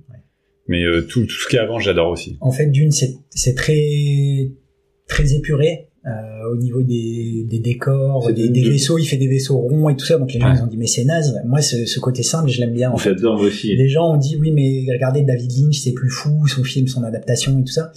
S2: Mais euh, tout, tout ce qui est avant, j'adore aussi.
S3: En fait, Dune, c'est c'est très très épuré euh, au niveau des, des décors,
S1: C'est
S3: des,
S1: Dune
S3: des
S1: deux.
S3: vaisseaux. Il fait des vaisseaux ronds et tout ça. Donc les gens
S2: Ouais.
S3: ils ont dit mais c'est naze. Moi, ce, ce côté simple, je l'aime bien. En fait.
S4: J'adore moi aussi.
S3: Les gens ont dit oui, mais regardez David Lynch, c'est plus fou son film, son adaptation et tout ça.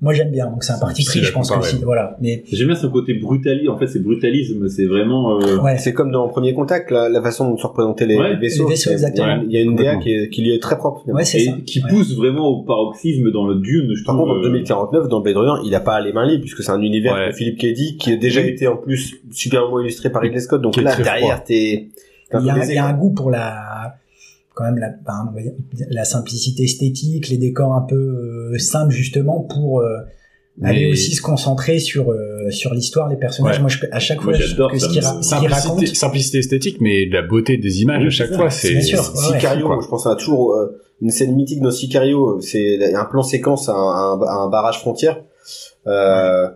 S3: Moi, j'aime bien. Donc c'est un parti
S2: difficile
S3: pris, je
S2: à
S3: pense
S2: comparer.
S3: aussi. Voilà. Mais
S4: J'aime bien son côté brutalisme. En fait, c'est brutalisme. C'est vraiment. euh,
S3: ouais.
S1: C'est comme dans Premier Contact, la, la façon dont sont représentés les,
S4: Ouais,
S1: les vaisseaux.
S3: les vaisseaux,
S1: c'est-
S3: exactement.
S1: Il y a une DA
S2: Complètement.
S1: qui, est- qui lui est très propre. finalement.
S3: Ouais, c'est
S4: et
S3: ça.
S4: qui
S3: Ouais.
S4: pousse vraiment au paroxysme dans le dune. Je
S1: Par
S4: trouve,
S1: contre, en
S4: euh,
S1: 2049, dans Blade Runner, il n'a pas les mains libres, puisque c'est un univers
S2: Ouais.
S1: de Philippe Kedy qui a déjà
S4: Oui.
S1: été en plus superbement illustré par Ridley Scott. Donc
S2: Qui est
S1: là,
S2: très
S1: derrière,
S2: froid.
S1: t'es... t'es un
S3: Il y, a,
S1: peu
S3: un-
S1: baisé,
S3: il y a
S1: quoi.
S3: un goût pour la quand même la, ben, on va dire, la simplicité esthétique, les décors un peu euh, simples justement pour euh, aller
S2: Mais-
S3: aussi se concentrer sur euh, sur l'histoire, les personnages.
S2: Ouais.
S3: Moi, je, à chaque
S4: Moi,
S3: fois, je
S4: j'adore,
S3: trouve que ce
S4: ça
S3: qu'il
S4: me-
S3: ra- ce qu'il raconte,
S2: Simplicité, simplicité esthétique, mais la beauté des images
S4: Oui,
S2: à chaque
S4: c'est
S2: fois,
S4: ça.
S2: c'est
S3: Bien sûr,
S2: c'est-
S3: ouais.
S1: Sicario,
S2: Quoi.
S1: je pense à toujours euh, une scène mythique dans Sicario, euh, c'est la- un plan séquence à un, à un barrage frontière euh,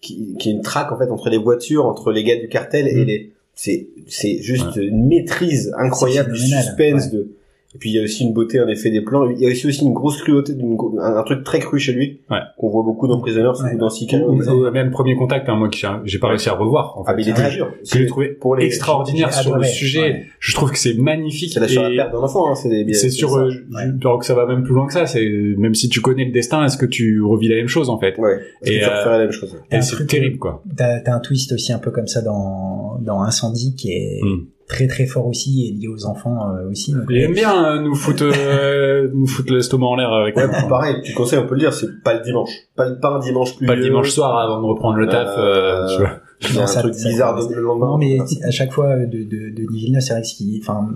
S1: qui, qui est une traque en fait entre les voitures, entre les gars du cartel et
S3: Mm.
S1: les c'est c'est juste une maîtrise incroyable du
S3: C'est phénoménal,
S1: suspense de et puis il y a aussi une beauté un effet des plans, il y a aussi aussi une grosse cruauté d'une gro- un, un truc très cru chez lui
S2: Ouais. Oh,
S1: qu'on voit beaucoup dans Prisoners
S3: Ouais.
S1: ou dans Sicario.
S2: Ou- ou même premier contact, hein, moi qui j'ai pas réussi à revoir. En fait.
S1: Ah mais il est
S3: Ah,
S1: très dur.
S2: que j'ai trouvé
S1: pour les
S2: extraordinaire
S3: j'ai
S2: sur
S3: adoré,
S2: le sujet.
S3: ouais.
S2: Je trouve que c'est magnifique.
S1: c'est la sur la
S2: et
S1: perte d'un enfant hein, c'est des
S2: C'est sur,
S1: ça.
S2: euh, je- je- alors que ça va même plus loin que ça. C'est même si tu connais le destin, est-ce que tu revis la même chose en fait
S1: Ouais. Est-ce que
S2: Et,
S1: tu
S2: euh,
S1: referais la même chose
S3: Un
S2: Et c'est
S3: truc-
S2: terrible quoi.
S3: T'as t'as un twist aussi un peu comme ça dans dans Incendie qui est
S2: Mm.
S3: très très fort aussi et lié aux enfants euh, aussi. Donc,
S2: Il aime bien euh, nous foutre, euh, nous foutre l'estomac en l'air avec
S1: Ouais, bah, pareil, tu conseilles, on peut le dire, c'est pas le dimanche. Pas, le- pas un dimanche plus
S2: pas le dimanche soir avant de reprendre le taf.
S1: Euh,
S2: euh, tu vois.
S1: Il y a un
S3: Non, ça-
S1: truc
S3: ça-
S1: bizarre de- le lendemain. Ah,
S3: Non, mais à chaque fois euh, de, de, de Denis Villeneuve, c'est vrai que ce qu'il enfin,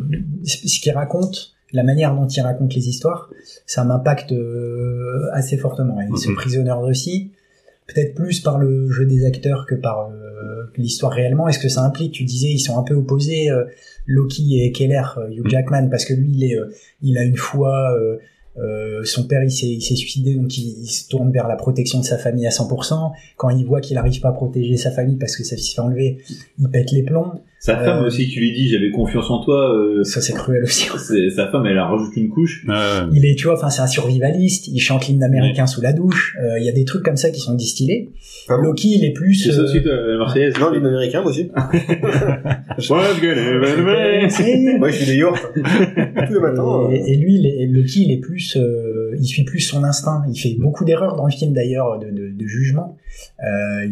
S3: ce qu'il raconte, la manière dont il raconte les histoires, ça m'impacte euh, assez fortement. Et ce
S2: Mhm.
S3: Prisoner aussi, peut-être plus par le jeu des acteurs que par euh, l'histoire réellement. Est-ce que ça implique Tu disais, ils sont un peu opposés, euh, Loki et Keller, euh, Hugh
S2: Mhm.
S3: Jackman, parce que lui, il, est, euh, il a une foi... euh, euh, son père il s'est il s'est suicidé donc il, il se tourne vers la protection de sa famille à 100% quand il voit qu'il n'arrive pas à protéger sa famille parce que ça s'est fait enlever il pète les plombs.
S4: Sa femme
S3: Euh,
S4: aussi qui lui dit j'avais confiance en toi. euh,
S3: Ça, c'est cruel aussi.
S4: c'est- sa femme, elle en rajoute une couche.
S2: Euh,
S3: Il est, tu vois, enfin, c'est un survivaliste. Il chante l'hymne américain sous la douche. Euh, Il y a des trucs comme ça qui sont distillés.
S1: Ah bon
S3: Loki, il est plus.
S4: C'est ça
S3: euh,
S4: aussi, toi, la Marseillaise.
S1: Non, l'hymne américain, moi aussi.
S3: c'est-
S1: Moi, je suis des yaourts. Tous les matins. euh,
S3: Et, et lui, il est- Loki, il est plus, euh, il suit plus son instinct. Il fait beaucoup d'erreurs dans le film d'ailleurs de, de, de jugement. Euh,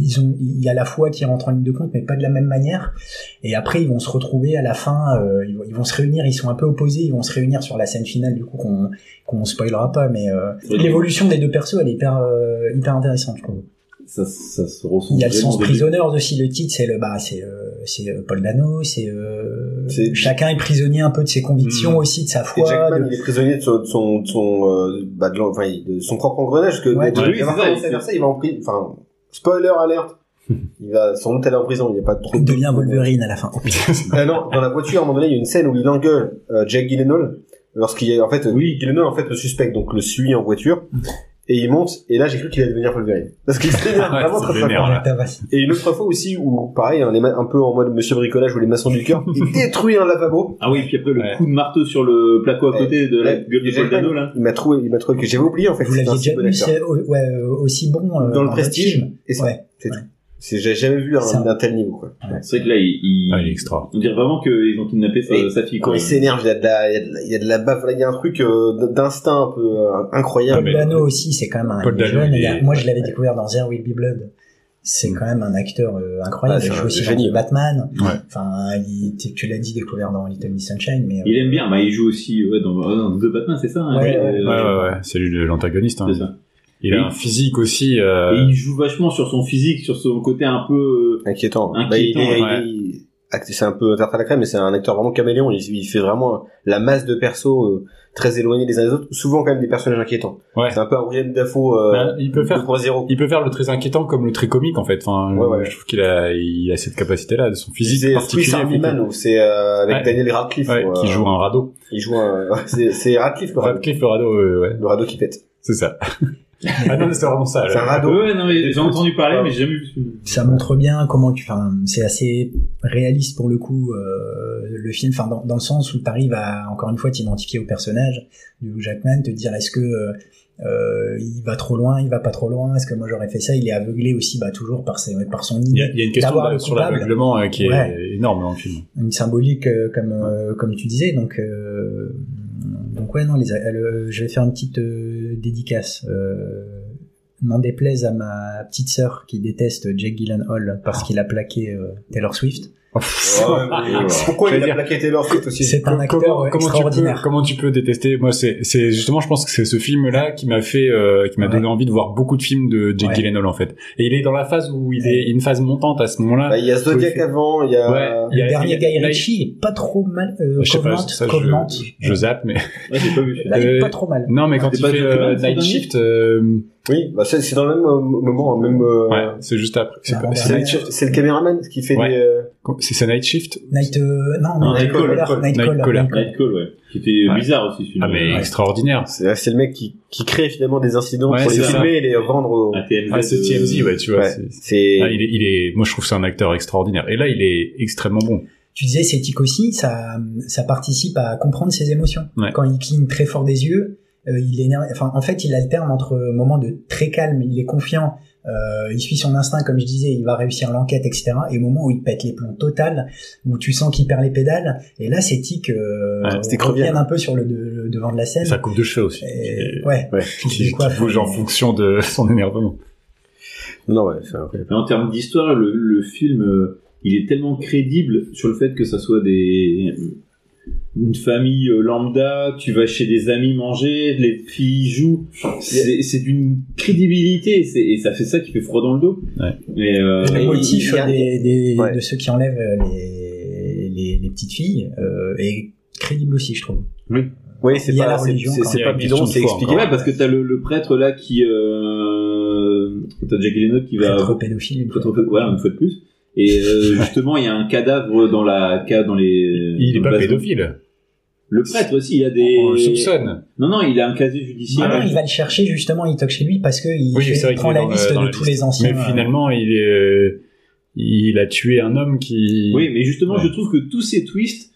S3: ils ont, il y a la foi qui rentre en ligne de compte, mais pas de la même manière. Et après, ils vont se retrouver à la fin. euh, ils, vont, ils vont se réunir. Ils sont un peu opposés. Ils vont se réunir sur la scène finale du coup qu'on qu'on spoilera pas. Mais euh,
S4: Oui.
S3: l'évolution des deux persos, elle est hyper, euh, hyper intéressante. Je trouve.
S4: Ça, ça se ressent.
S3: Il y a le
S4: vraiment
S3: sens
S4: dès
S3: prisonneur aussi. Le titre, c'est le bah, c'est euh, c'est euh, Paul Dano. C'est euh,
S1: C'est- Hmm.
S3: chacun est prisonnier un peu de ses convictions
S2: Mhm.
S3: aussi, de sa
S1: Et
S3: foi.
S1: Jackman,
S3: de-
S1: il est prisonnier de son, de son, de son, euh, bah, de, l'en- enfin, de son propre engrenage. Parce que
S3: Ouais, bah
S1: de,
S4: oui, c'est ça, il-
S1: ça, il va en prison. Enfin, spoiler alerte. Il va, sans doute aller en prison. Il n'y a pas trop
S3: Il
S1: de
S3: devient Wolverine à la fin. Oh, putain.
S1: Euh, non, dans la voiture, à un moment donné, il y a une scène où il engueule euh, Jack Gyllenhaal lorsqu'il y a en fait oui. Gyllenhaal en fait le suspect donc le suit en voiture et il monte et là j'ai cru qu'il allait devenir Wolverine parce qu'il s'énerve
S2: Ouais,
S1: vraiment
S2: ça
S1: très très
S2: l'énerve.
S1: fort.
S2: Voilà.
S3: La tabasse.
S1: Et une autre fois aussi où pareil hein, les ma- un peu en mode Monsieur Bricolage ou les maçons du cœur, il détruit un lavabo.
S4: Ah oui, puis après le
S2: Ouais.
S4: coup de marteau sur le placo à côté de la
S1: Ouais.
S4: gueule de
S1: Jackman,
S4: Paul Dano, là.
S1: Il m'a trouvé, il m'a trouvé que j'avais oublié en fait.
S3: Vous
S1: que c'était
S3: l'aviez
S1: un si
S3: déjà
S1: bon acteur.
S3: vu, c'est au- ouais, euh, aussi bon euh,
S1: dans le
S3: d'autres
S1: prestige.
S3: films.
S1: Et ça,
S3: Ouais.
S1: c'est
S3: Ouais.
S1: tout. C'est j'ai jamais vu
S3: Ça.
S1: un d'un tel niveau quoi.
S4: C'est vrai que là, il. il-
S2: ah, il est extra.
S4: On dirait vraiment qu'ils ont kidnappé sa,
S1: Et Ah,
S4: sa fille.
S1: Quand
S4: quoi.
S1: il s'énerve, il y a de la, il y a de la- il y a de la baffe, là, il y a un truc euh, d'instinct un peu euh, incroyable.
S3: Paul
S2: Ah, mais-
S3: Dano aussi, c'est quand même un
S2: Paul
S3: il est
S2: Dano,
S3: jeune.
S2: il
S3: Il a-
S2: est-
S3: Moi, je l'avais découvert dans There Will Be Blood. C'est
S2: Mm.
S3: quand même un acteur euh, incroyable.
S1: Hmm. Ah, c'est
S3: il joue
S1: un
S3: aussi
S1: génie,
S3: dans
S1: ouais.
S3: Batman.
S2: Ouais.
S3: Enfin, il- tu tu l'as dit, découvert dans Little Miss Sunshine. Mais, euh,
S4: Il aime bien, bah, il joue aussi ouais, dans, dans The Batman, c'est ça hein,
S3: Ouais,
S4: euh,
S3: ouais,
S2: Ouais, ouais, ouais. C'est lui l'antagoniste. hein.
S4: c'est ça.
S2: Il a un physique aussi. euh,
S4: Et il joue vachement sur son physique, sur son côté un peu. euh,
S1: Inquiétant.
S4: Inquiétant,
S1: Bah, il est-
S2: ouais.
S1: il est- act- c'est un peu un tarte à la crème, mais c'est un acteur vraiment caméléon. Il, il fait vraiment la masse de persos euh, très éloignés les uns des autres, souvent quand même des personnages inquiétants.
S2: Ouais.
S1: C'est un peu un William Dafoe euh,
S2: bah, il peut faire.
S1: 2.0.
S2: Il peut faire le très inquiétant comme le très comique en fait. Enfin,
S1: Ouais, ouais.
S2: je trouve qu'il a, il a cette capacité-là de son physique
S1: C'est Swiss
S2: particulier.
S1: Army Man,
S2: effectivement.
S1: où c'est euh, avec
S2: Ouais.
S1: Daniel Radcliffe.
S2: Ouais,
S1: où, euh,
S2: qui joue un radeau.
S1: Il joue un... c'est, c'est Radcliffe le radeau.
S2: Radcliffe le radeau, ouais, ouais.
S1: Le radeau qui pète.
S2: c'est ça. Ah non, mais c'est vraiment ça.
S1: C'est un
S2: là.
S1: radeau.
S4: ouais, non, mais j'ai entendu parler, mais j'ai jamais vu ce film.
S3: ça montre bien comment tu enfin c'est assez réaliste pour le coup euh, le film enfin dans, dans le sens où tu arrives à encore une fois t'identifier au personnage de Hugh Jackman te dire est-ce que euh, euh, il va trop loin il va pas trop loin est-ce que moi j'aurais fait ça il est aveuglé aussi bah toujours par ses, par son
S2: Il y, a,
S3: idée
S2: il y a une question
S3: D'avoir le
S2: sur
S3: coupable.
S2: l'aveuglement euh, qui est
S3: Ouais.
S2: énorme dans le film.
S3: une symbolique euh, comme euh, comme tu disais donc euh, donc ouais non les a- le- je vais faire une petite euh, dédicace euh, N'en déplaise à ma petite sœur qui déteste Jake Gyllenhaal parce qu'il a plaqué euh, Taylor Swift.
S1: Pourquoi
S2: Je
S1: il
S2: veux
S1: a
S2: dire-
S1: plaqué Taylor Swift aussi
S3: C'est un acteur euh,
S2: comment, comment tu peux,
S3: extraordinaire.
S2: comment tu peux détester Moi, c'est c'est justement, je pense que c'est ce film-là qui m'a fait, euh, qui m'a
S3: Ouais.
S2: donné envie de voir beaucoup de films de Jake
S3: Ouais.
S2: Gyllenhaal en fait. Et il est dans la phase où il est une phase montante à ce moment-là.
S1: Bah, Il y a Zodiac
S2: Ouais.
S1: avant, il y a...
S2: Ouais.
S3: Le
S2: Il y a-
S3: dernier
S2: il y a-
S3: Guy
S2: là, il-
S3: Ritchie est pas trop mal. Euh,
S2: je sais
S3: Covenant,
S2: pas, ça, je-
S3: Covenant.
S2: Je zappe, mais
S4: Ouais, j'ai pas vu ce film.
S3: Là, il est
S2: Euh,
S3: pas trop mal.
S2: non, mais quand
S4: C'est
S2: il
S4: pas
S2: fait
S4: Jake
S2: euh,
S4: Gyllenhaal, son
S2: Night
S4: dernier
S2: Shift, euh,
S1: Oui, bah c'est c'est dans le même euh, moment, même... euh,
S2: ouais, c'est juste après. C'est
S3: Non,
S2: pas-
S3: non,
S2: c'est
S1: c'est-
S3: Ah, Ouais.
S1: C'est c'est le caméraman qui fait
S2: Ouais.
S1: des... euh,
S2: c'est- c'est Night Shift
S3: Night, euh, non, non,
S1: Night
S3: Night
S1: Caller,
S3: Caller,
S1: Night
S3: Night
S2: Caller.
S3: Caller.
S2: Caller.
S4: Night Call, ouais. Qui était euh,
S2: Ouais.
S4: bizarre aussi ce film.
S2: Ah mais
S4: Ouais.
S2: extraordinaire.
S1: C'est c'est le mec qui, qui crée finalement des incidents
S2: Ouais,
S1: pour les
S2: c'est ça.
S1: filmer et les rendre au...
S4: Ah, TMZ,
S2: Ah, c'est
S4: euh,
S2: TMZ, ouais, tu vois.
S1: ouais.
S2: c'est-
S1: C'est...
S2: Ah, il, est, il est, moi je trouve que c'est un acteur extraordinaire. Et là, il est extrêmement bon.
S3: Tu disais, c'est tic aussi, ça, ça participe à comprendre ses émotions.
S2: Ouais.
S3: euh, euh,
S2: Ouais,
S1: c'est
S3: reviennent
S1: crevien.
S3: euh, un peu sur le, de- le devant de la
S2: Et
S3: scène.
S2: Sa coupe de cheveux aussi.
S3: Et-
S2: Et-
S3: ouais.
S2: Ouais,
S3: Il
S2: qui, qui
S3: décoiffe,
S2: bouge en
S3: mais-
S2: fonction de son énervement.
S1: Non, ouais, c'est incroyable.
S4: Mais en termes d'histoire, le, le film, euh, il est tellement crédible sur le fait que ça soit des une famille euh, lambda, tu vas chez des amis manger, les filles jouent, c'est c'est d'une crédibilité, c'est- et ça fait ça qui fait froid dans le dos.
S2: Ouais.
S4: Mais, euh,
S3: le
S1: Et
S3: motif
S1: il y a-
S3: des, des-
S1: Ouais.
S3: de ceux qui enlèvent euh, les, les, les petites filles euh, est crédible aussi, je trouve.
S1: Oui, c'est
S3: Il y a
S1: pas,
S3: la
S1: c'est-
S3: religion,
S1: c'est-
S3: quand
S1: c'est
S2: même.
S1: pas
S2: Il y a une
S1: bidon,
S2: question de
S1: c'est
S2: foi
S1: expliqué.
S4: ouais, parce que t'as le, le prêtre là qui, euh, t'as Jack Gyllenhaal qui va
S3: Trop pédophile.
S4: Une fois de- ouais, une fois de plus. Et euh, justement, il y a un cadavre dans la ca- dans les.
S2: Il est
S4: dans le
S2: pas Oh,
S4: blason.
S2: pédophile.
S4: Le prêtre aussi, il y a des.
S2: On le soupçonne.
S4: Non, non, il a un casier
S3: Ah
S4: judiciaire.
S3: non, il va le chercher justement, il toque chez lui parce que il
S2: Oui,
S3: fait-
S2: c'est vrai qu'il
S3: prend
S2: est
S3: la
S2: dans le-
S3: liste
S2: dans
S3: de
S2: la
S3: tous
S2: liste.
S3: les anciens.
S2: Mais
S3: euh,
S2: finalement, il est, euh, il a tué un homme qui.
S4: Oui, mais justement,
S2: Ouais.
S4: je trouve que tous ces twists,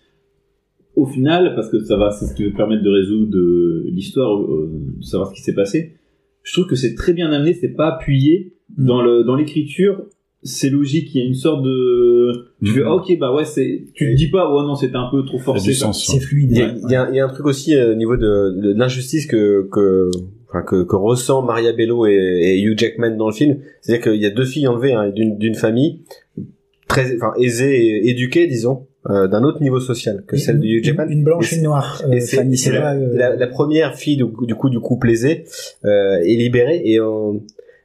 S4: au final, parce que ça va, c'est ce qui va permettre de résoudre euh, l'histoire, euh, de savoir ce qui s'est passé. Je trouve que c'est très bien amené, c'est pas appuyé
S3: Mm.
S4: dans le dans l'écriture. C'est logique, il y a une sorte de. Tu
S2: Mm.
S4: fais, ah, ok, bah ouais, c'est. Tu te dis pas, ouais, non, c'était un peu trop
S2: Il a
S4: forcé.
S2: du
S4: quoi.
S2: sens. hein.
S3: c'est fluide.
S1: Il y, a,
S3: ouais.
S1: il y a- il y a un truc aussi euh, au niveau de, de, de l'injustice que que, enfin, que que ressent Maria Bello et, et Hugh Jackman dans le film, c'est-à-dire qu'il y a deux filles enlevées hein, d'une d'une famille très enfin, aisée et éduquée, disons, euh, d'un autre niveau social que
S3: Une-
S1: celle de Hugh Jackman.
S3: Une, une blanche,
S1: Et
S3: une noire.
S1: Et
S3: euh,
S1: c'est-
S3: Fanny,
S1: c'est
S3: c'est
S1: la,
S3: là. euh,
S1: la- la première fille du, coup- du coup du couple aisé euh, est libérée et on-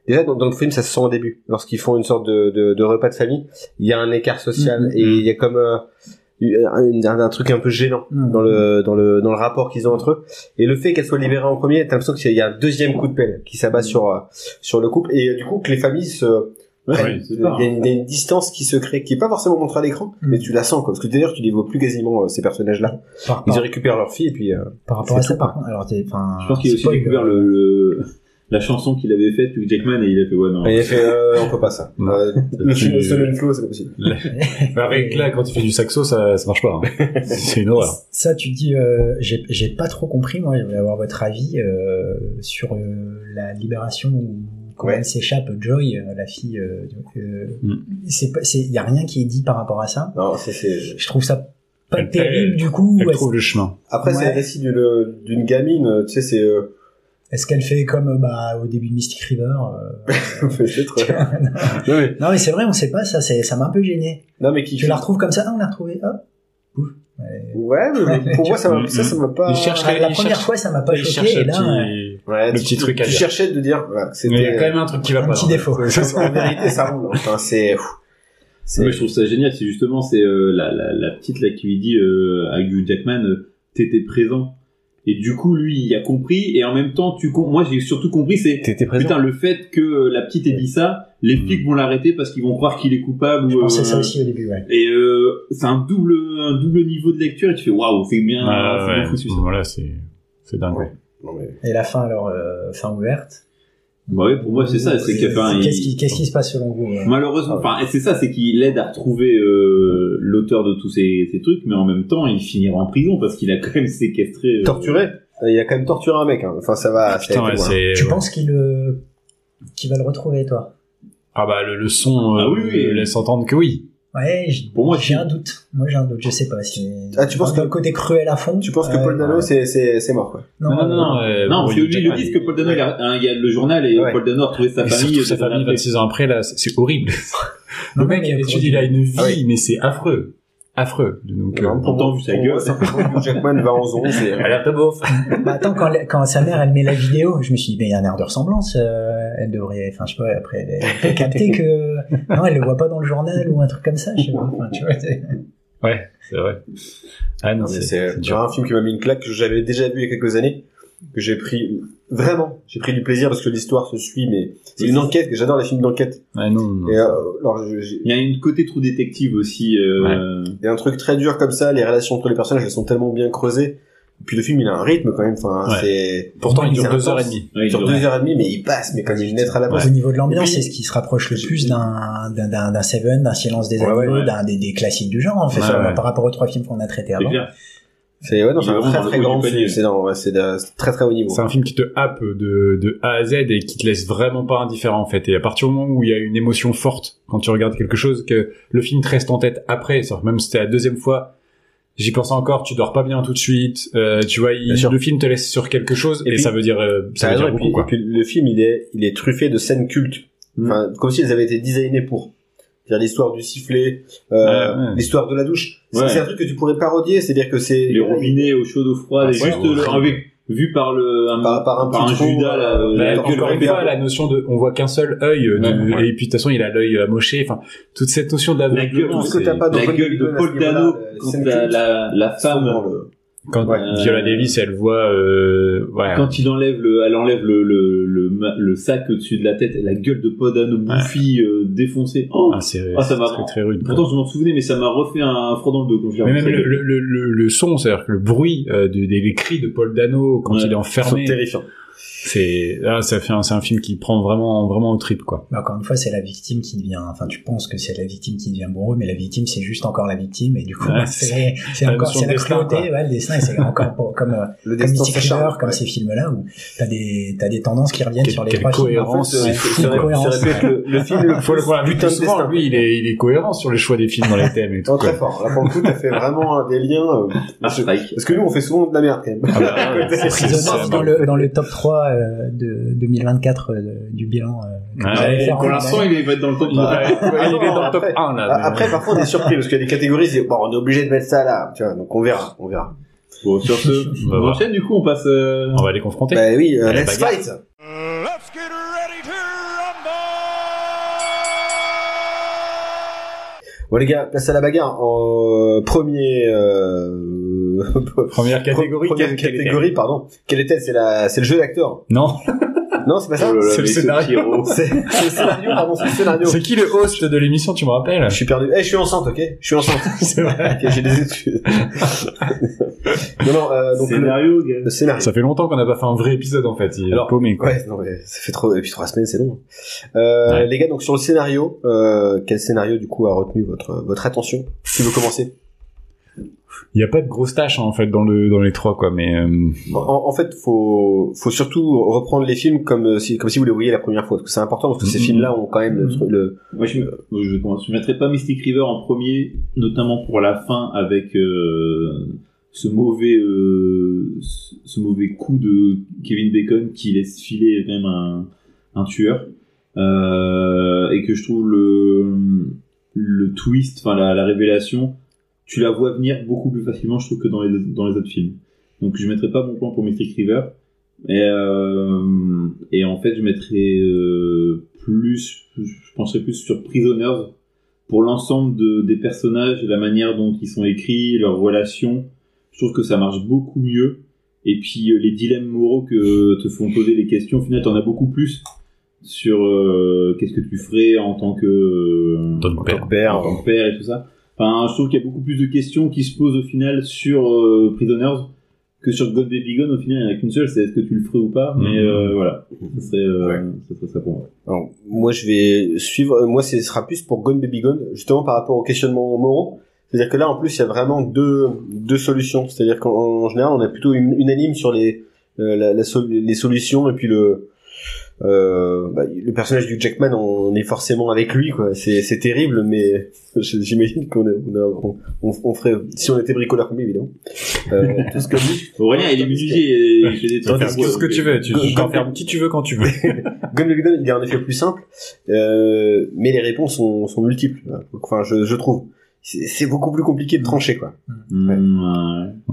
S1: déjà dans, dans le film ça se sent au début lorsqu'ils font une sorte de, de, de repas de famille il y a un écart social
S3: Mhm.
S1: et il y a comme euh, un, un- un truc un peu gênant
S3: hmm.
S1: dans le dans le dans le rapport qu'ils ont entre eux et le fait qu'elle soit libérée en premier t'as l'impression qu'il y a un deuxième coup de pelle qui s'abat sur euh, sur le couple et euh, du coup que les familles se prennent.
S4: c'est
S1: il, y
S4: ça.
S1: a une, il y a une distance qui se crée qui est pas forcément montrée à l'écran
S3: Mm.
S1: mais tu la sens quoi. parce que d'ailleurs tu les vois plus quasiment euh, ces personnages là
S3: Par rapport,
S1: ils récupèrent leur fille et puis euh,
S3: par rapport à
S1: c'est
S3: ça,
S1: tout,
S3: par contre. Alors, t'es- enfin, euh,
S4: Je pense qu'il a aussi
S3: spoil,
S4: découvert le, le- la chanson qu'il avait faite, Hugh Jackman, et il a fait ouais, non.
S1: et il a fait euh, on peut pas ça
S2: Non.
S1: Euh, le
S2: Tu-
S1: film de Sonnen Flow c'est pas possible
S2: Bah, Avec là, quand il fait du saxo, ça, ça marche pas. hein. C'est une horreur.
S3: Ça, tu dis, euh, j'ai j'ai pas trop compris. Moi, je voulais avoir votre avis euh, sur euh, la libération où quand
S1: Ouais.
S3: elle s'échappe, Joy, euh, la fille. euh, donc, euh,
S2: Mm.
S3: c'est pas- c'est- y a rien qui est dit par rapport à ça.
S1: non c'est c'est
S3: Je trouve ça pas
S2: Elle-
S3: terrible
S2: elle-
S3: du coup.
S2: Elle
S3: Est-ce
S2: trouve le chemin.
S1: après c'est
S3: Ouais.
S1: le récit d'une d'une gamine euh, tu sais c'est euh,
S3: est-ce qu'elle fait comme euh, bah, au début de Mystic River euh,
S1: peut-être, ouais. non, mais,
S3: Non, mais c'est vrai, on sait pas ça. c'est- Ça m'a un peu gêné.
S1: non mais qui
S3: Tu la retrouves comme ça, ah, on l'a retrouvée. Hop. Pouf. Ouais.
S1: ouais mais pour moi ça m'a- ça ça m'a pas
S2: Il cherche
S3: La, la
S2: il
S3: première
S2: cherche-
S3: fois, ça m'a pas
S2: Bah, il cherche
S3: choqué. Et
S2: un
S3: là, euh,
S2: petit-
S1: Ouais,
S2: Le
S1: tu-
S2: petit
S1: tu-
S2: truc à
S1: Tu
S2: dire.
S1: cherchais de dire, voilà, que
S2: Mais il y
S1: c'était.
S2: a quand même un truc qui va
S3: un
S2: pas. hein.
S3: petit
S2: dans-
S3: défaut.
S1: En vérité, ça roule. hein. Enfin, c'est.
S4: Non,
S1: c'est-
S4: mais je trouve ça génial, c'est justement c'est euh, la, la, la petite là qui lui dit euh, à Hugh Jackman, euh, t'étais présent. Et du coup, lui, il a compris, et en même temps, tu com- moi j'ai surtout compris, c'est
S1: T'étais
S4: putain, le fait que euh, la petite ait dit ça, les
S2: Mm.
S4: flics vont l'arrêter parce qu'ils vont croire qu'il est coupable.
S3: Je
S4: ou,
S3: pensais
S4: euh,
S3: ça aussi au début, ouais.
S4: Et euh, c'est un double, un double niveau de lecture, et tu fais waouh, c'est bien,
S2: Ah,
S4: c'est bien
S2: ouais, à
S4: foutu,
S2: ce
S4: ça.
S2: moment-là, c'est c'est dingue.
S1: Ouais. Non, mais-
S3: Et la fin, alors, euh, fin ouverte.
S4: Bah ouais, pour moi, c'est ça, c'est qu'il y a- enfin,
S3: Qu'est-ce
S4: il-
S3: qui, qu'est-ce qui se passe selon vous euh
S4: Malheureusement,
S1: Ah.
S4: enfin, c'est ça, c'est qu'il aide à retrouver euh, l'auteur de tous ces, ces trucs, mais en même temps, il finira en prison parce qu'il a quand même séquestré. euh,
S1: Torturé Euh, Il a quand même torturé un mec. hein. Enfin, ça va. ça
S2: Putain,
S1: va
S2: ouais,
S1: être loin.
S2: c'est.
S3: Tu
S2: ouais.
S3: penses qu'il euh, qu'il va le retrouver, toi
S2: Ah bah le, le son
S4: Ah
S2: euh,
S4: oui, oui.
S2: laisse entendre que oui.
S3: Ouais, j-
S4: Pour moi,
S3: j'ai
S4: si.
S3: un doute. Moi, j'ai un doute. Je sais pas. si-
S1: Ah, tu penses
S3: Dans
S1: que-
S3: le côté cruel à fond
S1: Tu penses que
S3: euh,
S1: Paul Dano, c'est- c'est c'est mort, quoi.
S3: Non,
S4: Non, non, non.
S2: euh,
S4: Non,
S2: bon,
S4: parce que
S2: il-
S4: lui, ils le disent que Paul Dano, il a, hein, il y a le journal et
S1: Ouais.
S4: Paul Dano a retrouvé sa
S2: Et
S4: famille.
S2: surtout
S4: euh,
S2: sa
S4: des années
S2: famille
S4: après.
S2: 26 ans après, là, c'est- c'est horrible.
S3: non,
S2: le mec,
S3: mais euh,
S2: d'habitude,
S3: pour-
S2: il a une vie,
S1: Ah oui.
S2: mais c'est affreux. Affreux. Donc, euh,
S1: Non, pour
S4: on t'a
S1: moi-
S4: vu sa
S1: pour
S4: gueule.
S1: moi, simplement, Hugh Jackman va en 11 et...
S2: elle a l'air de beauf.
S3: Bah, attends, quand, la- quand sa mère elle met la vidéo, je me suis dit, mais il y a un air de ressemblance. euh, elle devrait, enfin, je sais pas, après, elle elle peut capter que. Non, elle le voit pas dans le journal ou un truc comme ça. Je sais pas. Enfin, tu vois, c'est-
S2: C'est vrai. Ah non,
S1: Non, mais
S2: c'est
S1: C'est
S2: c'est
S1: tu
S2: dur.
S1: vois, un film qui m'a mis une claque que j'avais déjà vu il y a quelques années, que j'ai pris vraiment, j'ai pris du plaisir parce que l'histoire se suit, mais c'est une enquête que j'adore les films d'enquête.
S2: Ah non,
S4: Mm.
S2: non.
S1: Et euh, alors je- j'ai-
S4: Il y a une côté trou détective aussi. Euh,
S1: il y a un truc très dur comme ça, les relations entre les personnages elles sont tellement bien creusées. Et puis le film il a un rythme quand même, enfin
S2: Ouais.
S1: c'est
S2: Pourtant, il
S1: c'est
S2: dure deux
S1: intense.
S2: heures et demie.
S4: ouais, il
S1: Sur
S4: devrait-
S1: deux heures et demie, mais il passe, mais comme une lettre à la poste.
S3: Au niveau de l'ambiance,
S1: Et puis-
S3: c'est ce qui se rapproche le plus d'un d'un- d'un d'un Seven, d'un Silence des
S1: Ouais,
S3: Agneaux,
S4: ouais.
S3: d'un des, des classiques du genre en fait,
S2: Ouais,
S3: sur-
S2: ouais.
S3: par rapport aux trois films qu'on a traités
S4: C'est
S3: avant.
S4: clair.
S1: C'est ouais, non,
S4: Il
S1: c'est
S4: est
S1: un
S4: vraiment
S1: très
S4: dans
S1: très
S4: le haut
S1: grand
S4: du
S1: film.
S4: panier.
S1: C'est non, ouais, c'est de- c'est très très haut niveau.
S2: C'est un film qui te happe de, de A à Z et qui te laisse vraiment pas indifférent en fait. Et à partir du moment où il y a une émotion forte quand tu regardes quelque chose, que le film te reste en tête après, c'est-à-dire même si c'était la deuxième fois, j'y pense encore, tu dors pas bien tout de suite, euh, tu vois, il-
S1: Bien sûr.
S2: le film te laisse sur quelque chose
S1: Et
S2: et,
S1: puis-
S2: ça veut dire, euh, ça
S1: T'as
S2: veut
S1: raison,
S2: dire
S1: et
S2: beaucoup
S1: puis,
S2: quoi.
S1: et puis le film, il est, il est truffé de scènes cultes.
S2: Hmm.
S1: Enfin, comme si elles avaient été designées pour. C'est-à-dire l'histoire du sifflet, euh,
S2: Ah, Ouais, ouais.
S1: l'histoire de la douche. C'est
S4: Ouais.
S1: c'est un truc que tu pourrais parodier, c'est-à-dire que c'est
S4: Les robinets au chaud, au froid,
S2: Ah,
S4: et
S2: c'est
S4: juste le,
S2: horrible.
S4: avec- vu par le un,
S1: Par- par un petit trou,
S4: Judas, là,
S1: euh,
S4: la
S1: d'accord,
S4: gueule
S2: encore une
S1: regarde.
S2: fois, la notion de, on voit qu'un seul œil, euh, de-
S1: Ouais, ouais.
S2: et puis de toute façon, il a l'œil euh, amoché, enfin, toute cette notion de la,
S4: La gueule,
S1: tout ce que
S2: c'est-
S1: t'as pas dans
S4: la
S1: Paul
S4: gueule de
S1: Dano, à ce
S4: Paul Dano
S1: niveau-là, euh,
S4: quand
S1: scène
S4: la,
S1: culte.
S4: la, la femme
S1: Souvent, le-
S2: Quand
S1: Ouais.
S2: Viola Davis, elle voit, euh, ouais,
S4: quand il enlève le, elle enlève le, le, le, ma- le sac au-dessus de la tête, la gueule de Podano bouffie, euh, défoncée. Oh.
S2: Ah, c'est
S4: Ah, ça
S2: c'est
S4: m'a-
S2: très, très rude. quoi.
S4: Pourtant, je m'en souvenais, mais ça m'a refait un froid dans le dos. quand je l'ai
S2: Mais même
S4: regardé.
S2: le, le, le- le, le son, c'est-à-dire que le bruit euh, de- des, des cris de Paul Dano quand
S4: Ouais.
S2: il est
S1: sont
S2: enfermé,
S1: terrifiants.
S2: c'est là, ça fait un, c'est un film qui prend vraiment vraiment au trip quoi.
S3: Mais encore une fois, c'est la victime qui devient. Enfin, tu penses que c'est la victime qui devient bourreau, mais la victime, c'est juste encore la victime, et du coup,
S2: Ouais,
S3: bah,
S2: c'est-
S3: c'est c'est
S2: la
S3: encore
S2: notion
S3: c'est
S2: de
S3: la
S2: destin,
S3: cruauté,
S2: quoi.
S3: ouais, le destin, et c'est encore pour- comme euh,
S1: Le
S3: comme
S1: destin
S3: Mystic
S1: fait charme.
S3: River, comme ces films-là où t'as des t'as des tendances qui reviennent
S2: Quelle-
S3: sur les
S2: quelle
S3: trois films.
S1: En
S2: cohérence,
S1: fait, euh,
S3: ouais,
S1: c'est-
S3: full
S1: c'est vrai-
S3: cohérence.
S1: c'est vrai que le, le film le
S2: Faut le
S1: plus
S2: qu'on l'a vu
S1: putain
S2: tout
S1: de
S2: souvent,
S1: destin.
S2: lui il est il est cohérent sur les choix des films dans les thèmes et tout.
S1: Non,
S2: quoi.
S1: très fort. Là, pour le coup, t'as fait vraiment un des liens. euh,
S4: Ah,
S1: parce, que,
S4: strike.
S1: parce que nous, on fait souvent de la merde, quand même.
S2: Ah bah, ouais, c'est- c'est-
S3: Prisoners
S2: c'est-
S3: dans le dans le top 3 euh, de 2024 euh, du bilan. euh, que
S2: Ouais.
S3: j'avais fait en
S4: Pour l'instant,
S3: fait.
S4: il va être dans le
S2: Il,
S4: temps.
S2: est- ouais, il est dans le top
S1: Après-
S2: 1 là. Ah, mais-
S1: Après, parfois, on est surpris, parce qu'il y a des catégories, c'est, bon, on est obligé de mettre ça là, tu vois, donc on verra, on verra.
S4: Bon, sur ce,
S2: On va
S4: on
S2: voir.
S4: enchaîne, du coup, on passe, euh,
S2: on va les confronter.
S1: Bah oui, euh,
S2: Ouais,
S1: let's
S2: bagarre.
S1: fight!
S5: Let's get ready to rumble!
S1: Bon les gars, place à la bagarre. En premier, euh...
S2: Première catégorie.
S1: première
S2: quelle- quelle
S1: catégorie, pardon. Quelle est-elle C'est la, c'est le jeu d'acteur.
S2: est- Non,
S1: Non, c'est pas ça.
S4: Oh là là,
S2: C'est le
S4: mais ce
S2: scénario.
S4: Pierrot.
S1: C'est c'est le scénario, pardon, c'est le scénario.
S2: c'est qui le host de l'émission Tu me rappelles
S1: Je suis perdu. Eh, je suis enceinte, ok Je suis enceinte.
S2: C'est vrai.
S1: Ok, J'ai des études. non, non. Euh, donc le,
S4: Scénario, gars.
S1: le scénario.
S2: Ça fait longtemps qu'on n'a pas fait un vrai épisode en fait. Il est
S1: Alors,
S2: paumé quoi.
S1: Ouais, non, mais ça fait trop. Et puis trois semaines, c'est long. Euh,
S2: Ouais.
S1: Les gars, donc sur le scénario, euh, quel scénario du coup a retenu votre votre attention Qui veut commencer
S2: Il n'y a pas de grosses tâches hein, en fait dans le dans les trois quoi, mais euh,
S1: En, en- en fait, faut, faut surtout reprendre les films comme euh, si, comme si vous les voyiez la première fois. Parce que c'est important parce que ces
S2: Mhm.
S1: films-là ont quand même le,
S3: Mhm.
S1: tru- le-
S4: Moi, je, moi, je commence. Je mettrais pas Mystic River en premier, notamment pour la fin avec euh, ce mauvais, euh, ce ce mauvais coup de Kevin Bacon qui laisse filer même un, un tueur, Euh, et que je trouve le, le twist, enfin la, la révélation, tu la vois venir beaucoup plus facilement, je trouve que dans les dans les autres films. Donc, je mettrais pas mon point pour Mystic River. Et, euh, et en fait, je mettrais euh, plus, je penserais plus sur Prisoners pour l'ensemble de- des personnages, la manière dont ils sont écrits, leurs relations. Je trouve que ça marche beaucoup mieux. Et puis euh, les dilemmes moraux que te font poser les questions, au final, t'en as beaucoup plus sur euh, qu'est-ce que tu ferais en tant que euh,
S2: Don Père.
S1: père.
S4: en tant que père et tout ça. Enfin, je trouve qu'il y a beaucoup plus de questions qui se posent au final sur euh, Prisoners que sur God Baby Gone, au final, il n'y en a qu'une seule, c'est est-ce que tu le ferais ou pas, mais
S2: Mhm.
S4: euh, voilà, ce serait, euh, ce serait ça pour moi.
S1: Alors, moi, je vais suivre. euh, Moi, ce sera plus pour Gone Baby Gone, justement par rapport aux questionnements moraux. C'est-à-dire que là, en plus, il y a vraiment deux, deux solutions. C'est-à-dire qu'en en général, on est plutôt une- unanime sur les, euh, la- la sol- les solutions et puis le, euh, bah, le personnage du Jackman, on est forcément avec lui, quoi. C'est c'est terrible, mais je- j'imagine qu'on est- on, a- on, on, on ferait, si on était bricoleur comme lui, évidemment, euh, tout ce que lui,
S4: Aurélien, il est menuisier, et il fait des
S2: Tu peux
S4: trucs.
S2: faire
S4: à bois,
S2: tout ce que
S4: donc,
S2: tu
S4: euh,
S2: veux. Tu tu
S1: Quand-
S2: peux faire qui tu veux quand tu veux.
S1: Gun Baby Gun, il est en effet plus simple, euh, mais les réponses sont, sont multiples. Enfin, je, je trouve. C'est c'est beaucoup plus compliqué de trancher, quoi.
S4: Mhm,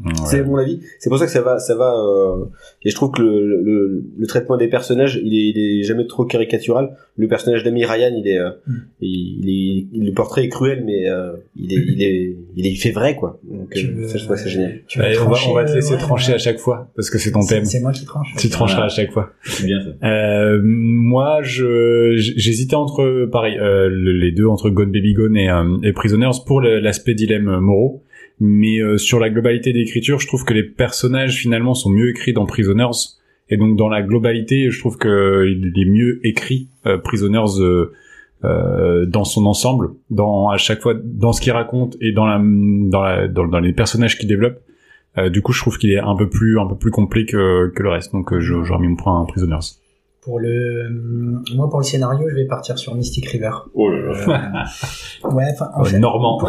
S4: ouais.
S1: C'est mon avis. C'est pour ça que ça va, ça va. euh, et je trouve que le, le, le traitement des personnages, il est, il est jamais trop caricatural. Le personnage d'ami Ryan, il est, euh,
S3: Mm.
S1: il, il est- le portrait est cruel, mais euh, il est, il est, il est fait vrai, quoi. Donc
S3: Tu
S1: euh,
S3: veux-
S1: ça, je trouve ça génial.
S3: tu veux
S2: Allez, on, va,
S3: trancher,
S2: on va te laisser
S3: euh, ouais,
S2: trancher à chaque fois parce que c'est ton thème.
S3: C'est c'est moi qui tranche.
S2: Tu trancheras à chaque fois.
S4: C'est bien ça.
S2: Euh, moi, je j'hésitais entre pareil euh, le- les deux entre Gone Baby Gone et, euh, et Prisoners pour le- l'aspect dilemme euh, moraux. Mais euh, sur la globalité d'écriture, je trouve que les personnages finalement sont mieux écrits dans Prisoners et donc dans la globalité, je trouve que il est mieux écrit euh, Prisoners euh, euh, dans son ensemble, dans à chaque fois dans ce qu'il raconte et dans la dans la- dans, dans les personnages qu'il développe. Euh, du coup, je trouve qu'il est un peu plus un peu plus complet que, que le reste. Donc, euh, je- j'aurais mis mon point à Prisoners.
S3: Pour le, euh, moi, pour le scénario, je vais partir sur Mystic River.
S4: Oh là là.
S3: Euh, ouais, enfin, en
S2: Euh,
S3: fait,
S2: normand.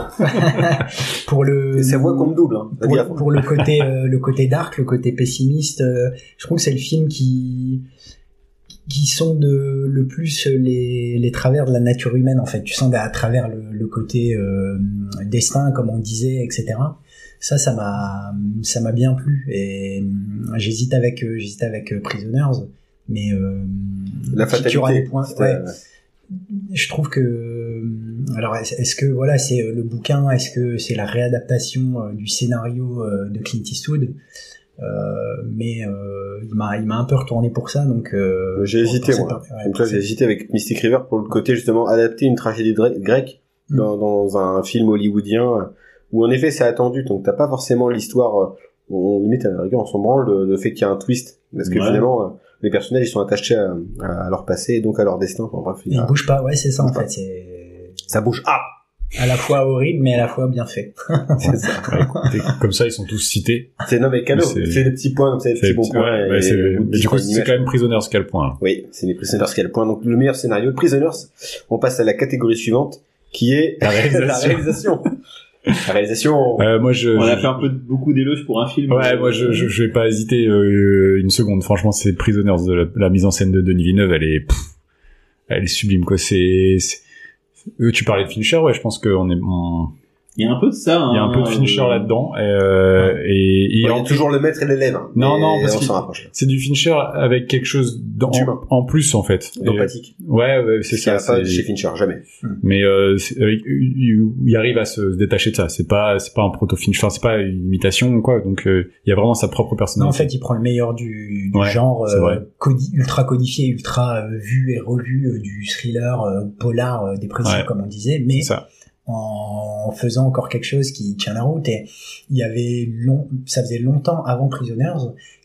S3: pour le.
S1: Et ça voit qu'on me double. Hein. Vas-y, à fond.
S3: pour, pour le côté euh, le côté dark, le côté pessimiste, euh, je trouve que c'est le film qui qui sont de le plus les, les travers de la nature humaine en fait. Tu sens à travers le, le côté euh, destin comme on disait etc. Ça ça m'a ça m'a bien plu et euh, j'hésite avec euh, j'hésite avec euh, Prisoners mais euh,
S1: La
S3: qui- qui aura
S1: fatalité.
S3: des points.
S1: C'était-
S3: Ouais je trouve que euh, alors est- est-ce que voilà c'est euh, le bouquin est-ce que c'est la réadaptation euh, du scénario euh, de Clint Eastwood Euh, mais euh, il m'a il m'a un peu retourné pour ça donc euh,
S1: J'ai
S3: pour-
S1: hésité,
S3: pour
S1: moi.
S3: cette- ouais,
S1: Donc
S3: pour
S1: là, j'ai
S3: cette-
S1: hésité avec Mystic River pour le côté justement adapter une tragédie dre- grecque
S2: Mm.
S1: dans, dans un film hollywoodien euh, où en effet c'est attendu. Donc t'as pas forcément l'histoire. euh, On limite à la rigueur, on s'en branle le, le fait qu'il y a un twist parce que
S4: Ouais.
S1: finalement euh, les personnages ils sont attachés à, à leur passé et donc à leur destin. Enfin, bref, il y
S3: il
S2: Mm.
S1: a-
S3: bouge pas ouais c'est ça en fait c'est
S1: ça bouge. Ah,
S3: à la fois horrible mais à la fois bien fait
S1: c'est ça.
S2: Ouais, écoutez, comme ça, ils sont tous cités.
S1: C'est non mais cadeau.
S2: C'est-
S1: C'est des petits points comme ça, des petits
S2: C'est-
S1: bons points. euh,
S2: ouais,
S1: et-
S2: ouais, c'est-
S1: et-
S2: mais du coup, c'est
S1: image.
S2: quand même Prisoners qui a le point. hein.
S1: Oui, c'est les Prisoners qui a le point. Donc le meilleur scénario de Prisoners. On passe à la catégorie suivante qui est
S2: La réalisation.
S1: la réalisation. La réalisation.
S2: Euh, moi, je,
S4: On a
S2: je-
S4: fait un peu beaucoup d'éloges pour un film.
S2: ouais, moi, je, je, je vais pas hésiter euh, une seconde. Franchement, c'est Prisoners. La, la mise en scène de Denis Villeneuve, elle est, pff, elle est sublime, quoi. C'est, c'est- euh, tu parlais de Fincher, ouais, je pense qu'on est, on-
S4: Il y a un peu de ça. hein,
S2: il y a
S1: Ah,
S2: un peu de Fincher là-dedans, euh, et,
S1: Il
S2: et
S1: y
S2: en-
S1: a toujours le maître et l'élève. hein.
S2: Non,
S1: Mais
S2: non, parce
S1: on
S2: qu'il-
S1: s'en rapproche.
S2: c'est du Fincher avec quelque chose d'en-
S1: D'humain.
S2: en plus, en fait. Et-
S1: Empathique.
S2: ouais, ouais, c'est
S1: C'est ça.
S2: ça.
S1: Pas
S2: c'est-
S1: chez Fincher, jamais.
S2: mais euh, c'est- euh, il, il- il arrive à se détacher de ça. C'est pas, c'est pas un proto finch, enfin c'est pas une imitation ou quoi. Donc euh, il y a vraiment sa propre
S3: non en
S2: personnalité.
S3: fait il prend le meilleur du, du
S2: Ouais,
S3: genre
S2: c'est
S3: euh,
S2: vrai.
S3: codi- ultra codifié ultra euh, vu et revu euh, du thriller euh, polar euh, dépressif
S2: Ouais.
S3: comme on disait mais
S2: C'est ça.
S3: en faisant encore quelque chose qui tient la route. Et il y avait long, ça faisait longtemps avant Prisoners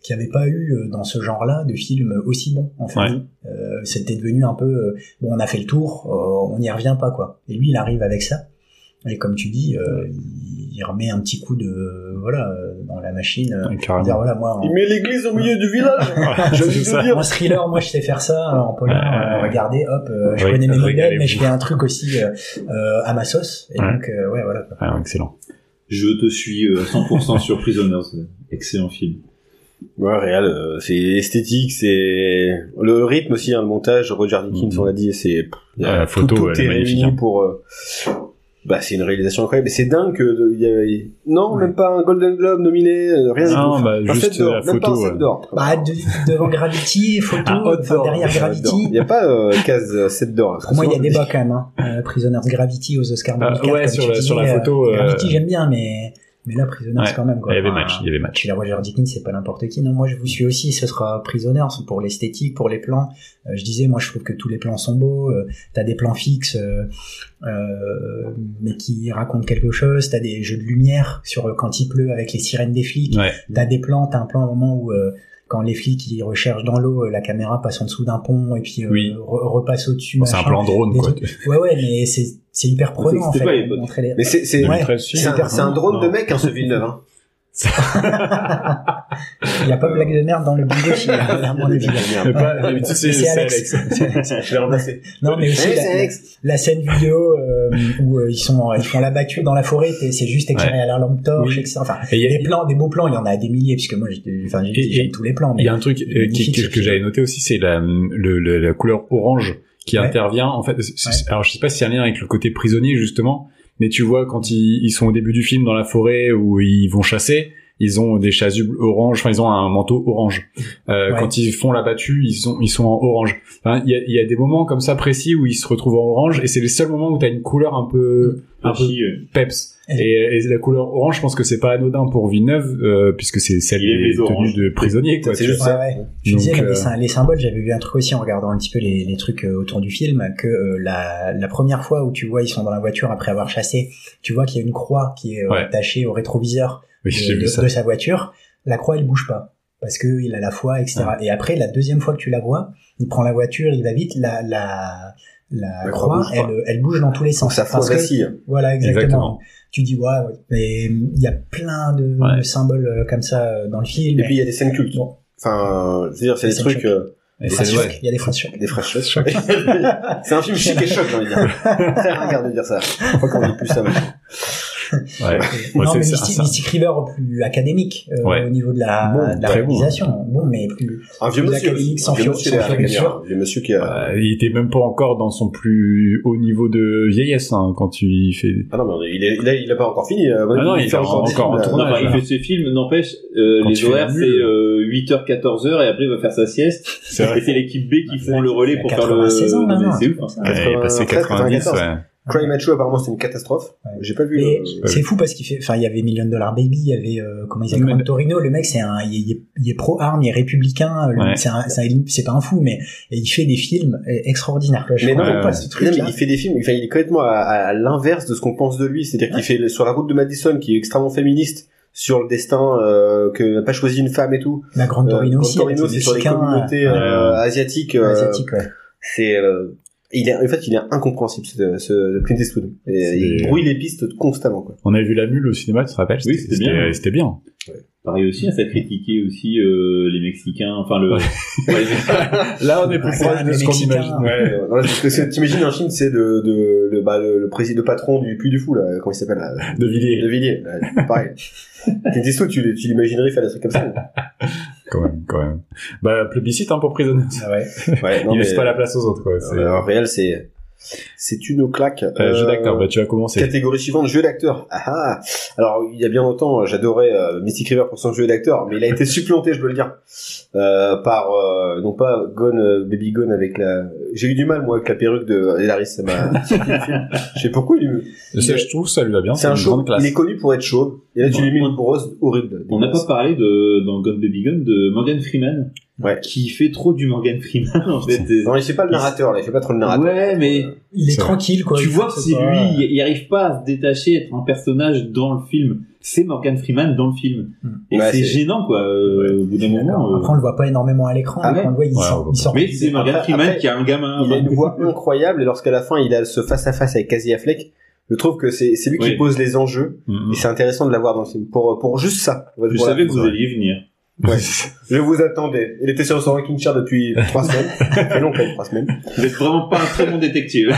S3: qu'il n'y avait pas eu euh, dans ce genre-là de film aussi bon. En fait,
S2: Ouais.
S3: Euh, c'était devenu un peu euh, bon, on a fait le tour, euh, on n'y revient pas quoi. Et lui, il arrive avec ça. Et comme tu dis, euh, il, il remet un petit coup de voilà euh, dans la machine. euh,
S2: Ouais,
S3: pour dire,
S2: carrément.
S3: voilà, moi, en,
S1: met l'église au milieu du village.
S2: C'est ça.
S1: dire.
S3: en thriller, moi je sais faire ça euh, en polar.
S2: Ouais.
S3: euh, regardez, hop, euh, je
S2: Ouais,
S3: connais mes modèles, mais
S2: régalez-vous.
S3: je fais un truc aussi euh, euh, à ma sauce. Et
S2: Ouais.
S3: donc, euh, ouais, voilà. quoi.
S2: Ouais, Ah, excellent.
S4: Je te suis euh, 100% sur Prisoners. Excellent film.
S1: Ouais, réel. euh, C'est esthétique, c'est le rythme aussi, hein, le montage. Roger Dickens,
S2: Mhm.
S1: on l'a dit, c'est pff, il y
S2: Ah,
S1: a
S2: la
S1: tout-
S2: photo,
S1: tout,
S2: elle est
S1: est
S2: magnifique,
S1: réuni
S2: hein.
S1: pour. euh, Bah, c'est une réalisation incroyable. Et C'est dingue que de- il y a- non, même pas un Golden Globe nominé, euh, rien du
S2: Non,
S1: tout.
S2: bah,
S1: Un
S2: juste
S1: set d'or,
S2: la
S1: même pas un
S2: photo. euh.
S1: set
S2: ouais.
S1: d'or.
S3: Bah, de- devant Gravity, photo,
S2: Ah,
S3: enfin,
S1: Outdoor,
S3: derrière
S1: outdoor. Il
S3: Gravity.
S1: n'y a pas euh, case euh, 7 d'or. là.
S3: Pour moi, il y a débat quand même. Hein. Euh, Prisoners Gravity aux Oscars
S2: Ah,
S3: 2004.
S2: ouais,
S3: comme
S2: sur
S3: tu
S2: la-
S3: dis,
S2: sur la
S3: euh,
S2: photo, euh,
S3: Gravity, j'aime bien, mais Mais là, Prisoners
S2: Ouais.
S3: quand même. Quoi.
S2: Il y avait
S3: Enfin,
S2: match, il y avait match.
S3: Chez la Roger Dickens, c'est pas n'importe qui. Non, moi je vous suis aussi. Ce sera Prisoners pour l'esthétique, pour les plans. Euh, je disais, moi je trouve que tous les plans sont beaux. Euh, t'as des plans fixes, euh, euh, mais qui racontent quelque chose. T'as des jeux de lumière sur euh, quand il pleut avec les sirènes des flics.
S2: Ouais.
S3: T'as des plans. T'as un plan au moment où euh, quand les flics ils recherchent dans l'eau, euh, la caméra passe en dessous d'un pont et puis euh,
S2: Oui.
S3: re- repasse au-dessus.
S2: C'est un
S3: machin.
S2: plan drone,
S3: Des
S2: quoi.
S3: trucs- Ouais, ouais, mais c'est c'est hyper prenant en
S4: C'était
S3: fait.
S4: pas à l'époque.
S3: Montrer les-
S1: Mais c'est, c'est,
S3: Ouais.
S2: 2013, si.
S1: c'est un, c'est un drone
S2: Non.
S1: de mec, hein, ce Villeneuve. hein.
S3: Il y a pas de blague de merde dans le bingo, il y a à mon avis.
S2: Mais pas- D'habitude, c'est c'est Alex.
S1: Je l'ai remplacé.
S3: Non, mais aussi
S1: Hey,
S3: la,
S1: c'est
S3: la,
S1: Alex.
S3: la scène vidéo euh, où euh, ils sont ils font la battue dans la forêt, et c'est juste éclairé à la lampe torche,
S2: Oui.
S3: etc. Enfin,
S2: Et il y a-
S3: des plans, des beaux plans, il y en a des milliers, puisque moi, j'ai- enfin, j'ai-
S2: Et-
S3: j'aime
S2: et-
S3: tous les plans.
S2: Il
S3: Mais
S2: y a un truc euh, qui,
S3: Magnifique,
S2: que,
S3: ce
S2: que
S3: film.
S2: j'avais noté aussi, c'est la, le- le- la couleur orange qui
S3: Ouais.
S2: intervient. En fait, c'est- c'est-
S3: Ouais.
S2: alors je sais pas si c'est un lien avec le côté prisonnier justement, mais tu vois quand ils, ils sont au début du film dans la forêt où ils vont chasser, ils ont des chasubles orange, enfin ils ont un manteau orange. Euh,
S3: Ouais.
S2: Quand ils font la battue, ils sont ils sont en orange. Enfin, Il y, a, il y a des moments comme ça précis où ils se retrouvent en orange et c'est les seuls moments où t'as une couleur un peu un peu
S4: Archie, euh,
S2: peps.
S3: Et-
S2: Et, et la couleur orange, je pense que c'est pas anodin pour Villeneuve, euh, puisque c'est celle
S4: Il aime
S2: des
S4: les oranges.
S2: tenues de prisonniers. quoi.
S1: C'est
S2: Tu
S1: juste
S2: vois.
S1: ça.
S3: Ouais, ouais. Je
S2: Donc,
S3: disais, là, les,
S2: euh,
S3: sy- les symboles, j'avais vu un truc aussi en regardant un petit peu les, les trucs euh, autour du film, que euh, la, la première fois où tu vois, ils sont dans la voiture après avoir chassé, tu vois qu'il y a une croix qui est euh,
S2: Ouais.
S3: attachée au rétroviseur
S2: Oui, j'ai
S3: de,
S2: vu
S3: de-
S2: ça.
S3: de sa voiture, la croix elle bouge pas parce que il a la foi, etc. Et après la deuxième fois que tu la vois, il prend la voiture, il va vite, la la la,
S1: La croix
S3: croix,
S1: bouge pas.
S3: elle, elle bouge dans tous les
S1: Donc
S3: sens.
S1: ça
S3: Parce
S1: fout
S3: que-
S1: vacille.
S3: voilà exactement.
S2: Exactement.
S3: Tu dis ouais, ouais. mais il y a plein de,
S2: Ouais.
S3: de symboles euh, comme ça euh, dans le film.
S1: Et puis il y a des scènes cultes.
S3: Bon.
S1: Enfin, euh, c'est-à-dire, c'est
S3: Des
S1: des
S3: scènes
S1: trucs, euh,
S2: Et
S3: Phrases
S2: c'est-
S3: choc,
S2: ouais.
S3: il y a des phrases choc.
S1: des phrases chocs. c'est un film chic et choc, j'ai envie de dire. Très regarde de dire ça. Je crois qu'on dit plus ça maintenant.
S2: Ouais. Ouais,
S3: non,
S2: c'est
S3: mais
S2: ça,
S3: Mystic,
S2: ça.
S3: Mystic River plus académique euh,
S2: Ouais.
S3: au niveau de la,
S2: Bon,
S3: de la
S2: très bon.
S3: réalisation. Bon, mais plus.
S1: Un vieux
S3: Des
S1: monsieur.
S3: académiques sans
S1: Un vieux
S3: fio-
S1: monsieur
S3: sans
S1: derrière la
S3: fioriture.
S1: caméra. Un vieux monsieur qui a...
S2: Euh, il était même pas encore dans son plus haut niveau de vieillesse hein, quand tu y fais.
S1: Ah non, mais il, est, il, a, il a pas encore fini. euh,
S2: Ah non, il
S1: fait
S2: est
S1: encore, des
S2: encore en
S1: films,
S2: tournage.
S1: euh,
S4: Non, enfin, il
S2: voilà.
S4: fait ses films, n'empêche, euh,
S2: Quand
S4: les
S2: tu fais
S4: horaires,
S2: la
S4: c'est
S2: mule.
S4: euh, 8h, 14h, et après, il va faire sa sieste.
S2: C'est
S4: Et c'est l'équipe B qui font le relais pour
S3: Il a
S4: faire le...
S3: 96 ans, maintenant,
S4: C'est
S3: un
S4: ouf, hein.
S3: truc comme ça.
S2: Ouais, il est passé 90.
S1: 94.
S2: Ouais.
S1: euh, Cry Macho, apparemment, c'est une catastrophe.
S3: Ouais.
S1: J'ai pas vu euh,
S3: Et
S1: le...
S2: pas
S3: c'est fou parce qu'il fait, enfin, il y avait Million Dollar Baby, il y avait euh, comment il s'appelle
S2: Mais-
S3: Gran Torino. Le mec, c'est un, il est- il est, il est pro arme, il est républicain. le
S2: Ouais.
S3: mec, C'est un- c'est un- c'est pas un fou, mais et il fait des films euh, extraordinaires. quoi. Je
S1: Mais non,
S3: comprends
S2: ouais,
S3: pas
S2: ouais.
S3: ce
S1: Non, mais
S3: truc-là.
S1: il fait des films, enfin, il est complètement à, à- à l'inverse de ce qu'on pense de lui. C'est-à-dire qu'il fait le- sur la route de Madison, qui est extrêmement féministe, sur le destin euh, que n'a pas choisi une femme et tout.
S3: La Grande
S1: Euh,
S3: Bah, Torino
S1: Gran
S3: aussi, avec
S1: Torino,
S3: les
S1: c'est sur les
S3: Mexicains,
S1: communautés
S2: euh,
S1: euh,
S2: euh,
S1: asiatiques.
S3: euh,
S1: euh,
S3: asiatiques, ouais.
S1: c'est, euh, il est, en fait, il est incompréhensible ce, ce Clint Eastwood. Et
S2: C'est
S1: il
S2: des-
S1: brouille les pistes constamment. Quoi.
S2: On avait vu la mule au cinéma, tu te rappelles
S4: Oui, c'était bien.
S2: C'était bien.
S4: Pareil aussi, hein, ça critiquait aussi euh, les Mexicains, enfin le... Ouais, les Mexicains.
S2: Là, on
S3: est plus Ah, proche de les ce qu'on Mexicains. imagine.
S1: Ouais, ouais, Euh, parce que c'est- t'imagines un film, c'est de, de, de- bah, le, le président, le patron du Puy du Fou, là, comment il s'appelle là,
S2: De Villiers.
S1: De Villiers, là, pareil. Clint Eastwood, tu, l'- tu l'imaginerais faire des trucs comme ça
S2: Quand même, quand même. Bah, plébiscite hein, pour Prisoners.
S3: Ah ouais.
S1: Ouais,
S2: il
S1: mais-
S2: laisse pas la place aux autres, quoi. C'est-
S1: Euh, en réel, c'est c'est une claque.
S2: Euh, jeu
S1: Euh,
S2: d'acteur, bah, tu as commencé.
S1: Catégorie suivante, jeu d'acteur. Ah ah. Alors, il y a bien longtemps, j'adorais euh, Mystic River pour son jeu d'acteur, mais il a été supplanté, je dois le dire, euh, par euh, non pas Gone, euh, Baby Gone avec la. J'ai eu du mal moi avec la perruque de Hilaris, ça m'a. je sais pourquoi. Il...
S2: Ça, je trouve, ça lui va bien.
S1: C'est un
S2: une
S1: chauve.
S2: grande classe.
S1: Il est connu pour être chauve. Et là, tu lui mets une brosse horrible.
S4: On n'a pas parlé de, dans God Baby Gun de Morgan Freeman,
S1: Ouais.
S4: qui fait trop du Morgan Freeman en fait. C'est-
S1: Non, il fait pas le narrateur, là. Il fait pas trop le narrateur.
S4: Ouais, mais
S3: Il est
S2: C'est vrai.
S3: tranquille, quoi.
S4: tu
S3: Il
S4: vois
S3: fait
S4: que c'est
S3: pas-
S4: lui, il- il arrive pas à se détacher, être un personnage dans le film. C'est Morgan Freeman dans le film.
S3: Mm.
S4: Et
S1: Ouais,
S4: c'est
S1: c'est-
S4: gênant quoi, euh, au bout d'un
S3: D'accord.
S4: moment. euh.
S3: Après, on le voit pas énormément à l'écran.
S4: Ah
S3: mais
S4: ouais.
S3: on le voit, il
S2: Ouais, on
S3: sort,
S2: voit
S3: il
S2: pas.
S3: sort.
S4: Mais c'est Morgan
S1: Après-
S4: Freeman
S1: après,
S4: qui a un gamin.
S1: Il a une
S4: enfin,
S1: voix incroyable et lorsqu'à la fin il a ce face à face avec Casey Affleck, je trouve que c'est c'est lui qui
S4: Oui. Mm.
S1: pose les enjeux
S2: Mhm.
S1: et c'est intéressant de l'avoir dans le film pour pour juste ça.
S4: Hmm, Je
S1: Voilà.
S4: savais que vous alliez venir.
S1: Je vous attendais. Il était sur son ranking chair depuis trois semaines. Ça fait long quand même, trois semaines.
S4: Vous êtes vraiment pas un très bon détective.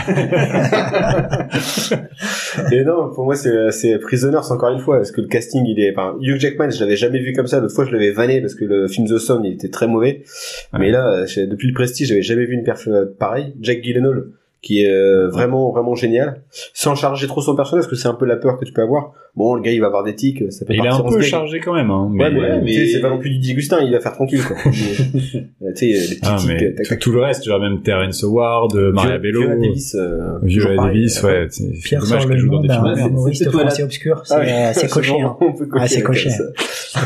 S1: Et non, pour moi c'est euh, c'est Prisoners encore une fois parce que le casting il est enfin Hugh Jackman, je l'avais jamais vu comme ça. L'autre fois je l'avais vanné parce que le film The Sun il était très mauvais.
S2: Ouais.
S1: Mais là euh, j'ai- depuis le Prestige, j'avais jamais vu une perf euh, pareille. Jack Gyllenhaal qui est euh, vraiment vraiment génial sans charger trop son personnage parce que c'est un peu la peur que tu peux avoir bon le gars il va avoir des tics ça peut
S2: Et il est
S1: partir
S2: un
S1: en
S2: peu
S1: steak.
S2: chargé quand même, hein.
S1: ouais mais,
S4: Ouais, mais-
S1: tu sais, c'est pas non plus du Digustin il va faire tranquille quoi Mais, euh, tu sais les petits
S2: Ah,
S1: tics
S2: mais
S1: euh, tac,
S2: tout,
S1: tac.
S2: tout le reste, genre même Terrence Howard, euh, Maria
S1: Viola-
S2: Bello,
S1: Viola Davis euh, toujours
S2: Viola
S1: pareil.
S2: Davis, ouais, c'est c'est
S3: Pierre
S2: dommage
S3: sort
S2: qu'elle
S3: le
S2: joue dans
S3: nom
S2: des films.
S3: d'un
S4: Ouais, c'est- c'est
S3: humoriste
S4: toi, là.
S3: français obscur,
S1: Ah oui,
S3: c'est euh, c'est coché.
S1: bon,
S3: hein.
S1: on peut cocher,
S3: Ah, c'est
S1: ok,
S3: coché.
S1: ça.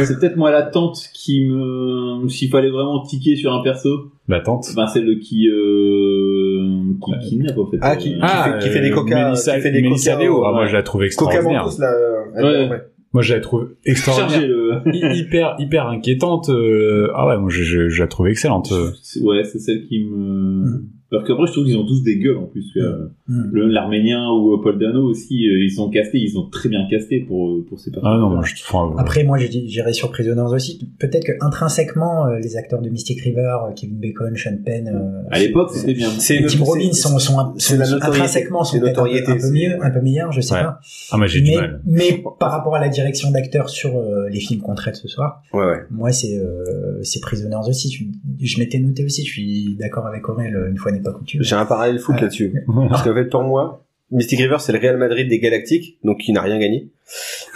S4: C'est peut-être moi la tante qui me. S'il fallait vraiment tiquer sur un perso,
S2: La tante.
S4: ben celle qui. Euh... qui kidnappe en fait.
S1: Ah, qui-
S4: Euh,
S1: fait- qui fait des coca-
S2: Mélissa,
S1: qui fait des
S2: Mélissa
S1: coca,
S2: Leo. Ah,
S1: ouais.
S2: moi, je la trouve
S1: Coca
S2: extraordinaire.
S1: Mentos là euh,
S4: Ouais.
S1: ouais.
S2: Moi, je la trouve
S4: chargé
S2: extraordinaire.
S4: le.
S2: Hy- hyper, hyper inquiétante. euh, Ah ouais, moi, je, je, je la trouve excellente. euh.
S4: C'est- Ouais, c'est celle qui me.
S3: Mm.
S1: Hmm.
S4: Alors qu'après, je trouve qu'ils ont tous des gueules en plus. que, euh,
S3: Mm.
S4: le- L'Arménien ou euh, Paul Dano aussi, euh, ils sont castés, ils sont très bien castés pour, euh, pour ces personnages.
S2: Ah non, moi, je trouve.
S3: Après, moi, je dis- j'irais sur Prisoners aussi. Peut-être que intrinsèquement, euh, les acteurs de Mystic River, euh, Kevin Bacon, Sean Penn, euh,
S4: À l'époque, c'était bien.
S1: C'est
S3: et
S1: une-
S3: Tim
S1: c'est-
S3: Robbins sont, sont, sont
S1: c'est la notoriété.
S3: intrinsèquement sont
S1: C'est
S3: peut-être un, peu-
S1: notoriété,
S3: un peu
S1: c'est-
S3: mieux,
S1: ouais.
S3: un peu meilleurs, je sais
S2: Ouais.
S3: pas.
S2: Ah, moi, j'ai du
S3: Mais,
S2: mal.
S3: mais par rapport à la direction d'acteurs sur euh, les films qu'on traite ce soir,
S1: Ouais, ouais.
S3: moi c'est euh, c'est Prisoners aussi. Je, je m'étais noté aussi. Je suis d'accord avec Aurel. euh, Une fois n'est pas coutume.
S1: J'ai un parallèle foot
S3: Ah.
S1: là-dessus. Parce qu'en fait, pour moi, Mystic River, c'est le Real Madrid des Galactiques, donc il n'a rien gagné.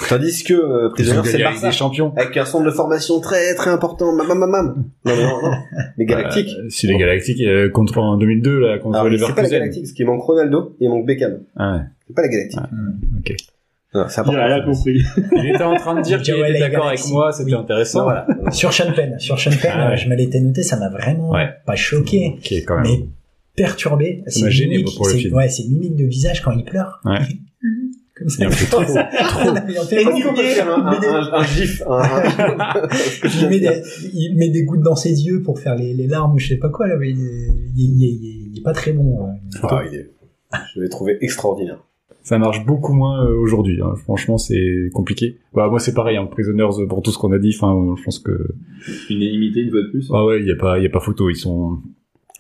S1: Tandis que euh, Prisoner, c'est le
S2: Avec
S1: Barça.
S2: des champions.
S1: Avec un centre de formation très très important. Mam, mam, mam, mam. Non, non, non. Les Galactiques.
S2: Euh, C'est les Galactiques euh, contre en 2002 là contre
S1: Alors,
S2: les
S1: Ah, c'est pas les
S2: Leverkusen.
S1: Galactiques, parce qu'il manque Ronaldo et il manque Beckham.
S2: Ah ouais.
S1: C'est pas les Galactiques.
S3: Mm.
S1: Non, c'est
S4: Il a rien
S1: important.
S4: compris.
S2: Il était en train de dire qu'il
S3: Joel
S2: était
S3: et
S2: d'accord avec
S3: Galaxy.
S2: moi, c'était
S3: Oui.
S1: Non,
S2: intéressant.
S1: voilà.
S3: Sur Sean Penn, sur Sean Penn,
S2: Ah ouais.
S3: euh, je me l'étais noté. Ça m'a vraiment
S2: Ouais.
S3: pas choqué,
S2: Ok, quand même.
S3: mais perturbé. C'est
S2: m'a
S3: une
S2: gêné,
S3: mimique-
S2: moi, pour le
S3: c'est-
S2: film.
S3: Ouais, c'est une mimique de visage quand il pleure.
S2: Ouais.
S3: Comme
S2: Il y
S3: ça.
S2: a un peu trop.
S3: Non, mais en fait,
S1: Est-ce qu'on peut faire un, un, un, un gif un- un-
S3: il met, des, il met des gouttes dans ses yeux pour faire les, les larmes ou je sais pas quoi là, mais il est, il est- il est- il est pas très bon. hein. ouais.
S1: Ah, il est- Je l'ai trouvé extraordinaire.
S2: Ça marche beaucoup moins euh, aujourd'hui. hein. Franchement, c'est compliqué. Bah moi, c'est pareil. Hein. Prisoners euh, pour tout ce qu'on a dit. Enfin, je pense que
S4: Unanimité une fois de plus.
S2: ah ouais, il y a pas, il y a pas photo. Ils sont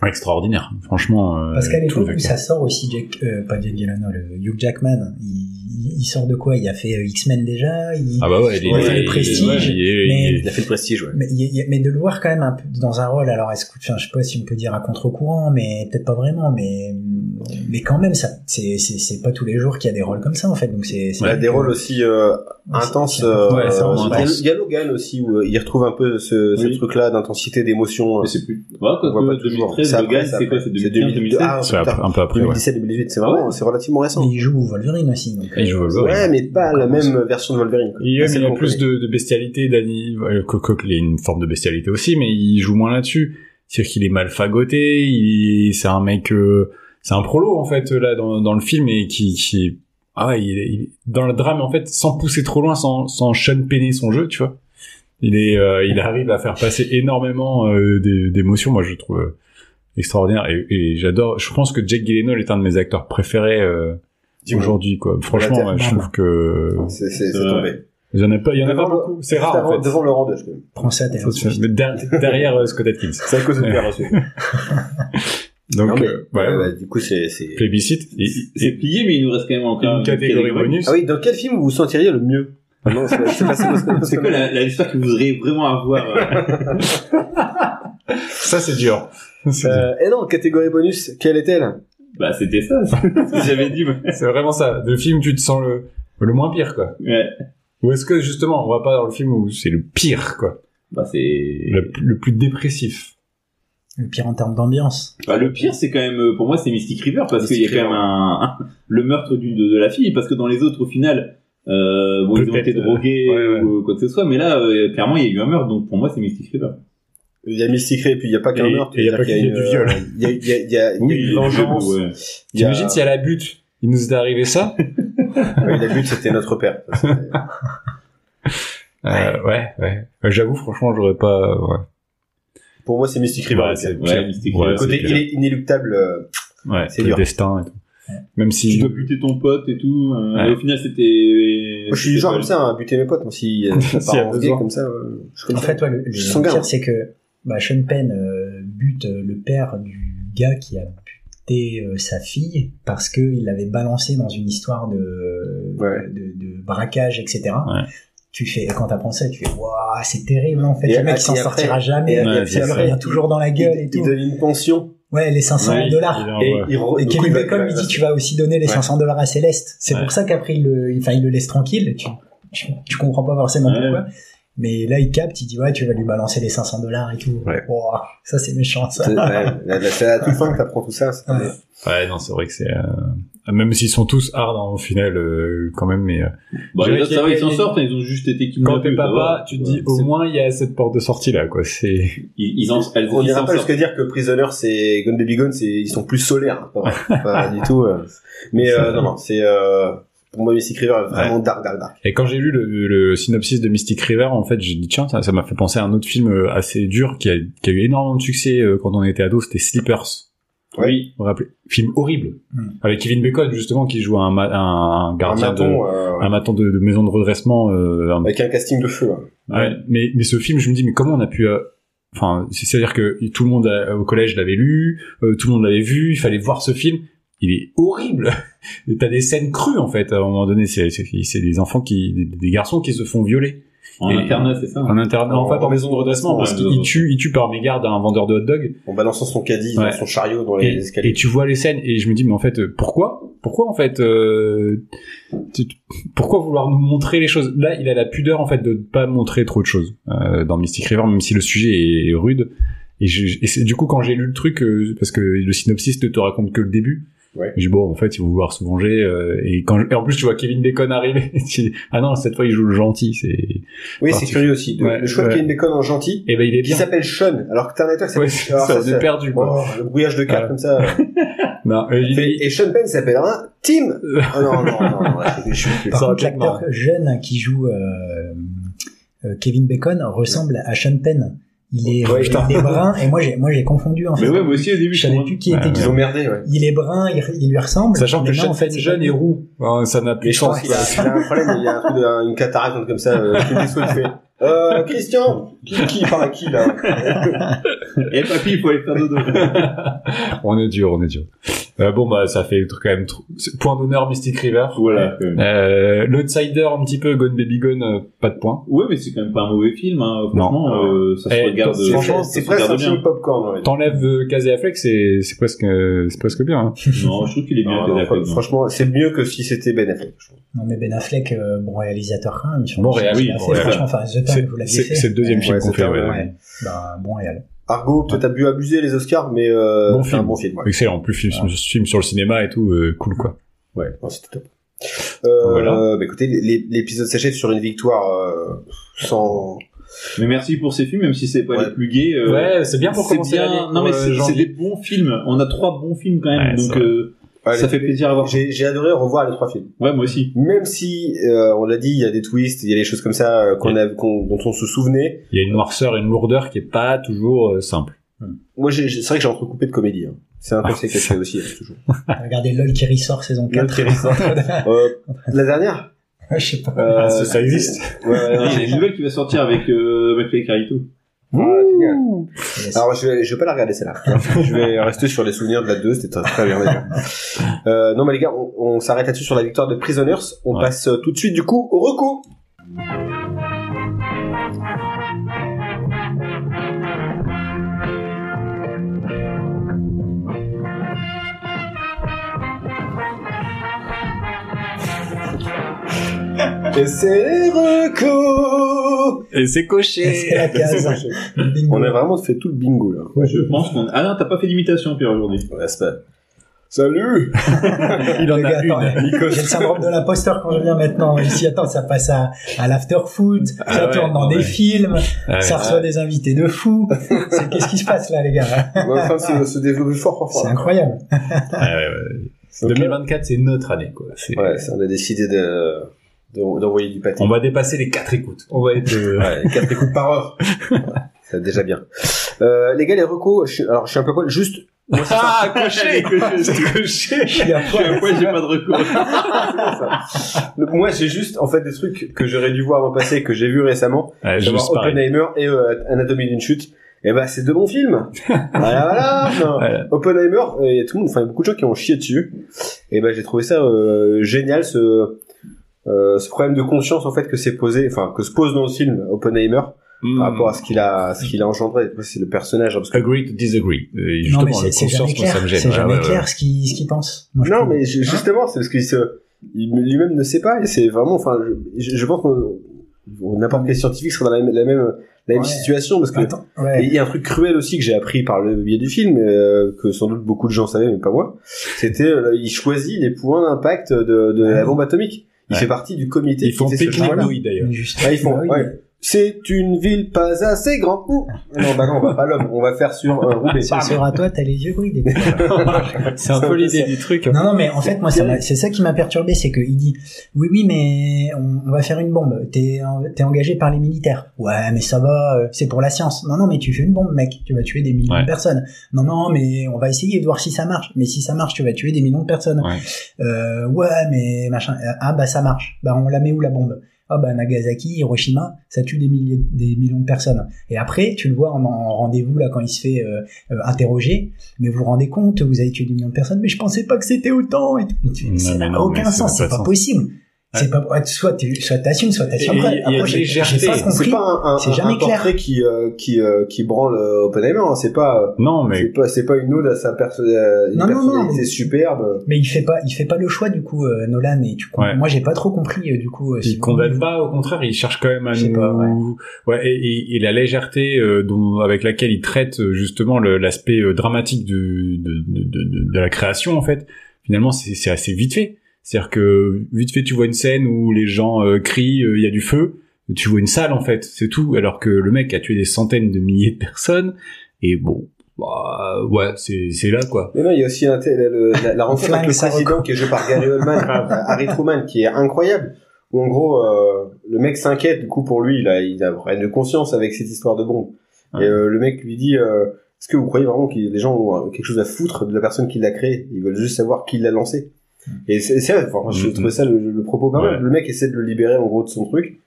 S2: extraordinaires. Franchement. euh,
S3: Parce qu'à
S2: tous les
S3: l'époque où
S2: acteurs.
S3: ça sort aussi, Jack, euh, pas Jack Gyllenhaal, le Hugh Jackman, il, il sort de quoi Il a fait euh, X-Men déjà. il-
S2: Ah bah ouais, il est-
S3: Ouais,
S2: il
S3: le
S2: est-
S3: prestige,
S2: il est- il est-
S1: Il a fait le prestige, ouais.
S3: mais, il y a- il y a- mais de le voir quand même un peu dans un rôle, alors est-ce que, enfin, je sais pas si on peut dire à contre-courant, mais peut-être pas vraiment, mais mais quand même, ça, c'est c'est c'est pas tous les jours qu'il y a des rôles comme ça en fait, donc c'est c'est-
S1: Il a des rôles aussi euh,
S3: Ouais, c'est-
S1: intenses.
S3: c'est-
S1: euh,
S2: Ouais, c'est
S1: euh,
S2: vraiment
S1: il y a-
S2: intense.
S1: Il y a Logan aussi où euh, il retrouve un peu ce, ce
S4: Oui.
S1: truc-là d'intensité, d'émotion.
S4: Mais
S1: euh,
S4: c'est plus. Ouais, quoi,
S1: on voit
S4: que
S1: pas toujours.
S4: 2013,
S1: C'est
S4: le
S1: après,
S4: gars, c'est quoi
S1: après.
S4: C'est 2015, 2016
S1: Ah,
S2: C'est après-
S1: putain,
S2: un peu après. Ouais.
S1: 2017, 2018, c'est vraiment, c'est relativement
S3: mais
S1: récent.
S3: il joue Wolverine aussi, donc.
S2: Il joue Wolverine.
S1: Ouais, mais pas la même version de Wolverine. quoi.
S2: Il, y a-
S1: Pas celle
S2: il y a
S1: qu'on
S2: plus
S1: connaît.
S2: de, de bestialité, d'ani- euh, que- que- qu'il y a une forme de bestialité aussi, mais il joue moins là-dessus. C'est-à-dire qu'il est mal fagoté, il- c'est un mec, euh, c'est un prolo en fait là dans, dans le film et qui, qui ah ouais, il, est- il est dans le drame en fait sans pousser trop loin, sans sans Sean Penner son jeu, tu vois. Il est, euh, il arrive à faire passer énormément euh, d'é- d'émotions. Moi, je trouve euh, extraordinaire et, et j'adore. Je pense que Jack Gyllenhaal est un de mes acteurs préférés euh,
S1: Du monde.
S2: aujourd'hui, quoi. Franchement,
S1: Terre.
S2: ouais, je trouve que
S1: C'est c'est- c'est
S4: Ouais.
S1: tombé.
S2: il y en a pas, il y en a pas
S1: Devant le-
S2: beaucoup. C'est
S1: Juste
S2: rare en
S1: avant-
S2: fait.
S1: Devant le rang 2, je crois.
S3: Prends ça, t'es
S2: Ça, c'est- mais der- derrière euh, Scott Atkins.
S1: C'est à cause de
S2: Ouais.
S1: Pierre, aussi.
S2: Donc
S1: Non, mais-
S2: euh, ouais,
S1: Ouais, bah,
S2: ouais.
S1: Du coup, c'est... c'est-
S2: plébiscite et,
S4: C'est plié, mais il nous reste quand même
S2: et
S4: encore
S2: une catégorie bonus.
S1: Ah oui, dans quel film vous vous sentiriez le mieux Non, c'est c'est pas- c'est pas-
S4: C'est quoi la, la histoire que vous voudriez vraiment avoir euh,
S2: Ça c'est dur. C'est
S1: Euh, Et non, catégorie bonus, quelle est-elle
S4: Bah, c'était ça, ça. J'avais dit. mais-
S2: c'est vraiment ça. Le film, tu te sens le le moins pire quoi.
S4: Ouais.
S2: Ou est-ce que justement, on va pas dans le film où c'est le pire quoi,
S4: Bah, c'est.
S2: le, le plus dépressif.
S3: Le pire en termes d'ambiance.
S4: Bah, le pire, c'est quand même, euh, pour moi, c'est Mystic River, parce qu'il y
S1: Mystic
S4: a quand même
S1: River.
S4: un, un- le meurtre d'une de, de la fille, parce que dans les autres, au final, euh, bon, ils ont
S2: Peut-être,
S4: été drogués
S2: euh, ouais, ouais.
S4: ou quoi que ce soit, mais là, euh, clairement, il y a eu un meurtre, donc pour moi, c'est Mystic River.
S1: Il y a Mystic Ray, et puis il n'y a pas qu'un
S2: Et-
S1: meurtre.
S2: et il y a
S1: c'est-à-dire
S2: pas
S1: qu'il
S2: qu'il y ait du
S1: une, euh, Il y a, il y a, il y a, il y a une
S4: il y a eu du jeu,
S1: vengeance.
S4: ouais.
S1: Il y a-
S2: T'imagines si à la butte, il nous est arrivé ça
S1: Ouais, la butte, c'était notre père. Ça, c'était-
S2: Euh, Ouais, ouais. Euh, J'avoue, franchement, j'aurais pas. Ouais.
S1: Pour moi, c'est Mystic River.
S2: Ouais, Bah, c'est-
S1: le
S4: Ouais, Mystic
S2: Ouais,
S4: River.
S1: côté
S2: clair.
S1: il est inéluctable. euh,
S2: Ouais,
S1: C'est
S2: le
S1: dur.
S2: destin et tout. Même si
S4: Tu dois buter ton pote et tout. euh,
S2: Ouais.
S4: et au final, c'était.
S1: Moi, je suis du genre comme ça, à buter mes potes. Moi, si euh, ça
S2: S'il y a
S1: part en gay
S2: besoin.
S1: comme ça, euh, je suis comme
S3: En
S1: ça.
S3: fait, ouais, le, le
S1: Je sens grave.
S3: pire, c'est que bah, Sean Penn euh, bute euh, le père du gars qui a buté euh, sa fille parce qu'il l'avait balancé dans une histoire de,
S1: Ouais.
S3: de, de braquage, etc.
S2: Ouais.
S3: Tu fais, quand t'apprends ça, tu fais, waouh, c'est terrible, en fait,
S1: Et
S3: le mec
S1: à-
S3: il s'en
S1: et après-
S3: sortira
S1: et
S3: jamais,
S1: à-
S2: Ouais,
S1: et
S2: c'est
S3: ça
S1: après,
S3: revient toujours dans la gueule et
S1: il
S3: tout.
S1: donne une pension
S3: Ouais, les 500
S2: Ouais,
S3: dollars.
S2: il a un-
S1: Et,
S2: Ah ouais.
S1: il re-
S3: Et
S1: du
S3: Kevin
S1: coup, il va-
S3: Bacon
S1: il va-
S3: lui dit tu vas aussi donner les
S2: Ouais.
S3: 500 dollars à Céleste. C'est
S2: Ouais.
S3: pour ça qu'après il le, enfin, il le laisse tranquille. Tu, tu, tu comprends pas forcément
S4: Ouais.
S3: pourquoi. Mais là il capte, il dit ouais tu vas lui balancer les 500 dollars et tout.
S1: Ouais.
S3: Wow, ça c'est méchant ça.
S1: C'est- ouais, la- la- C'est à la toute fin que t'apprends tout ça. c'est pas
S3: Ouais.
S1: mal.
S2: Ouais, non, c'est vrai que c'est. euh, Même s'ils sont tous hard hein, au final, euh, quand même, mais. euh,
S4: Bah,
S2: Je
S4: les
S2: dirais
S4: autres,
S2: qu'il y
S4: ça
S2: a-
S4: va, ils s'en
S2: il y a-
S4: sortent, hein, ils ont juste été
S2: Quand
S4: kidnappés.
S2: t'es
S4: ça
S2: papa,
S4: va.
S2: tu te dis
S4: C'est-
S2: au moins il y a cette porte de sortie là, quoi. C'est.
S4: Ils, ils en, elles,
S1: On
S4: ils
S1: dira
S4: s'en
S1: pas
S4: sortent.
S1: jusqu'à dire que Prisoner c'est Gun Baby Gun, c'est ils sont plus solaires, hein, pas, vrai. pas du tout. euh. Mais euh, non non, c'est euh, pour moi Mystic River est vraiment dark dark dark.
S2: Et quand j'ai lu le, le synopsis de Mystic River, en fait, j'ai dit tiens, ça ça m'a fait penser à un autre film euh, assez dur qui a, qui a eu énormément de succès euh, quand on était ado, c'était Sleepers.
S4: Oui.
S2: Vous vous rappelez Film horrible
S3: Mm.
S2: avec Kevin Bacon justement qui joue un, ma- un gardien
S1: un
S2: de
S1: maton euh,
S2: un maton de, de maison de redressement. euh, un-
S1: avec un casting de feu. hein.
S2: Ouais, Euh, mais, mais ce film, je me dis, mais comment on a pu... euh, Enfin, c'est- c'est-à-dire que tout le monde a- au collège l'avait lu, euh, tout le monde l'avait vu, il fallait voir ce film. Il est horrible. Et T'as des scènes crues en fait. À un moment donné, c'est c'est- c'est des enfants qui, des, des garçons qui se font violer
S4: En
S2: Et-
S4: internat, c'est ça.
S2: en internat, en
S1: En-
S2: fait, en maison de redressement,
S1: en
S2: parce
S4: maison de
S2: qu'ils tuent, ils tuent par mégarde un vendeur de hot dog.
S1: En balançant son caddie,
S2: Ouais.
S1: dans son chariot dans les
S2: et, et
S1: escaliers.
S2: tu vois les scènes et je me dis mais en fait euh, pourquoi pourquoi en fait euh, tu- tu- pourquoi vouloir nous montrer les choses là il a la pudeur en fait de ne pas montrer trop de choses euh, dans Mystic River même si le sujet est rude et, je- et c'est- du coup quand j'ai lu le truc euh, parce que le synopsis ne te raconte que le début
S1: Ouais.
S2: je dis bon en fait ils vont vouloir se venger euh, et quand je- et en plus tu vois Kevin Bacon arriver tu dis, ah non cette fois il joue le gentil c'est
S1: Oui, c'est
S2: parti.
S1: curieux aussi. de-
S2: Ouais,
S1: le choix de
S2: ouais.
S1: Kevin Bacon en gentil,
S2: et ben il est
S1: qui
S2: bien
S1: s'appelle Sean, alors que t'as un acteur qui
S2: ouais,
S1: s'appelle
S2: c'est
S1: alors
S2: ça,
S1: ça,
S2: de
S1: c'est-
S2: perdu quoi.
S1: Oh, le brouillage de cartes
S2: Ouais.
S1: comme ça.
S2: Non, euh, il-
S1: Et, et Sean Penn s'appellera Tim. Oh non non non, non, je suis plus.
S3: Par
S2: Ça
S3: contre
S2: aurait pu être
S3: l'acteur jeune qui joue euh, euh, Kevin Bacon ressemble à Sean Penn. Il est,
S1: Ouais,
S3: il est brun et moi j'ai moi j'ai confondu en fait.
S4: Mais ouais, moi aussi au début,
S3: je
S4: je
S3: savais
S4: comprends.
S3: plus qui était qui.
S1: Ils ont merdé ouais.
S3: Il est brun, il, il lui ressemble.
S2: Sachant
S3: mais
S2: que
S3: non,
S2: Sean
S3: en fait,
S2: Penn
S3: c'est
S2: jeune
S3: pas
S2: et
S3: lui.
S2: roux, Hein, ça n'a plus
S1: Mais
S2: de
S1: je pense
S2: sens.
S1: qu'il a, il a un problème, il y a un truc de, une cataracte, un truc comme ça, euh, qui me souhaite, il fait, Euh, Christian, qui, qui parle à qui, là?
S4: Et Eh, papy, il faut aller faire dodo.
S2: On est dur, on est dur. Euh, bon, bah, ça fait quand même trop- c'est- point d'honneur Mystic River.
S4: voilà.
S2: Euh, L'outsider, un petit peu, Gone Baby Gone, euh, pas de point.
S4: Ouais, mais c'est quand même pas un mauvais film, hein. Franchement,
S1: Non.
S4: euh, ça se
S2: Eh,
S4: regarde.
S2: c'est-
S1: Franchement,
S4: ça
S1: c'est
S4: se
S1: presque
S4: regarde
S1: un film popcorn, ouais.
S2: T'enlèves euh, Casey Affleck, c'est c'est presque, euh, c'est presque bien. hein.
S4: bien. Non, je trouve qu'il est bien.
S1: Non,
S4: Casey
S1: non,
S4: Affleck, non.
S1: franchement, c'est mieux que si c'était Ben Affleck. je trouve.
S3: Non mais Ben Affleck, euh, bon réalisateur quand même. sur-
S2: Bon
S3: sur-
S2: réal,
S3: sur-
S2: oui,
S3: sur-
S2: bon
S3: sur-
S2: réal.
S3: Franchement, enfin, The Time,
S2: C'est-
S3: vous l'aviez
S2: C'est
S3: fait.
S2: c'est le deuxième film
S1: Ouais,
S2: qu'on
S1: c'est
S2: fait.
S1: un-
S2: ouais.
S1: ouais.
S3: Ben, bon réal.
S1: Argo, peut-être abusé abuser les Oscars, mais, euh,
S2: Bon
S1: c'est
S2: film.
S1: un bon film, ouais.
S2: Excellent, en plus film, sur- film sur le cinéma et tout, euh, cool quoi.
S1: Ouais, non, c'était top. Euh,
S2: Voilà.
S1: bah, écoutez, l'é- l'épisode s'achève sur une victoire, euh, sans,
S4: Mais merci pour ces films, même si c'est pas
S1: Ouais.
S4: les plus gays. euh,
S2: ouais, c'est bien pour
S4: c'est
S2: commencer
S4: bien. Non, mais c'est c'est des bons films. On a trois bons films quand
S2: Ouais,
S4: même,
S2: c'est
S4: donc
S2: vrai.
S4: euh,
S1: Ouais,
S4: ça
S1: les-
S4: fait plaisir à voir.
S1: j'ai, j'ai adoré revoir les trois films.
S4: Ouais, moi aussi.
S1: Même si, euh, on l'a dit, il y a des twists, il y a des choses comme ça, euh, qu'on a, qu'on- dont on se souvenait.
S2: Il y a une noirceur et une lourdeur qui est pas toujours euh, simple.
S1: Moi, j'ai- j'ai- c'est vrai que j'ai entrecoupé de comédie. hein. C'est un peu
S2: Ah,
S1: que
S2: ça.
S1: c'est aussi, hein, toujours.
S3: Regardez LOL qui ressort saison 4.
S1: Euh, la dernière
S3: Je sais pas.
S1: euh,
S2: Ah, ça- ça existe.
S1: Ouais, ouais,
S4: Ah,
S1: ouais.
S4: Il y a une nouvelle qui va sortir avec euh, Michael Carito.
S1: Ah, génial.
S3: Yes.
S1: Alors, je vais, je vais pas la regarder celle-là. je vais rester sur les souvenirs de la 2, c'était très, très bien d'ailleurs. Euh, non, mais les gars, on, on s'arrête là-dessus sur la victoire de Prisoners. On
S2: Ouais.
S1: passe euh, tout de suite, du coup, au recours. Et c'est les recos
S2: Et c'est
S3: C'est la
S2: coché.
S3: case. Bingo.
S1: On a vraiment fait tout le bingo là.
S4: Je pense qu'on. Ah non, t'as pas fait d'imitation, Pierre, aujourd'hui.
S1: Ouais, c'est pas- Salut
S2: Il en
S3: Le
S2: a
S3: gars, attends,
S2: une.
S1: Nikos.
S3: J'ai le syndrome de l'imposteur quand je viens maintenant. Ici, attends, ça passe à, à l'after food,
S2: Ah
S3: ça
S2: ouais,
S3: tourne dans
S2: ouais.
S3: des films,
S2: Ouais.
S3: ça reçoit des invités de fous. C'est- Qu'est-ce qui se passe là, les gars
S1: On est en train de se- se développer fort fort
S3: C'est
S1: fort.
S3: incroyable.
S2: Ouais, ouais, ouais.
S1: Donc,
S2: 2024, c'est notre année, quoi. C'est-
S1: Ouais, ça, on a décidé de de- d'envoyer du pâté.
S2: On va dépasser les 4 écoutes. On va être. euh,
S1: Ouais, quatre coups par heure. Ouais, C'est déjà bien. Euh, les gars, les recos, je suis, alors je suis un peu poil, juste,
S2: Ah, coché, coché,
S3: Je suis à
S4: Je sais
S3: poil.
S4: pas, j'ai pas de recours.
S1: moi j'ai juste en fait des trucs que j'aurais dû voir dans le passé, que j'ai vu récemment,
S2: Ouais,
S1: Je
S2: je
S1: vais
S2: suis
S1: voir
S2: pareil.
S1: Oppenheimer et euh, Anatomie d'une chute. Et ben c'est deux bons films. voilà, voilà. Non.
S2: Voilà.
S1: Oppenheimer, euh, il y a tout le monde, enfin il y a beaucoup de gens qui ont chié dessus. Et ben j'ai trouvé ça euh, génial ce euh, ce problème de conscience en fait que c'est posé, enfin que se pose dans le film Oppenheimer.
S2: Hmm.
S1: par rapport à ce qu'il a, ce qu'il a engendré. C'est le personnage. hein,
S3: Euh,
S1: parce que-
S2: Agree to disagree. Et
S3: Non,
S2: justement,
S3: mais
S2: le
S3: c'est c'est
S2: conscience,
S3: jamais
S2: moi, ça
S3: clair.
S2: me gêne.
S3: C'est
S2: Ouais,
S3: jamais
S2: ouais, ouais.
S3: clair ce qu'il ce qu'il pense. Moi, je
S1: non,
S3: trouve.
S1: mais ju- justement, c'est parce qu'il se, il- lui-même ne sait pas. Et c'est vraiment, enfin, je, je- je pense qu'on, n'importe quel scientifique sera dans la même, la même, la même
S3: Ouais.
S1: situation parce que.
S3: Hein? Attends,
S1: Et
S3: ouais.
S1: il y a un truc cruel aussi que j'ai appris par le biais du film, euh, que sans doute beaucoup de gens savaient, mais pas moi. C'était, euh, il choisit les points d'impact de, de la bombe atomique. Il
S2: Ouais.
S1: fait partie du comité.
S2: Ils
S1: qui
S2: font
S1: fait ce
S2: pique les
S1: choix-là.
S2: nouilles, d'ailleurs.
S3: Mais juste-
S1: Ouais, ils font-
S3: bah oui,
S1: ouais. C'est une ville pas assez grande. Ouh. Non, bah non, on va pas l'homme. On va faire sur euh, Roubaix.
S3: Ce sera toi, t'as les yeux bridés.
S2: C'est un peu l'idée du truc.
S3: Non, non, mais en fait, moi, ça m'a- c'est ça qui m'a perturbé, c'est qu'il dit, oui, oui, mais on, on va faire une bombe. T'es en- t'es engagé par les militaires. Ouais, mais ça va, euh, c'est pour la science. Non, non, mais tu fais une bombe, mec. Tu vas tuer des millions
S2: Ouais.
S3: de personnes. Non, non, mais on va essayer de voir si ça marche. Mais si ça marche, tu vas tuer des millions de personnes.
S2: Ouais.
S3: Euh, ouais, mais machin. Euh, Ah, bah ça marche. Bah on la met où la bombe Ah, bah Nagasaki, Hiroshima, ça tue des, milliers, des millions de personnes. Et après, tu le vois en, en rendez-vous là quand il se fait euh, euh, interroger. Mais vous vous rendez compte, vous avez tué des millions de personnes. Mais je pensais pas que c'était autant. Et tout. Mais tu-
S2: Non,
S3: ça
S2: mais
S3: n'a
S2: non, mais
S3: aucun
S2: ça
S3: sens,
S2: n'a
S3: c'est
S2: pas de
S3: pas
S2: sens.
S3: possible. C'est pas ouais, soit tu soit t'assumes, soit t'assumes
S2: Et
S3: pas.
S2: il y a- il y a
S3: Après,
S2: une
S3: j'ai- j'ai
S2: légèreté.
S3: pas
S1: C'est
S3: compris.
S1: pas un, un,
S3: C'est
S1: un
S3: jamais clair.
S1: portrait qui, euh, qui, euh, qui branle euh, Oppenheimer. hein. C'est pas, euh,
S2: Non, mais
S1: c'est pas, c'est pas une ode à sa perso- euh, une
S3: Non, non, non,
S1: personnalité
S3: mais-
S1: superbe.
S3: Mais il fait pas, il fait pas le choix du coup euh, Nolan et tu comprends-
S2: Ouais.
S3: moi j'ai pas trop compris euh, du coup. euh, si
S2: Il
S3: vous-
S2: condamne pas, au contraire, il cherche quand même à
S3: Je sais
S2: nous.
S3: pas, ouais.
S2: Ouais, et, et- et la légèreté euh, dont, avec laquelle il traite euh, justement le- l'aspect euh, dramatique du- de, de, de, de- de la création, en fait, finalement, c'est c'est assez vite fait. C'est-à-dire que vite fait, tu vois une scène où les gens euh, crient, euh, il y a du feu, tu vois une salle, en fait, c'est tout. Alors que le mec a tué des centaines de milliers de personnes, et bon, bah, ouais, c'est c'est là, quoi.
S1: Mais non, il y a aussi un tel- le- la, la rencontre
S3: Flingue,
S1: avec le
S3: ça
S1: président qui est joué par Gary Oldman, euh, Harry Truman, qui est incroyable. Où en gros, euh, le mec s'inquiète du coup pour lui, il a, il a une conscience avec cette histoire de bombe. Et euh, le mec lui dit, euh, est-ce que vous croyez vraiment que les gens ont euh, quelque chose à foutre de la personne qui l'a créé Ils veulent juste savoir qui l'a lancé. Et c'est c'est vrai, enfin, je
S3: Mm-hmm.
S2: Mhm.
S1: trouvais ça le, le propos pas mal.
S2: Ouais.
S1: Le mec essaie de le libérer en gros de son truc,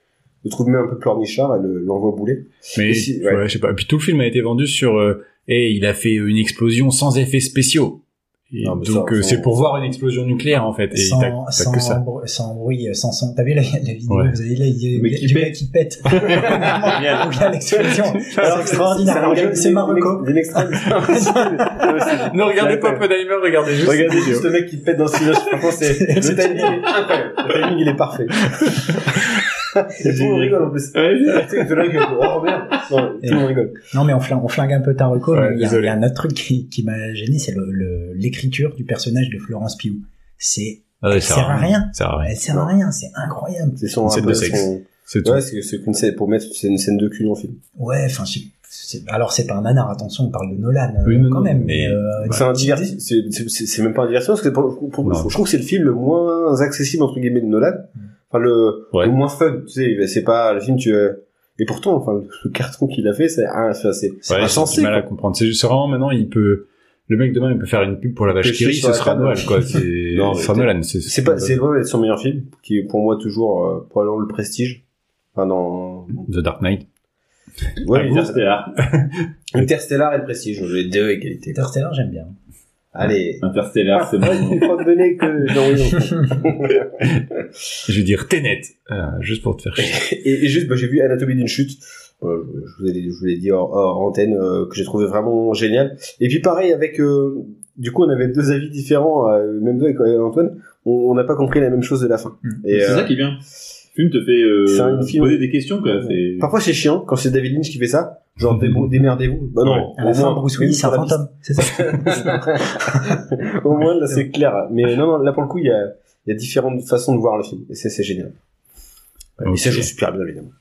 S1: le trouve même un peu pleurnichard et le- l'envoie bouler.
S2: Mais
S1: Et si-
S2: ouais, je sais pas. Puis tout le film a été vendu sur euh, et il a fait une explosion sans effets spéciaux. Et
S1: Non, mais ça,
S2: donc euh,
S1: ça-
S2: c'est pour voir une explosion nucléaire en fait. Et
S3: sans,
S2: t'as- t'as
S3: sans,
S2: que ça.
S3: br- sans bruit, euh, sans son. T'as vu la, la vidéo
S2: Ouais.
S3: Vous avez là, il y a
S4: Le mec qui
S3: du
S4: pète.
S3: mec qui pète. On vient à l'explosion. C'est
S1: c'est
S3: extraordinaire.
S1: un gars
S3: Je- C'est
S1: d'une-
S3: Marocco.
S1: d'une extrême- Non, mais c'est-
S2: Ne regardez pas
S1: c'est-
S2: Oppenheimer, regardez juste.
S1: Regardez
S2: cette vidéo.
S1: juste le mec qui te pète dans ce village. Franchement, c'est, le timing, il est incroyable. Le timing, il est parfait. Et tout le monde rigole, en plus. Tu sais, tout le monde rigole. Oh merde. Non, tout le monde rigole.
S3: Non, mais on flingue, on flingue un peu Taroko.
S2: Ouais,
S3: mais il y, a-
S2: désolé.
S3: il y a un autre truc qui, qui m'a gêné, c'est l'écriture le, l'écriture du personnage de Florence Pugh. C'est,
S2: Ah ouais,
S3: elle sert à rien.
S2: Ça sert à rien.
S3: Elle sert à rien. C'est incroyable.
S1: C'est son,
S2: Une scène
S1: un peu
S2: de sexe.
S1: son-
S2: C'est tout.
S1: Ouais, c'est, c'est une scène, pour mettre, c'est une scène de cul dans le film.
S3: Ouais, enfin, c'est- c'est- alors c'est pas un nanar. Attention, on parle de Nolan euh,
S2: Oui, non,
S3: quand
S2: non,
S3: même.
S2: mais-
S3: euh,
S1: C'est un diverti- c'est, c'est, c'est- c'est même pas un divertissement, parce que pour- pour-
S2: Non.
S1: je trouve que c'est le film le moins accessible, entre guillemets, de Nolan. Enfin, le,
S2: Ouais.
S1: le moins fun, tu sais, c'est pas le film, tu, euh, et pourtant, enfin, le- le carton qu'il a fait, c'est, un- c'est, c'est, c'est
S2: Ouais, j'ai
S1: insensé,
S2: du mal à
S1: quoi.
S2: comprendre. C'est juste c'est vraiment maintenant il peut. Le mec demain il peut faire une pub pour la vache
S1: Pêcher
S2: qui rit,
S1: sur
S2: ce
S1: la
S2: sera
S1: table.
S2: Noël quoi. C'est
S1: Non, mais
S2: ce sera
S1: t'es-
S2: Nolan. C'est
S1: C'est pas, c'est loin d'être son meilleur film, qui est pour moi toujours euh, probablement le prestige. Enfin, dans
S2: The Dark Knight.
S1: ouais,
S4: Ouais,
S1: Interstellar.
S4: Interstellar.
S1: Interstellar et le prestige, les deux égalités.
S3: Interstellar, j'aime bien.
S1: Allez.
S4: Interstellar, c'est bon.
S1: tu crois donner que non, oui, non.
S2: Je vais dire Tenet, Ah, juste pour te faire chier.
S1: Et, et juste, bah, j'ai vu Anatomie d'une chute. Euh, je je vous ai, je vous l'ai dit hors, hors antenne euh, que j'ai trouvé vraiment génial. Et puis pareil avec, euh, du coup, on avait deux avis différents, euh, même deux avec euh, Antoine. On on n'a pas compris la même chose de la fin.
S3: Mm.
S1: Et,
S4: C'est
S1: euh,
S4: ça qui est bien. Le film te fait euh,
S1: C'est un film-
S4: poser des questions, quoi. C'est...
S1: Parfois c'est chiant quand c'est David Lynch qui fait ça, genre débrouille- démerdez-vous. Bah
S2: Ouais.
S1: non,
S3: À la
S1: au
S3: fin,
S1: moins,
S3: Bruce
S1: même
S3: Willis, c'est un
S1: sur la piste.
S3: fantôme. C'est ça.
S1: Au moins, là, c'est clair. Mais non, non, là, pour le coup, il y a, il y a différentes façons de voir le film. Et c'est, c'est génial. Ouais,
S2: Ok.
S1: Et ça joue super bien, évidemment.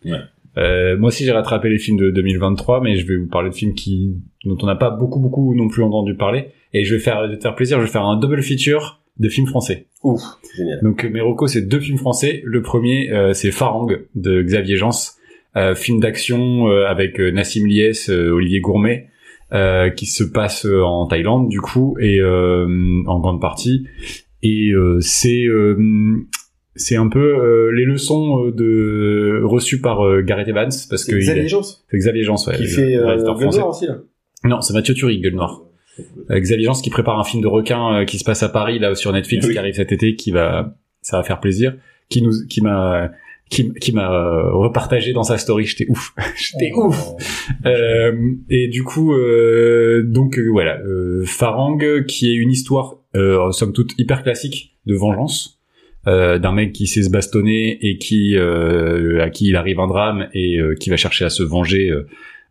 S2: Euh, moi aussi j'ai rattrapé les films de 2023, mais je vais vous parler de films qui dont on n'a pas beaucoup beaucoup non plus entendu parler. Et je vais faire, je vais te faire plaisir, je vais faire un double feature de films français.
S1: Ouf, génial.
S2: Donc euh, mes recos, c'est deux films français. Le premier euh, c'est Farang de Xavier Jans, euh, film d'action euh, avec euh, Nassim Liès, euh, Olivier Gourmet. euh, qui se passe euh, en Thaïlande du coup et euh, en grande partie et euh, c'est euh, c'est un peu euh, les leçons euh, de reçues par euh, Gareth Evans parce
S1: C'est
S2: que il a-
S1: Xavier Jans
S2: c'est Xavier Jean, ouais.
S1: qui
S2: le
S1: fait euh,
S2: réalisateur
S1: Gueule
S2: français.
S1: Noire aussi, là.
S2: Non, c'est Mathieu Turi, Gueule Noire. Euh, Xavier Jean qui prépare un film de requin euh, qui se passe à Paris, là, sur Netflix,
S4: Oui.
S2: qui arrive cet été, qui va, ça va faire plaisir, qui nous, qui m'a, qui, m- qui m'a euh, repartagé dans sa story. J'étais ouf. J'étais
S3: Oh.
S2: ouf. Euh, et du coup, euh, donc euh, voilà, euh, Farang, qui est une histoire, euh, somme toute, hyper classique de vengeance, euh, d'un mec qui sait se bastonner et qui euh, à qui il arrive un drame et euh, qui va chercher à se venger euh,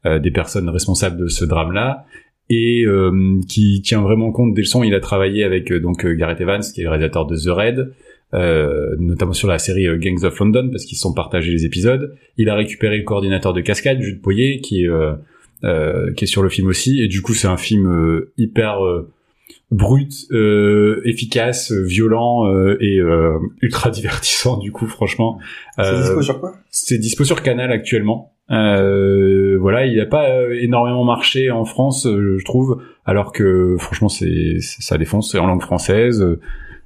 S2: euh, des personnes responsables de ce drame-là et euh, qui tient vraiment compte des leçons. Il a travaillé avec euh, donc euh, Gareth Evans, qui est le réalisateur de The Raid. euh, notamment sur la série euh, Gangs of London parce qu'ils se sont partagés les épisodes il a récupéré le coordinateur de cascade, Jude Poyer, qui est, euh, euh, qui est sur le film aussi. Et du coup, c'est un film euh, hyper euh, brut, euh, efficace, euh, violent euh, et euh, ultra divertissant. Du coup, franchement,
S1: C'est
S2: Euh,
S1: dispo sur quoi
S2: c'est dispo sur Canal actuellement. Euh, voilà, il n'a pas euh, énormément marché en France, euh, je trouve, alors que franchement, c'est c'est- ça défonce. C'est en langue française,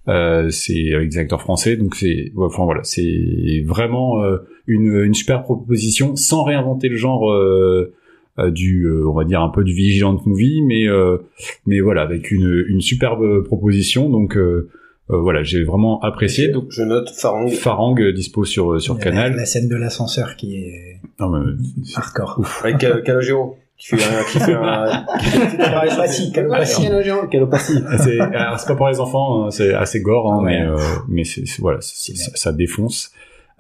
S2: euh, c'est avec des acteurs français, donc c'est ouais, enfin voilà, c'est vraiment euh, une, une super proposition sans réinventer le genre euh, euh, du, euh, on va dire un peu du vigilante movie, mais euh, mais voilà, avec une, une superbe proposition. Donc euh, euh, voilà, j'ai vraiment apprécié. Donc
S1: Je note Farang.
S2: Farang euh, dispo sur euh, sur
S3: La-
S2: Canal.
S3: La scène de l'ascenseur qui est
S2: Non, mais-
S3: hardcore.
S1: Avec Cal- Calogero. Qui fait un, qui fait un,
S3: Calopassi, Calopassi.
S1: Calogero, Calopassi.
S2: Ah, c'est alors, c'est pas pour les enfants hein, c'est assez gore hein,
S3: Ouais.
S2: mais euh, mais c'est c'est- voilà c'est- c'est- ça défonce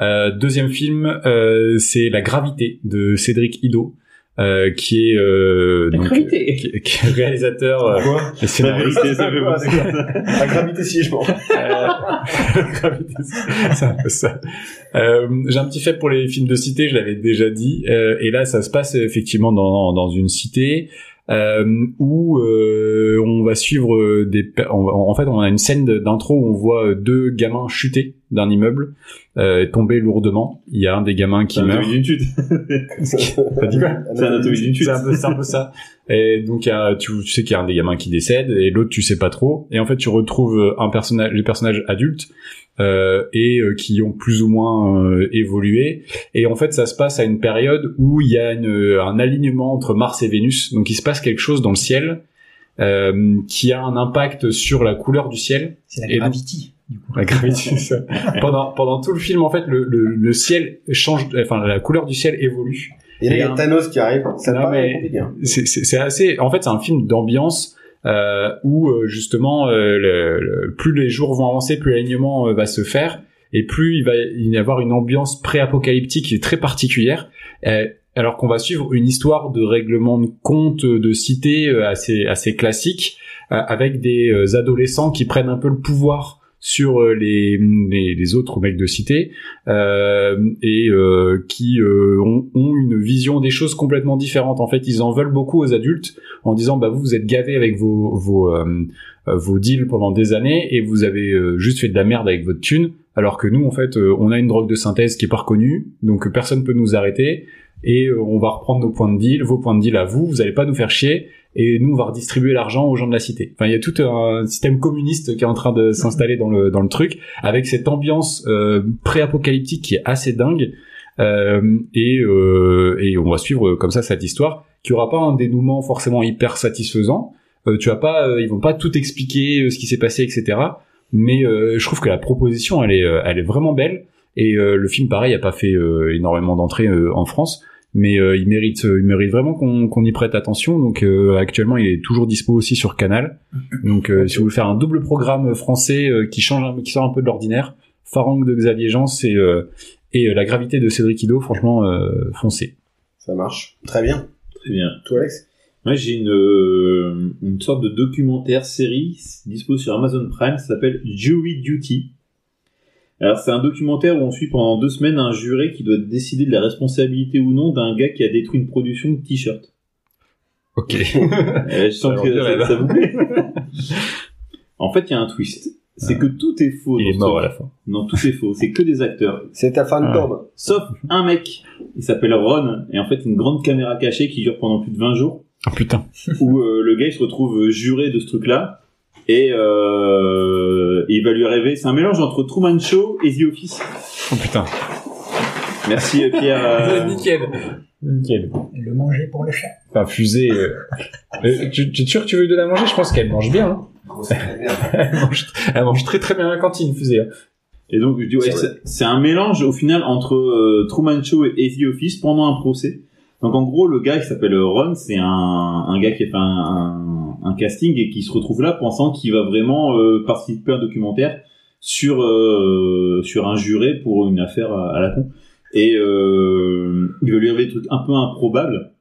S2: Euh, deuxième film euh, c'est La Gravité de Cédric Ido euh, qui est euh, donc,
S4: gravité.
S2: euh, qui, qui est réalisateur euh,
S1: Quoi?
S2: et scénariste
S1: Ça, ça fait penser à La gravité si je pense.
S2: euh, Gravity, c'est un peu ça. Euh, J'ai un petit fait pour les films de cité, je l'avais déjà dit. Euh, et là, ça se passe effectivement dans, dans une cité euh, où euh, on va suivre euh, des. pe- on va- en fait, on a une scène de- d'intro où on voit euh, deux gamins chuter d'un immeuble, euh, tomber lourdement. Il y a un des gamins qui
S4: C'est
S2: meurt.
S4: anatomie d'une chute.
S1: T'as
S2: dit quoi
S4: C'est anatomie d'une chute.
S2: C'est un peu, c'est un peu ça. Et donc, il y a- tu, tu sais qu'il y a un des gamins qui décède et l'autre, tu sais pas trop. Et en fait, tu retrouves euh, un personnage, les personnages adultes euh, et euh, qui ont plus ou moins euh, évolué. Et en fait, ça se passe à une période où il y a une- euh, un alignement entre Mars et Vénus. Donc, il se passe quelque chose dans le ciel euh, qui a un impact sur la couleur du ciel.
S3: C'est la
S2: Et donc-
S3: gravity, du coup.
S2: La gravité, c'est ça. pendant, pendant tout le film, en fait, le, le, le ciel change, enfin, la couleur du ciel évolue.
S1: Et là, il y a Thanos qui arrive. Ça
S2: Non,
S1: me paraît
S2: mais-
S1: compliqué. hein.
S2: c'est c'est- c'est assez. En fait, c'est un film d'ambiance euh, où euh, justement, euh, le- le- plus les jours vont avancer, plus l'alignement euh, va se faire, et plus il va y avoir une ambiance pré-apocalyptique qui est très particulière. euh, alors qu'on va suivre une histoire de règlement de compte euh, de cité euh, assez assez classique, euh, avec des euh, adolescents qui prennent un peu le pouvoir sur euh, les, les, les autres mecs de cité euh, et euh, qui euh, ont, ont une vision des choses complètement différente. En fait, ils en veulent beaucoup aux adultes en disant bah vous vous êtes gavés avec vos vos euh, euh, vos deals pendant des années et vous avez euh, juste fait de la merde avec votre thune. Alors que nous, en fait, euh, on a une drogue de synthèse qui est pas reconnue, donc euh, personne peut nous arrêter et euh, on va reprendre nos points de deal, vos points de deal à vous. Vous allez pas nous faire chier. Et nous, on va redistribuer l'argent aux gens de la cité. Enfin, il y a tout un système communiste qui est en train de s'installer dans le dans le truc avec cette ambiance euh, pré-apocalyptique qui est assez dingue. Euh, et, euh, et on va suivre euh, comme ça cette histoire qui aura pas un dénouement forcément hyper satisfaisant. Euh, tu as pas, euh, ils vont pas tout expliquer euh, ce qui s'est passé, etc. Mais euh, je trouve que la proposition, elle est, euh, elle est vraiment belle. Et euh, le film, pareil, a pas fait euh, énormément d'entrées euh, en France, mais euh, il mérite, il mérite vraiment qu'on qu'on y prête attention. Donc euh, actuellement, il est toujours dispo aussi sur Canal. Donc, euh, si vous voulez faire un double programme français euh, qui change, un- qui sort un peu de l'ordinaire, Farang de Xavier Jean, c'est euh, et euh, la gravité de Cédric Ido, franchement, euh, foncez.
S1: Ça marche. Très bien.
S4: Très bien.
S1: Toi, Alex?
S4: Moi, j'ai une, euh, une sorte de documentaire série dispo sur Amazon Prime, ça s'appelle Jury Duty. Alors, c'est un documentaire où on suit pendant deux semaines un juré qui doit décider de la responsabilité ou non d'un gars qui a détruit une production de t-shirts.
S2: Ok.
S4: Euh, je sens
S2: Alors,
S4: que
S2: on dirait,
S4: ça,
S2: là. Ah.
S4: ça vous plaît. en fait, il y a un twist. C'est que tout est faux.
S2: Il
S4: dans
S2: est
S4: ce
S2: mort
S4: truc.
S2: à la fin.
S4: Non, tout est faux. C'est que des acteurs.
S1: C'est ta
S2: Ah.
S1: fandom.
S4: Sauf un mec. Il s'appelle Ron. Et en fait, une grande caméra cachée qui dure pendant plus de 20 jours.
S2: Oh putain.
S4: où euh, le gars il se retrouve euh, juré de ce truc-là et euh, il va lui rêver. C'est un mélange entre Truman Show et The Office.
S2: Oh putain.
S4: Merci euh, Pierre. euh,
S2: Nickel. Nickel.
S3: Le manger pour le chat.
S2: Enfin, fusée. euh, euh, tu, tu es sûr que tu veux lui donner à manger Je pense qu'elle mange bien. hein. Elle mange, elle mange très très bien à la cantine, fusée. hein.
S4: Et donc, je dis,
S1: C'est
S4: ouais,
S1: vrai.
S4: c'est c'est un mélange au final entre euh, Truman Show et, et The Office pendant un procès. Donc, en gros, le gars qui s'appelle euh, Ron, c'est un, un gars qui a fait un, un- un casting et qui se retrouve là pensant qu'il va vraiment euh, participer à un documentaire sur, euh, sur un juré pour une affaire à, à la con. Et euh, il veut lui arriver des trucs un peu improbables.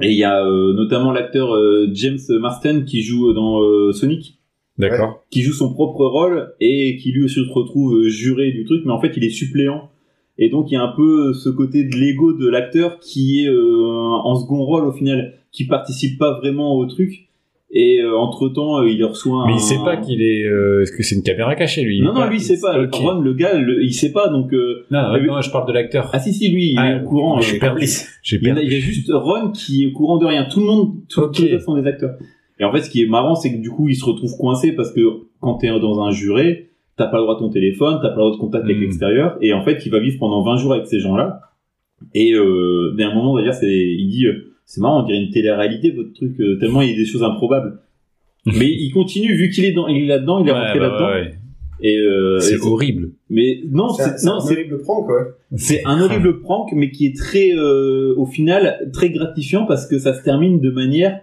S4: Et il y a euh, notamment l'acteur euh, James Marston qui joue dans euh, Sonic
S2: D'accord.
S4: qui joue son propre rôle et qui lui aussi se retrouve euh, juré du truc, mais en fait il est suppléant. Et donc il y a un peu euh, ce côté de l'ego de l'acteur qui est euh, en second rôle au final, qui participe pas vraiment au truc. Et entre temps, il reçoit.
S2: Mais
S4: un-
S2: il sait pas qu'il est. euh, Est-ce que c'est une caméra cachée lui Il
S4: Non
S2: est
S4: non, lui il sait pas.
S2: Ok.
S4: Ron, le gars, le- il sait pas. Donc euh,
S2: Non,
S4: Mais oui.
S2: non, je parle de l'acteur.
S4: ah si si lui, il
S2: Ah,
S4: est au courant.
S2: Je suis
S4: euh,
S2: perdu. J'ai
S4: il y, en a,
S2: perdu.
S4: il y a juste Ron qui est au courant de rien. Tout le monde, tout,
S2: Ok.
S4: tous les autres sont des acteurs. Et en fait, ce qui est marrant, c'est que du coup, ils se retrouvent coincés parce que quand t'es dans un juré, t'as pas le droit à ton téléphone, t'as pas le droit de contact avec
S2: Mm.
S4: l'extérieur. Et en fait, il va vivre pendant 20 jours avec ces gens-là. Et euh, d'un moment, on va dire, c'est, il dit, euh, c'est marrant, on dirait une télé-réalité, votre truc, euh, tellement il y a des choses improbables. Mais il continue, vu qu'il est, dans, il est là-dedans, il est
S2: Ouais,
S4: rentré
S2: bah,
S4: là-dedans.
S2: ouais, ouais.
S4: Et, euh, et
S2: C'est
S4: c'est-
S2: horrible.
S4: mais non,
S1: C'est un-
S4: c'est,
S1: c'est
S4: non,
S1: un
S4: c'est
S1: horrible prank, quoi.
S4: c'est un horrible prank, mais qui est très, euh, au final, très gratifiant parce que ça se termine de manière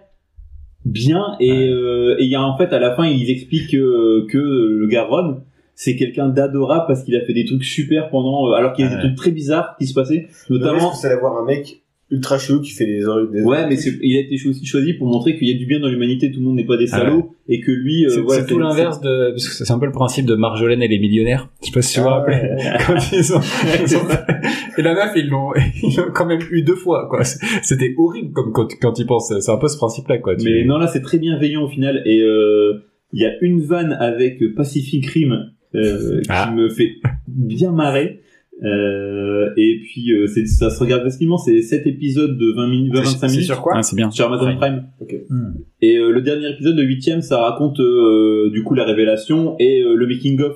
S4: bien et euh, et il y a en fait à la fin ils expliquent euh, que le gars Ron c'est quelqu'un d'adorable parce qu'il a fait des trucs super pendant euh, alors qu'il y a
S2: Ouais.
S4: des trucs très bizarres qui se passaient
S1: Notamment,
S4: notamment
S1: c'est d'avoir un mec ultra chelou qui fait des. des-
S4: ouais mais c'est- il a été aussi choisi pour montrer qu'il y a du bien dans l'humanité tout le monde n'est pas des
S2: Ah ouais.
S4: salauds et que lui euh,
S2: C'est
S4: voilà,
S2: c'est tout l'inverse de. parce que C'est un peu le principe de Marjolaine et les millionnaires. Je sais pas si tu
S1: Ah,
S2: vois
S1: ouais.
S2: quand ils ont, ils ont- et la meuf ils l'ont ils l'ont quand même eu deux fois quoi c'était horrible comme quand quand ils pensent c'est un peu ce principe là quoi tu-
S4: Mais non, là, c'est très bienveillant au final. Et euh, il y a une vanne avec Pacific Rim euh,
S2: Ah.
S4: qui me fait bien marrer. Euh, et puis, euh, c'est- ça se regarde facilement. C'est 7 épisodes de 20 minutes, 25 minutes.
S2: quoi Ah, c'est bien
S4: Sur Amazon
S2: Ouais.
S4: Prime.
S1: Ok.
S3: Hmm.
S4: Et euh, le dernier épisode, le huitième, ça raconte euh, du coup la révélation et euh, le making of.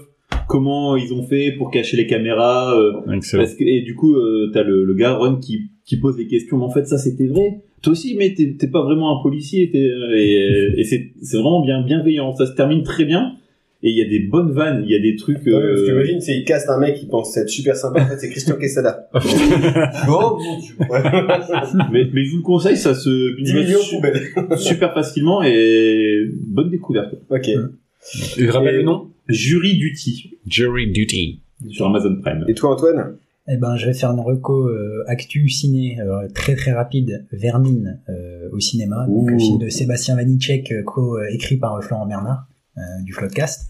S4: Comment ils ont fait pour cacher les caméras. euh,
S2: excellent
S4: parce que, et du coup, euh, t'as le, le gars, Ron, qui, qui pose des questions. Mais en fait, ça, c'était vrai. Toi aussi, mais t'es t'es pas vraiment un policier. t'es, euh, et et c'est c'est vraiment bien bienveillant. Ça se termine très bien. Et il y a des bonnes vannes. Il y a des trucs...
S1: Ouais, parce que
S4: Euh,
S1: t'imagines, c'est il casse un mec qui pense être super sympa, en fait c'est Christian Quesada. oh mon dieu!
S4: mais, mais je vous le conseille, ça se
S1: 10 millions
S4: su-
S1: poubelles.
S4: super facilement. Et bonne découverte.
S1: Ok.
S2: tu te rappelles
S1: Et-
S2: le nom
S4: Jury Duty
S2: Jury Duty
S4: sur Amazon Prime.
S1: Et toi, Antoine?
S3: Eh ben, je vais faire une reco euh, actu ciné euh, très très rapide, Vermine euh, au cinéma, donc
S4: Ouh.
S3: le film de Sébastien Vanitschek, euh, co euh, écrit par euh, Florent Bernard euh, du Floodcast.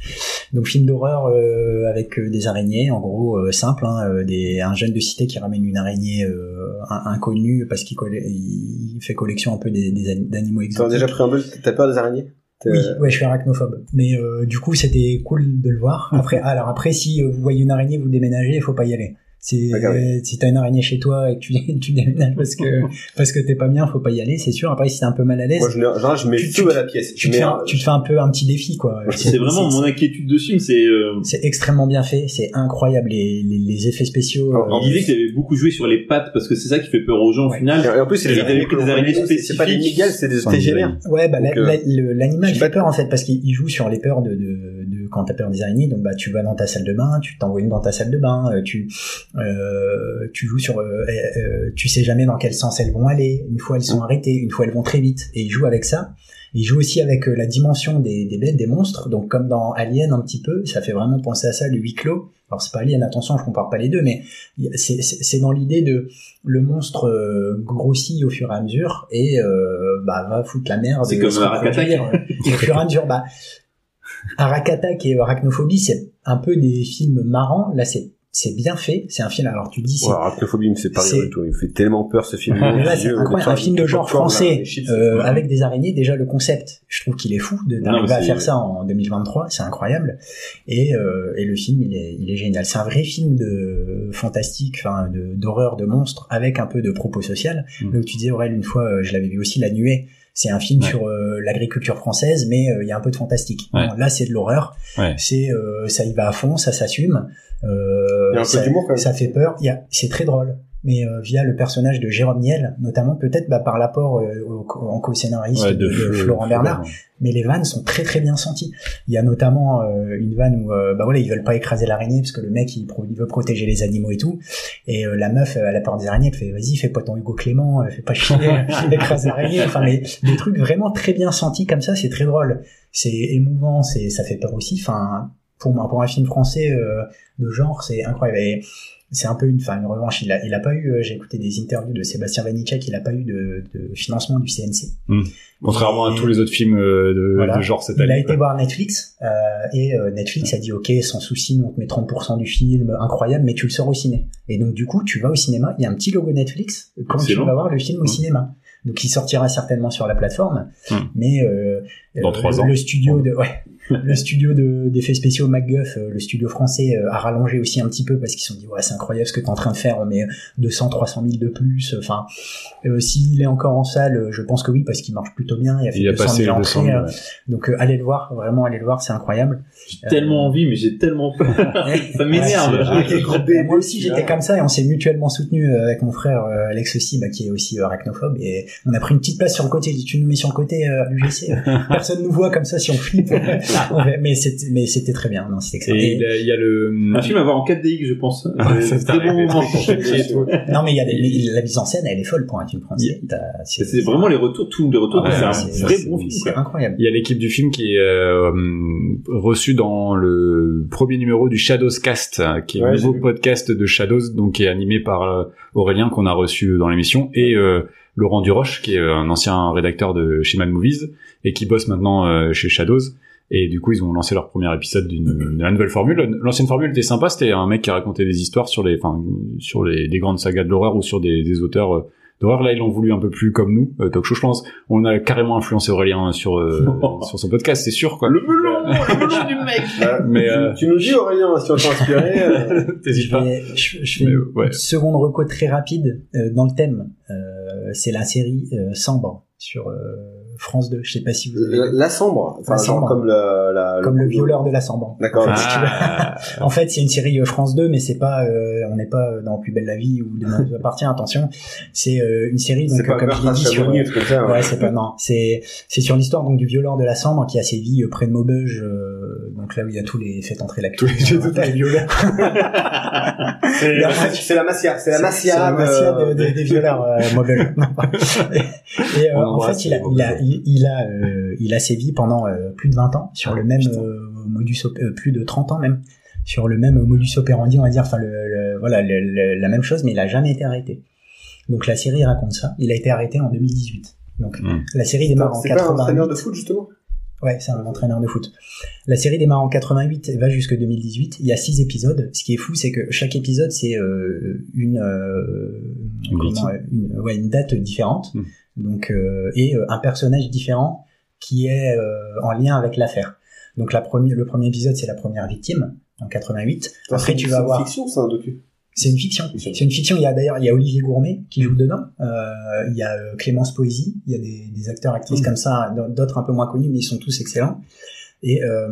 S3: Donc film d'horreur euh, avec euh, des araignées, en gros euh, simple, hein, euh, des, un jeune de cité qui ramène une araignée euh, in- inconnue parce qu'il colle- il fait collection un peu des, des ani- d'animaux
S1: T'as
S3: exotiques.
S1: déjà pris un peu, t'as peur des araignées? T'as-
S3: Oui, ouais, je suis arachnophobe. Mais euh, du coup, c'était cool de le voir.
S1: Hmm.
S3: Après, alors après, si euh, vous voyez une araignée, vous déménagez, il faut pas y aller. C'est euh,
S1: Pas grave.
S3: si t'as une araignée chez toi et que tu, tu déménages parce que parce que t'es pas bien, faut pas y aller, c'est sûr. Après, si t'es un peu mal à l'aise,
S1: Moi, je, genre, je mets
S3: Tu-
S1: tout
S3: tu-
S1: à la pièce.
S3: tu,
S1: Je
S3: te
S1: mets
S3: fais
S1: un-
S3: un, tu te fais un peu un petit défi, quoi.
S4: C'est vraiment mon inquiétude de ce film. C'est... Euh,
S3: c'est extrêmement bien fait, c'est incroyable les, les, les effets spéciaux. euh,
S1: Alors, en
S4: il disait qu'il avait beaucoup joué sur les pattes parce que c'est ça qui fait peur aux gens au
S3: Ouais.
S4: final.
S1: Et en plus, c'est des
S4: Et
S1: araignées
S4: avec des araignées
S1: colorées, c'est- C'est pas des
S4: spécifiques.
S1: migales, c'est des
S2: Enfin, des
S1: TGR.
S2: araignées.
S3: Ouais, bah, la-
S1: Donc, euh,
S3: la- le- l'animal
S1: j'ai
S3: fait
S1: pas
S3: peur en fait parce qu'il il joue sur les peurs de, de, de quand t'as peur des araignées. Donc bah tu vas dans ta salle de bain, tu t'envoies une dans ta salle de bain, euh, tu euh, tu joues sur, euh, euh, euh, tu sais jamais dans quel sens elles vont aller. Une fois elles
S1: Mm.
S3: sont arrêtées, une fois elles vont très vite. Et il joue avec ça. Il joue aussi avec euh, la dimension des, des bêtes, des monstres. Donc comme dans Alien un petit peu, ça fait vraiment penser à ça le huis clos. Alors c'est pas Alien, attention, je compare pas les deux, mais il y a- c'est- c'est c'est dans l'idée de le monstre euh, grossit au fur et à mesure et euh, bah, va foutre la merde.
S4: C'est comme
S3: Se reproduire, euh, au fur et à mesure, bah, Arakatak et Arachnophobie, c'est un peu des films marrants. Là, c'est c'est bien fait. C'est un film. Alors tu dis, c'est
S1: Ouais, Arachnophobie, il me fait pas rire
S3: C'est-
S1: du tout. Il me fait tellement peur ce film.
S3: Mais là, c'est
S1: Dieu,
S3: incroyable.
S1: le
S3: Un film de genre
S1: popcorn, là,
S3: français
S1: les chips,
S3: euh,
S1: c'est-
S3: avec des araignées. Déjà le concept, je trouve qu'il est fou de d'arriver
S4: mais
S3: à
S4: c'est-
S3: faire ça en 2023. C'est incroyable. Et, euh, et le film, il est, il est génial. C'est un vrai film de fantastique, enfin de- d'horreur, de, monstres, avec un peu de propos social.
S2: Mm.
S3: Là où tu disais Aurel une fois, euh, je l'avais vu aussi La Nuée. C'est un film
S2: Ouais.
S3: sur euh, l'agriculture française, mais euh, il y a un peu de fantastique.
S2: Ouais.
S3: Là, c'est de l'horreur.
S2: Ouais.
S3: C'est euh, ça y va à fond, ça s'assume. Euh,
S1: Il y a un peu
S3: ça- Euh,
S1: d'humour, quand même.
S3: ça fait peur. Il y a- C'est très drôle. mais euh, via le personnage de Jérôme Niel, notamment peut-être bah, par l'apport euh, au- en co-scénariste
S2: Ouais,
S3: de, de
S2: Flo-
S3: Florent Bernard, mais les vannes sont très très bien senties. Il y a notamment euh, une vanne où euh, bah voilà, ils veulent pas écraser l'araignée parce que le mec il, pro- il veut protéger les animaux et tout, et euh, la meuf euh, à la porte des araignées elle fait vas-y fais pas ton Hugo Clément, euh, fais pas chier, écrase l'araignée, enfin mais des trucs vraiment très bien sentis comme ça, c'est très drôle, c'est émouvant, c'est ça fait peur aussi, enfin pour moi pour un film français euh, de genre c'est incroyable. Et, c'est un peu une, enfin une revanche. Il a, il a pas eu. euh, J'ai écouté des interviews de Sébastien Vanitschek. Il a pas eu de, de financement du CNC.
S2: Contrairement à
S3: Et-
S2: tous les autres films euh, de,
S3: Voilà.
S2: de genre cette
S3: Il a
S2: année.
S3: été
S2: quoi.
S3: voir Netflix euh, et euh, Netflix a dit ok sans souci nous on te met 30% du film incroyable mais tu le sors au ciné et donc du coup tu vas au cinéma il y a un petit logo Netflix quand tu
S4: Excellent.
S3: vas voir le film au
S2: Mm.
S3: cinéma donc il sortira certainement sur la plateforme
S2: Mm.
S3: mais euh,
S2: Dans
S3: euh,
S2: trois
S3: le-
S2: ans. Mmh.
S3: le studio de ouais le studio de- d'effets spéciaux MacGuff euh, le studio français euh, a rallongé aussi un petit peu parce qu'ils se sont dit ouais c'est incroyable ce que t'es en train de faire on met 200 300 000 de plus enfin euh, s'il est encore en salle euh, je pense que oui parce qu'il marche plutôt bien il a fait
S2: Il a
S3: 200
S2: passé
S3: 000
S2: les
S3: entrées
S2: 200 000,
S3: euh,
S2: ouais.
S3: donc euh, allez le voir, vraiment allez le voir, c'est incroyable.
S4: J'ai tellement envie, mais j'ai tellement peur. Ça m'énerve.
S3: Ouais,
S1: Ah, quel gros bébé,
S3: moi aussi
S1: celui-là.
S3: j'étais comme ça et on s'est mutuellement soutenu avec mon frère euh, Alex aussi, bah, qui est aussi arachnophobe et on a pris une petite place sur le côté. J'ai dit, tu nous mets sur le côté euh, l'UGC. Personne nous voit comme ça si on flippe. Ouais, mais c'était mais c'était très bien, non c'était excellent.
S2: Et
S3: Et-
S2: il a- il y a le.
S3: Ah,
S4: Un film à voir en 4DX, je pense. Euh,
S2: Ouais, Ah, ça,
S4: C'est
S2: c'est
S4: très bon
S2: arrivé,
S4: moment.
S2: des trucs choqués et tout.
S3: non mais il y a des- mais la mise en scène, elle est folle pour un film français. T'as-
S4: C'est vraiment les retours, tout le retour.
S2: Ah ouais,
S4: c'est un
S2: c'est-
S4: vrai
S2: c'est-
S4: bon film.
S3: c'est
S4: quoi.
S3: incroyable.
S2: Il y a l'équipe du film qui est euh, hum, reçue dans le premier numéro du Shadows Cast, hein, qui est
S1: Ouais,
S2: le
S1: j'ai
S2: nouveau
S1: vu.
S2: podcast de Shadows, donc qui est animé par euh, Aurélien qu'on a reçu dans l'émission et euh, Laurent Duroche, qui est euh, un ancien rédacteur de chez Mad Movies et qui bosse maintenant euh, chez Shadows. Et du coup, ils ont lancé leur premier épisode d'une d'une nouvelle formule. L'ancienne formule était sympa, c'était un mec qui racontait des histoires sur les, enfin, sur les des grandes sagas de l'horreur ou sur des, des auteurs euh, d'horreur. Là, ils l'ont voulu un peu plus comme nous, euh, talk show, je pense. On a carrément influencé Aurélien sur euh, sur son podcast, c'est sûr quoi.
S4: Le melon, le melon du mec.
S1: Voilà.
S2: Mais,
S1: Tu-
S2: euh,
S1: tu nous dis Aurélien si on t'en inspiré. euh,
S2: T'hésites
S3: Je
S2: pas.
S3: vais- je- je fais
S2: Mais,
S3: une
S2: euh, ouais.
S3: Une Seconde reco très rapide euh, dans le thème, euh, c'est la série euh, Sambre sur euh, France 2. Je sais pas si vous avez
S1: la, la sambre, enfin
S3: La
S1: genre
S3: sambre.
S1: comme la, la-
S3: comme le violeur de la Sambre.
S1: D'accord.
S3: si tu veux.
S2: Ah.
S3: En fait, c'est une série euh, France 2, mais c'est pas, euh, on n'est pas euh, dans Plus belle la vie ou Demain nous appartient. Attention, c'est euh, une série donc
S1: Ah, C'est
S3: euh,
S1: pas
S3: comme je l'ai dit sur,
S1: Bertrand comme ça.
S3: Ouais, c'est pas non, c'est c'est sur l'histoire donc du violeur de la Sambre qui a sévi euh, près de Maubeuge, euh, donc là où il y a tous les fait entrer la
S2: Tous les- tous les
S3: violeurs,
S1: C'est
S3: la-
S1: c'est la massia, c'est la
S3: c'est
S1: massia.
S3: la massia
S1: de-
S3: de- de- des violeurs euh, Maubeuge. Non, pas. Et, et, euh,
S2: On
S3: en
S2: embrasse
S3: fait, il a
S2: les
S3: il a
S2: Maubeugeois.
S3: il, il a euh, il a sévi pendant euh, plus de 20 ans sur le même euh, modus op- euh, plus de 30 ans même sur le même modus operandi, on va dire, enfin le, le- voilà le- le- la même chose, mais il a jamais été arrêté. Donc la série raconte ça. Il a été arrêté en 2018. Donc
S2: Mm.
S3: la série démarre en
S1: C'est pas un
S3: 88.
S1: entraîneur de foot justement.
S3: Ouais, c'est un entraîneur de foot. La série démarre en 88 et va jusque 2018. Il y a six épisodes. Ce qui est fou, c'est que chaque épisode, c'est euh, une, euh,
S2: Une
S3: comment, euh, une- ouais, une date différente.
S2: Mm.
S3: Donc, euh, et euh, un personnage différent qui est euh, en lien avec l'affaire. Donc, la première, le premier épisode, c'est la première victime en 88. Après,
S1: C'est-
S3: tu
S1: c'est
S3: vas
S1: une
S3: voir.
S1: Fiction, c'est un docu.
S3: C'est une fiction.
S1: Fiction.
S3: C'est une fiction. Il y a d'ailleurs, il y a Olivier Gourmet qui joue dedans. Euh, il y a euh, Clémence Poésie. Il y a des, des acteurs, actrices comme ça, d'autres un peu moins connus, mais ils sont tous excellents. Et euh,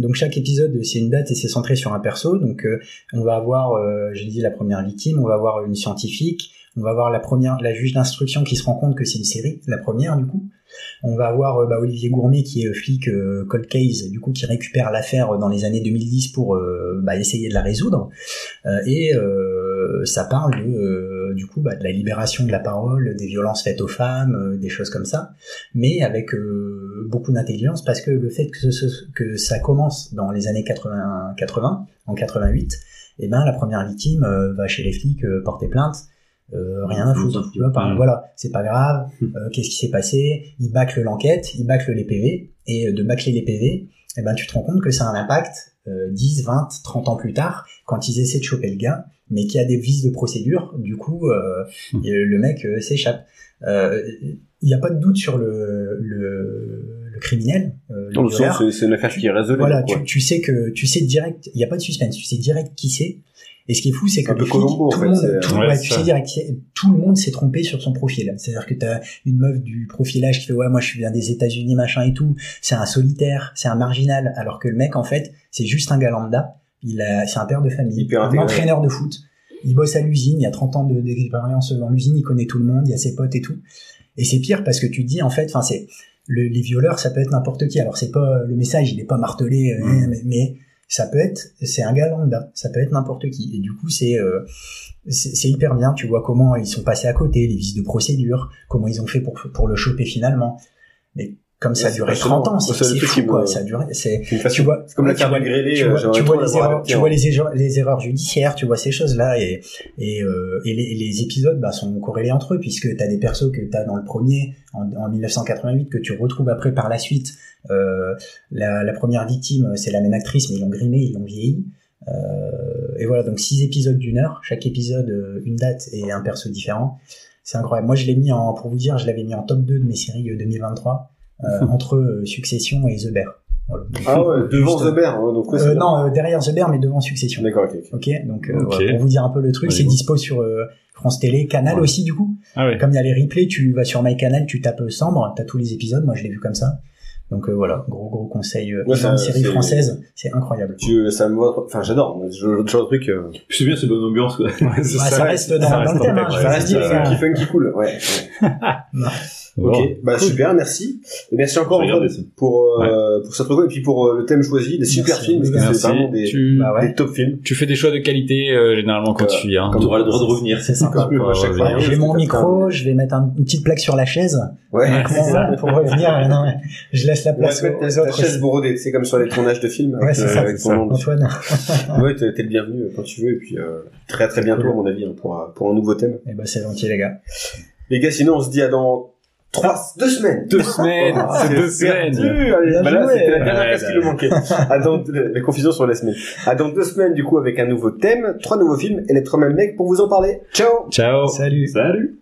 S3: donc chaque épisode, c'est une date et c'est centré sur un perso. Donc euh, on va avoir, euh, j'ai dit la première victime, on va avoir une scientifique, on va avoir la première, la juge d'instruction qui se rend compte que c'est une série, la première du coup. On va avoir euh, bah, Olivier Gourmet qui est euh, flic euh, cold case, du coup qui récupère l'affaire euh, dans les années 2010 pour euh, bah, essayer de la résoudre. Euh, et euh, ça parle de, euh, du coup bah, de la libération de la parole, des violences faites aux femmes, euh, des choses comme ça, mais avec euh, beaucoup d'intelligence parce que le fait que, ce- ce- que ça commence dans les années 80, 80 en 88, et ben la première victime euh, va chez les flics euh, porter plainte. euh, rien à foutre, tu vois, par- voilà, c'est pas grave, euh, qu'est-ce qui s'est passé, ils bâclent l'enquête, ils bâclent les PV, et euh, de bâcler les PV, eh ben, tu te rends compte que ça a un impact euh, 10, 20, 30 ans plus tard, quand ils essaient de choper le gars, mais qu'il y a des vices de procédure, du coup, euh,
S2: Hmm.
S3: et le mec euh, s'échappe. Euh, Il n'y a pas de doute sur le, le, le criminel, euh, le violeur.
S1: c'est une affaire qui est résolue.
S3: Voilà, tu, tu sais que tu sais direct, il n'y a pas de suspense, tu sais direct qui c'est. Et ce qui est fou, c'est que
S1: Un peu
S3: les flics,
S1: Columbo, en
S3: tout,
S1: fait,
S3: le monde,
S1: c'est- euh,
S3: tout,
S2: Ouais,
S3: ouais,
S2: c'est
S3: tu
S2: ça.
S3: sais direct, c'est- tout le monde s'est trompé sur son profil. C'est-à-dire que t'as une meuf du profilage qui fait ouais, moi je viens des États-Unis, machin et tout. C'est un solitaire, c'est un marginal, alors que le mec en fait, c'est juste un gars lambda. Il a, c'est un père de famille,
S1: Hyper
S3: un
S1: intégré.
S3: entraîneur de foot. Il bosse à l'usine, il y a 30 ans de- d'expérience dans l'usine, il connaît tout le monde, il y a ses potes et tout. Et c'est pire parce que tu te dis, en fait, enfin, c'est, le- les violeurs, ça peut être n'importe qui. Alors, c'est pas, le message, il est pas martelé, euh,
S1: Mmh.
S2: Mm.
S3: mais, mais ça peut être, c'est un gars lambda, ça peut être n'importe qui. Et du coup, c'est, euh, c'est c'est hyper bien. Tu vois comment ils sont passés à côté, les vices de procédure, comment ils ont fait pour, pour le choper finalement. Mais comme ça a
S1: Ouais, c'est
S3: duré
S1: passionnant.
S3: 30 ans, c'est
S1: C'est le
S3: c'est
S1: truc
S3: fou,
S1: qui
S3: quoi.
S1: me-
S3: Ça a duré, c'est,
S1: C'est une façon-
S3: tu vois,
S1: c'est comme la
S3: tu
S1: carte
S3: vois-
S1: grêlée,
S3: tu
S1: euh,
S3: vois,
S1: j'aurais
S3: tu
S1: trop
S3: vois
S1: à la
S3: les
S1: voir
S3: erreurs,
S1: adaptée
S3: tu
S1: en-
S3: vois les erreurs, les erreurs judiciaires, tu vois ces choses-là et et, euh, et les, les épisodes bah, sont corrélés entre eux puisque t'as des persos que t'as dans le premier en, en 1988 que tu retrouves après par la suite. Euh, la, la première victime, c'est la même actrice, mais ils l'ont grimée, ils l'ont vieillie. Euh, et voilà, donc six épisodes d'une heure, chaque épisode euh, une date et un perso différent. C'est incroyable. Moi, je l'ai mis en, pour vous dire, je l'avais mis en top 2 de mes séries euh, 2023 euh, entre euh, Succession et The Bear. Voilà. Donc,
S1: Ah ouais, devant
S3: Juste-
S1: The Bear. hein, donc ouais,
S3: euh,
S1: c'est bien.
S3: non, euh, derrière The Bear, mais devant Succession.
S1: D'accord, ok. ok.
S3: Ok, donc euh,
S2: Ok.
S3: voilà, pour vous dire un peu le truc,
S2: Vas-y.
S3: c'est dispo sur euh, France Télé, Canal
S2: Ouais.
S3: aussi du coup.
S2: Ah ouais.
S3: Comme il y a les replays, tu vas sur MyCanal, tu tapes euh, Sambre, t'as tous les épisodes. Moi, je l'ai vu comme ça. Donc euh, voilà, gros gros conseil. euh,
S1: Ouais,
S3: dans
S1: ça,
S3: une série
S1: c'est-
S3: française, c'est incroyable.
S1: Dieu, ça me voit- Enfin, j'adore. Je je- je vois le truc. euh,
S4: Je sais bien, c'est bonne ambiance, quoi.
S2: Ouais, c'est
S3: Bah, ça reste dans- dans le
S2: en
S3: thème,
S2: tête,
S3: hein,
S2: ouais.
S3: je
S1: Ça
S3: Ouais,
S1: reste
S3: c'est-
S1: funky, euh, funky, cool. Ouais.
S2: Bon.
S1: Ok. Bah super, merci. Et Merci encore Antoine,
S4: Regardez ça.
S1: pour euh, pour cette reco et puis pour euh, le thème choisi, des super
S3: Merci.
S1: films parce que
S2: Merci.
S1: c'est vraiment des
S2: Tu,
S3: Bah ouais.
S1: des top films.
S2: tu fais des choix de qualité euh, généralement quand
S1: Euh,
S2: tu y es. Hein.
S4: On aura le droit de revenir.
S3: C'est sympa.
S2: Ouais, ouais,
S3: Alors, je
S1: j'ai
S3: vais mon micro, je vais mettre un- une petite plaque sur la chaise.
S1: Ouais.
S3: Comment on va pour revenir euh, non, ouais. Je laisse la
S1: On va
S3: place
S1: se mettre
S3: aux,
S1: ta
S3: aux
S1: ta
S3: autres.
S1: chaise bourrodée, c'est comme sur les tournages de films.
S3: Ouais,
S1: avec,
S3: c'est
S1: euh,
S3: ça,
S1: avec
S2: c'est
S1: ton
S2: ça.
S1: nom dessus.
S3: Antoine.
S1: Ouais, t'es t'es le bienvenu euh, quand tu veux et puis euh, très très bientôt à mon avis hein, pour un- pour un nouveau thème.
S3: Eh ben, c'est gentil les gars.
S1: Les gars, sinon on se dit à dans trois, deux semaines.
S2: Deux semaines,
S1: Ah,
S2: c'est deux
S1: c'est perdu.
S2: semaines.
S1: Allez,
S3: Oh, Bien
S1: bah là,
S3: joué.
S1: c'était la dernière
S2: Ouais,
S1: place
S2: bah,
S1: qui nous manquait. À dans deux- les confusions sur la semaine. À dans deux semaines, du coup, avec un nouveau thème, trois nouveaux films et les trois mêmes mecs pour vous en parler. Ciao!
S2: Ciao.
S3: Salut.
S4: Salut!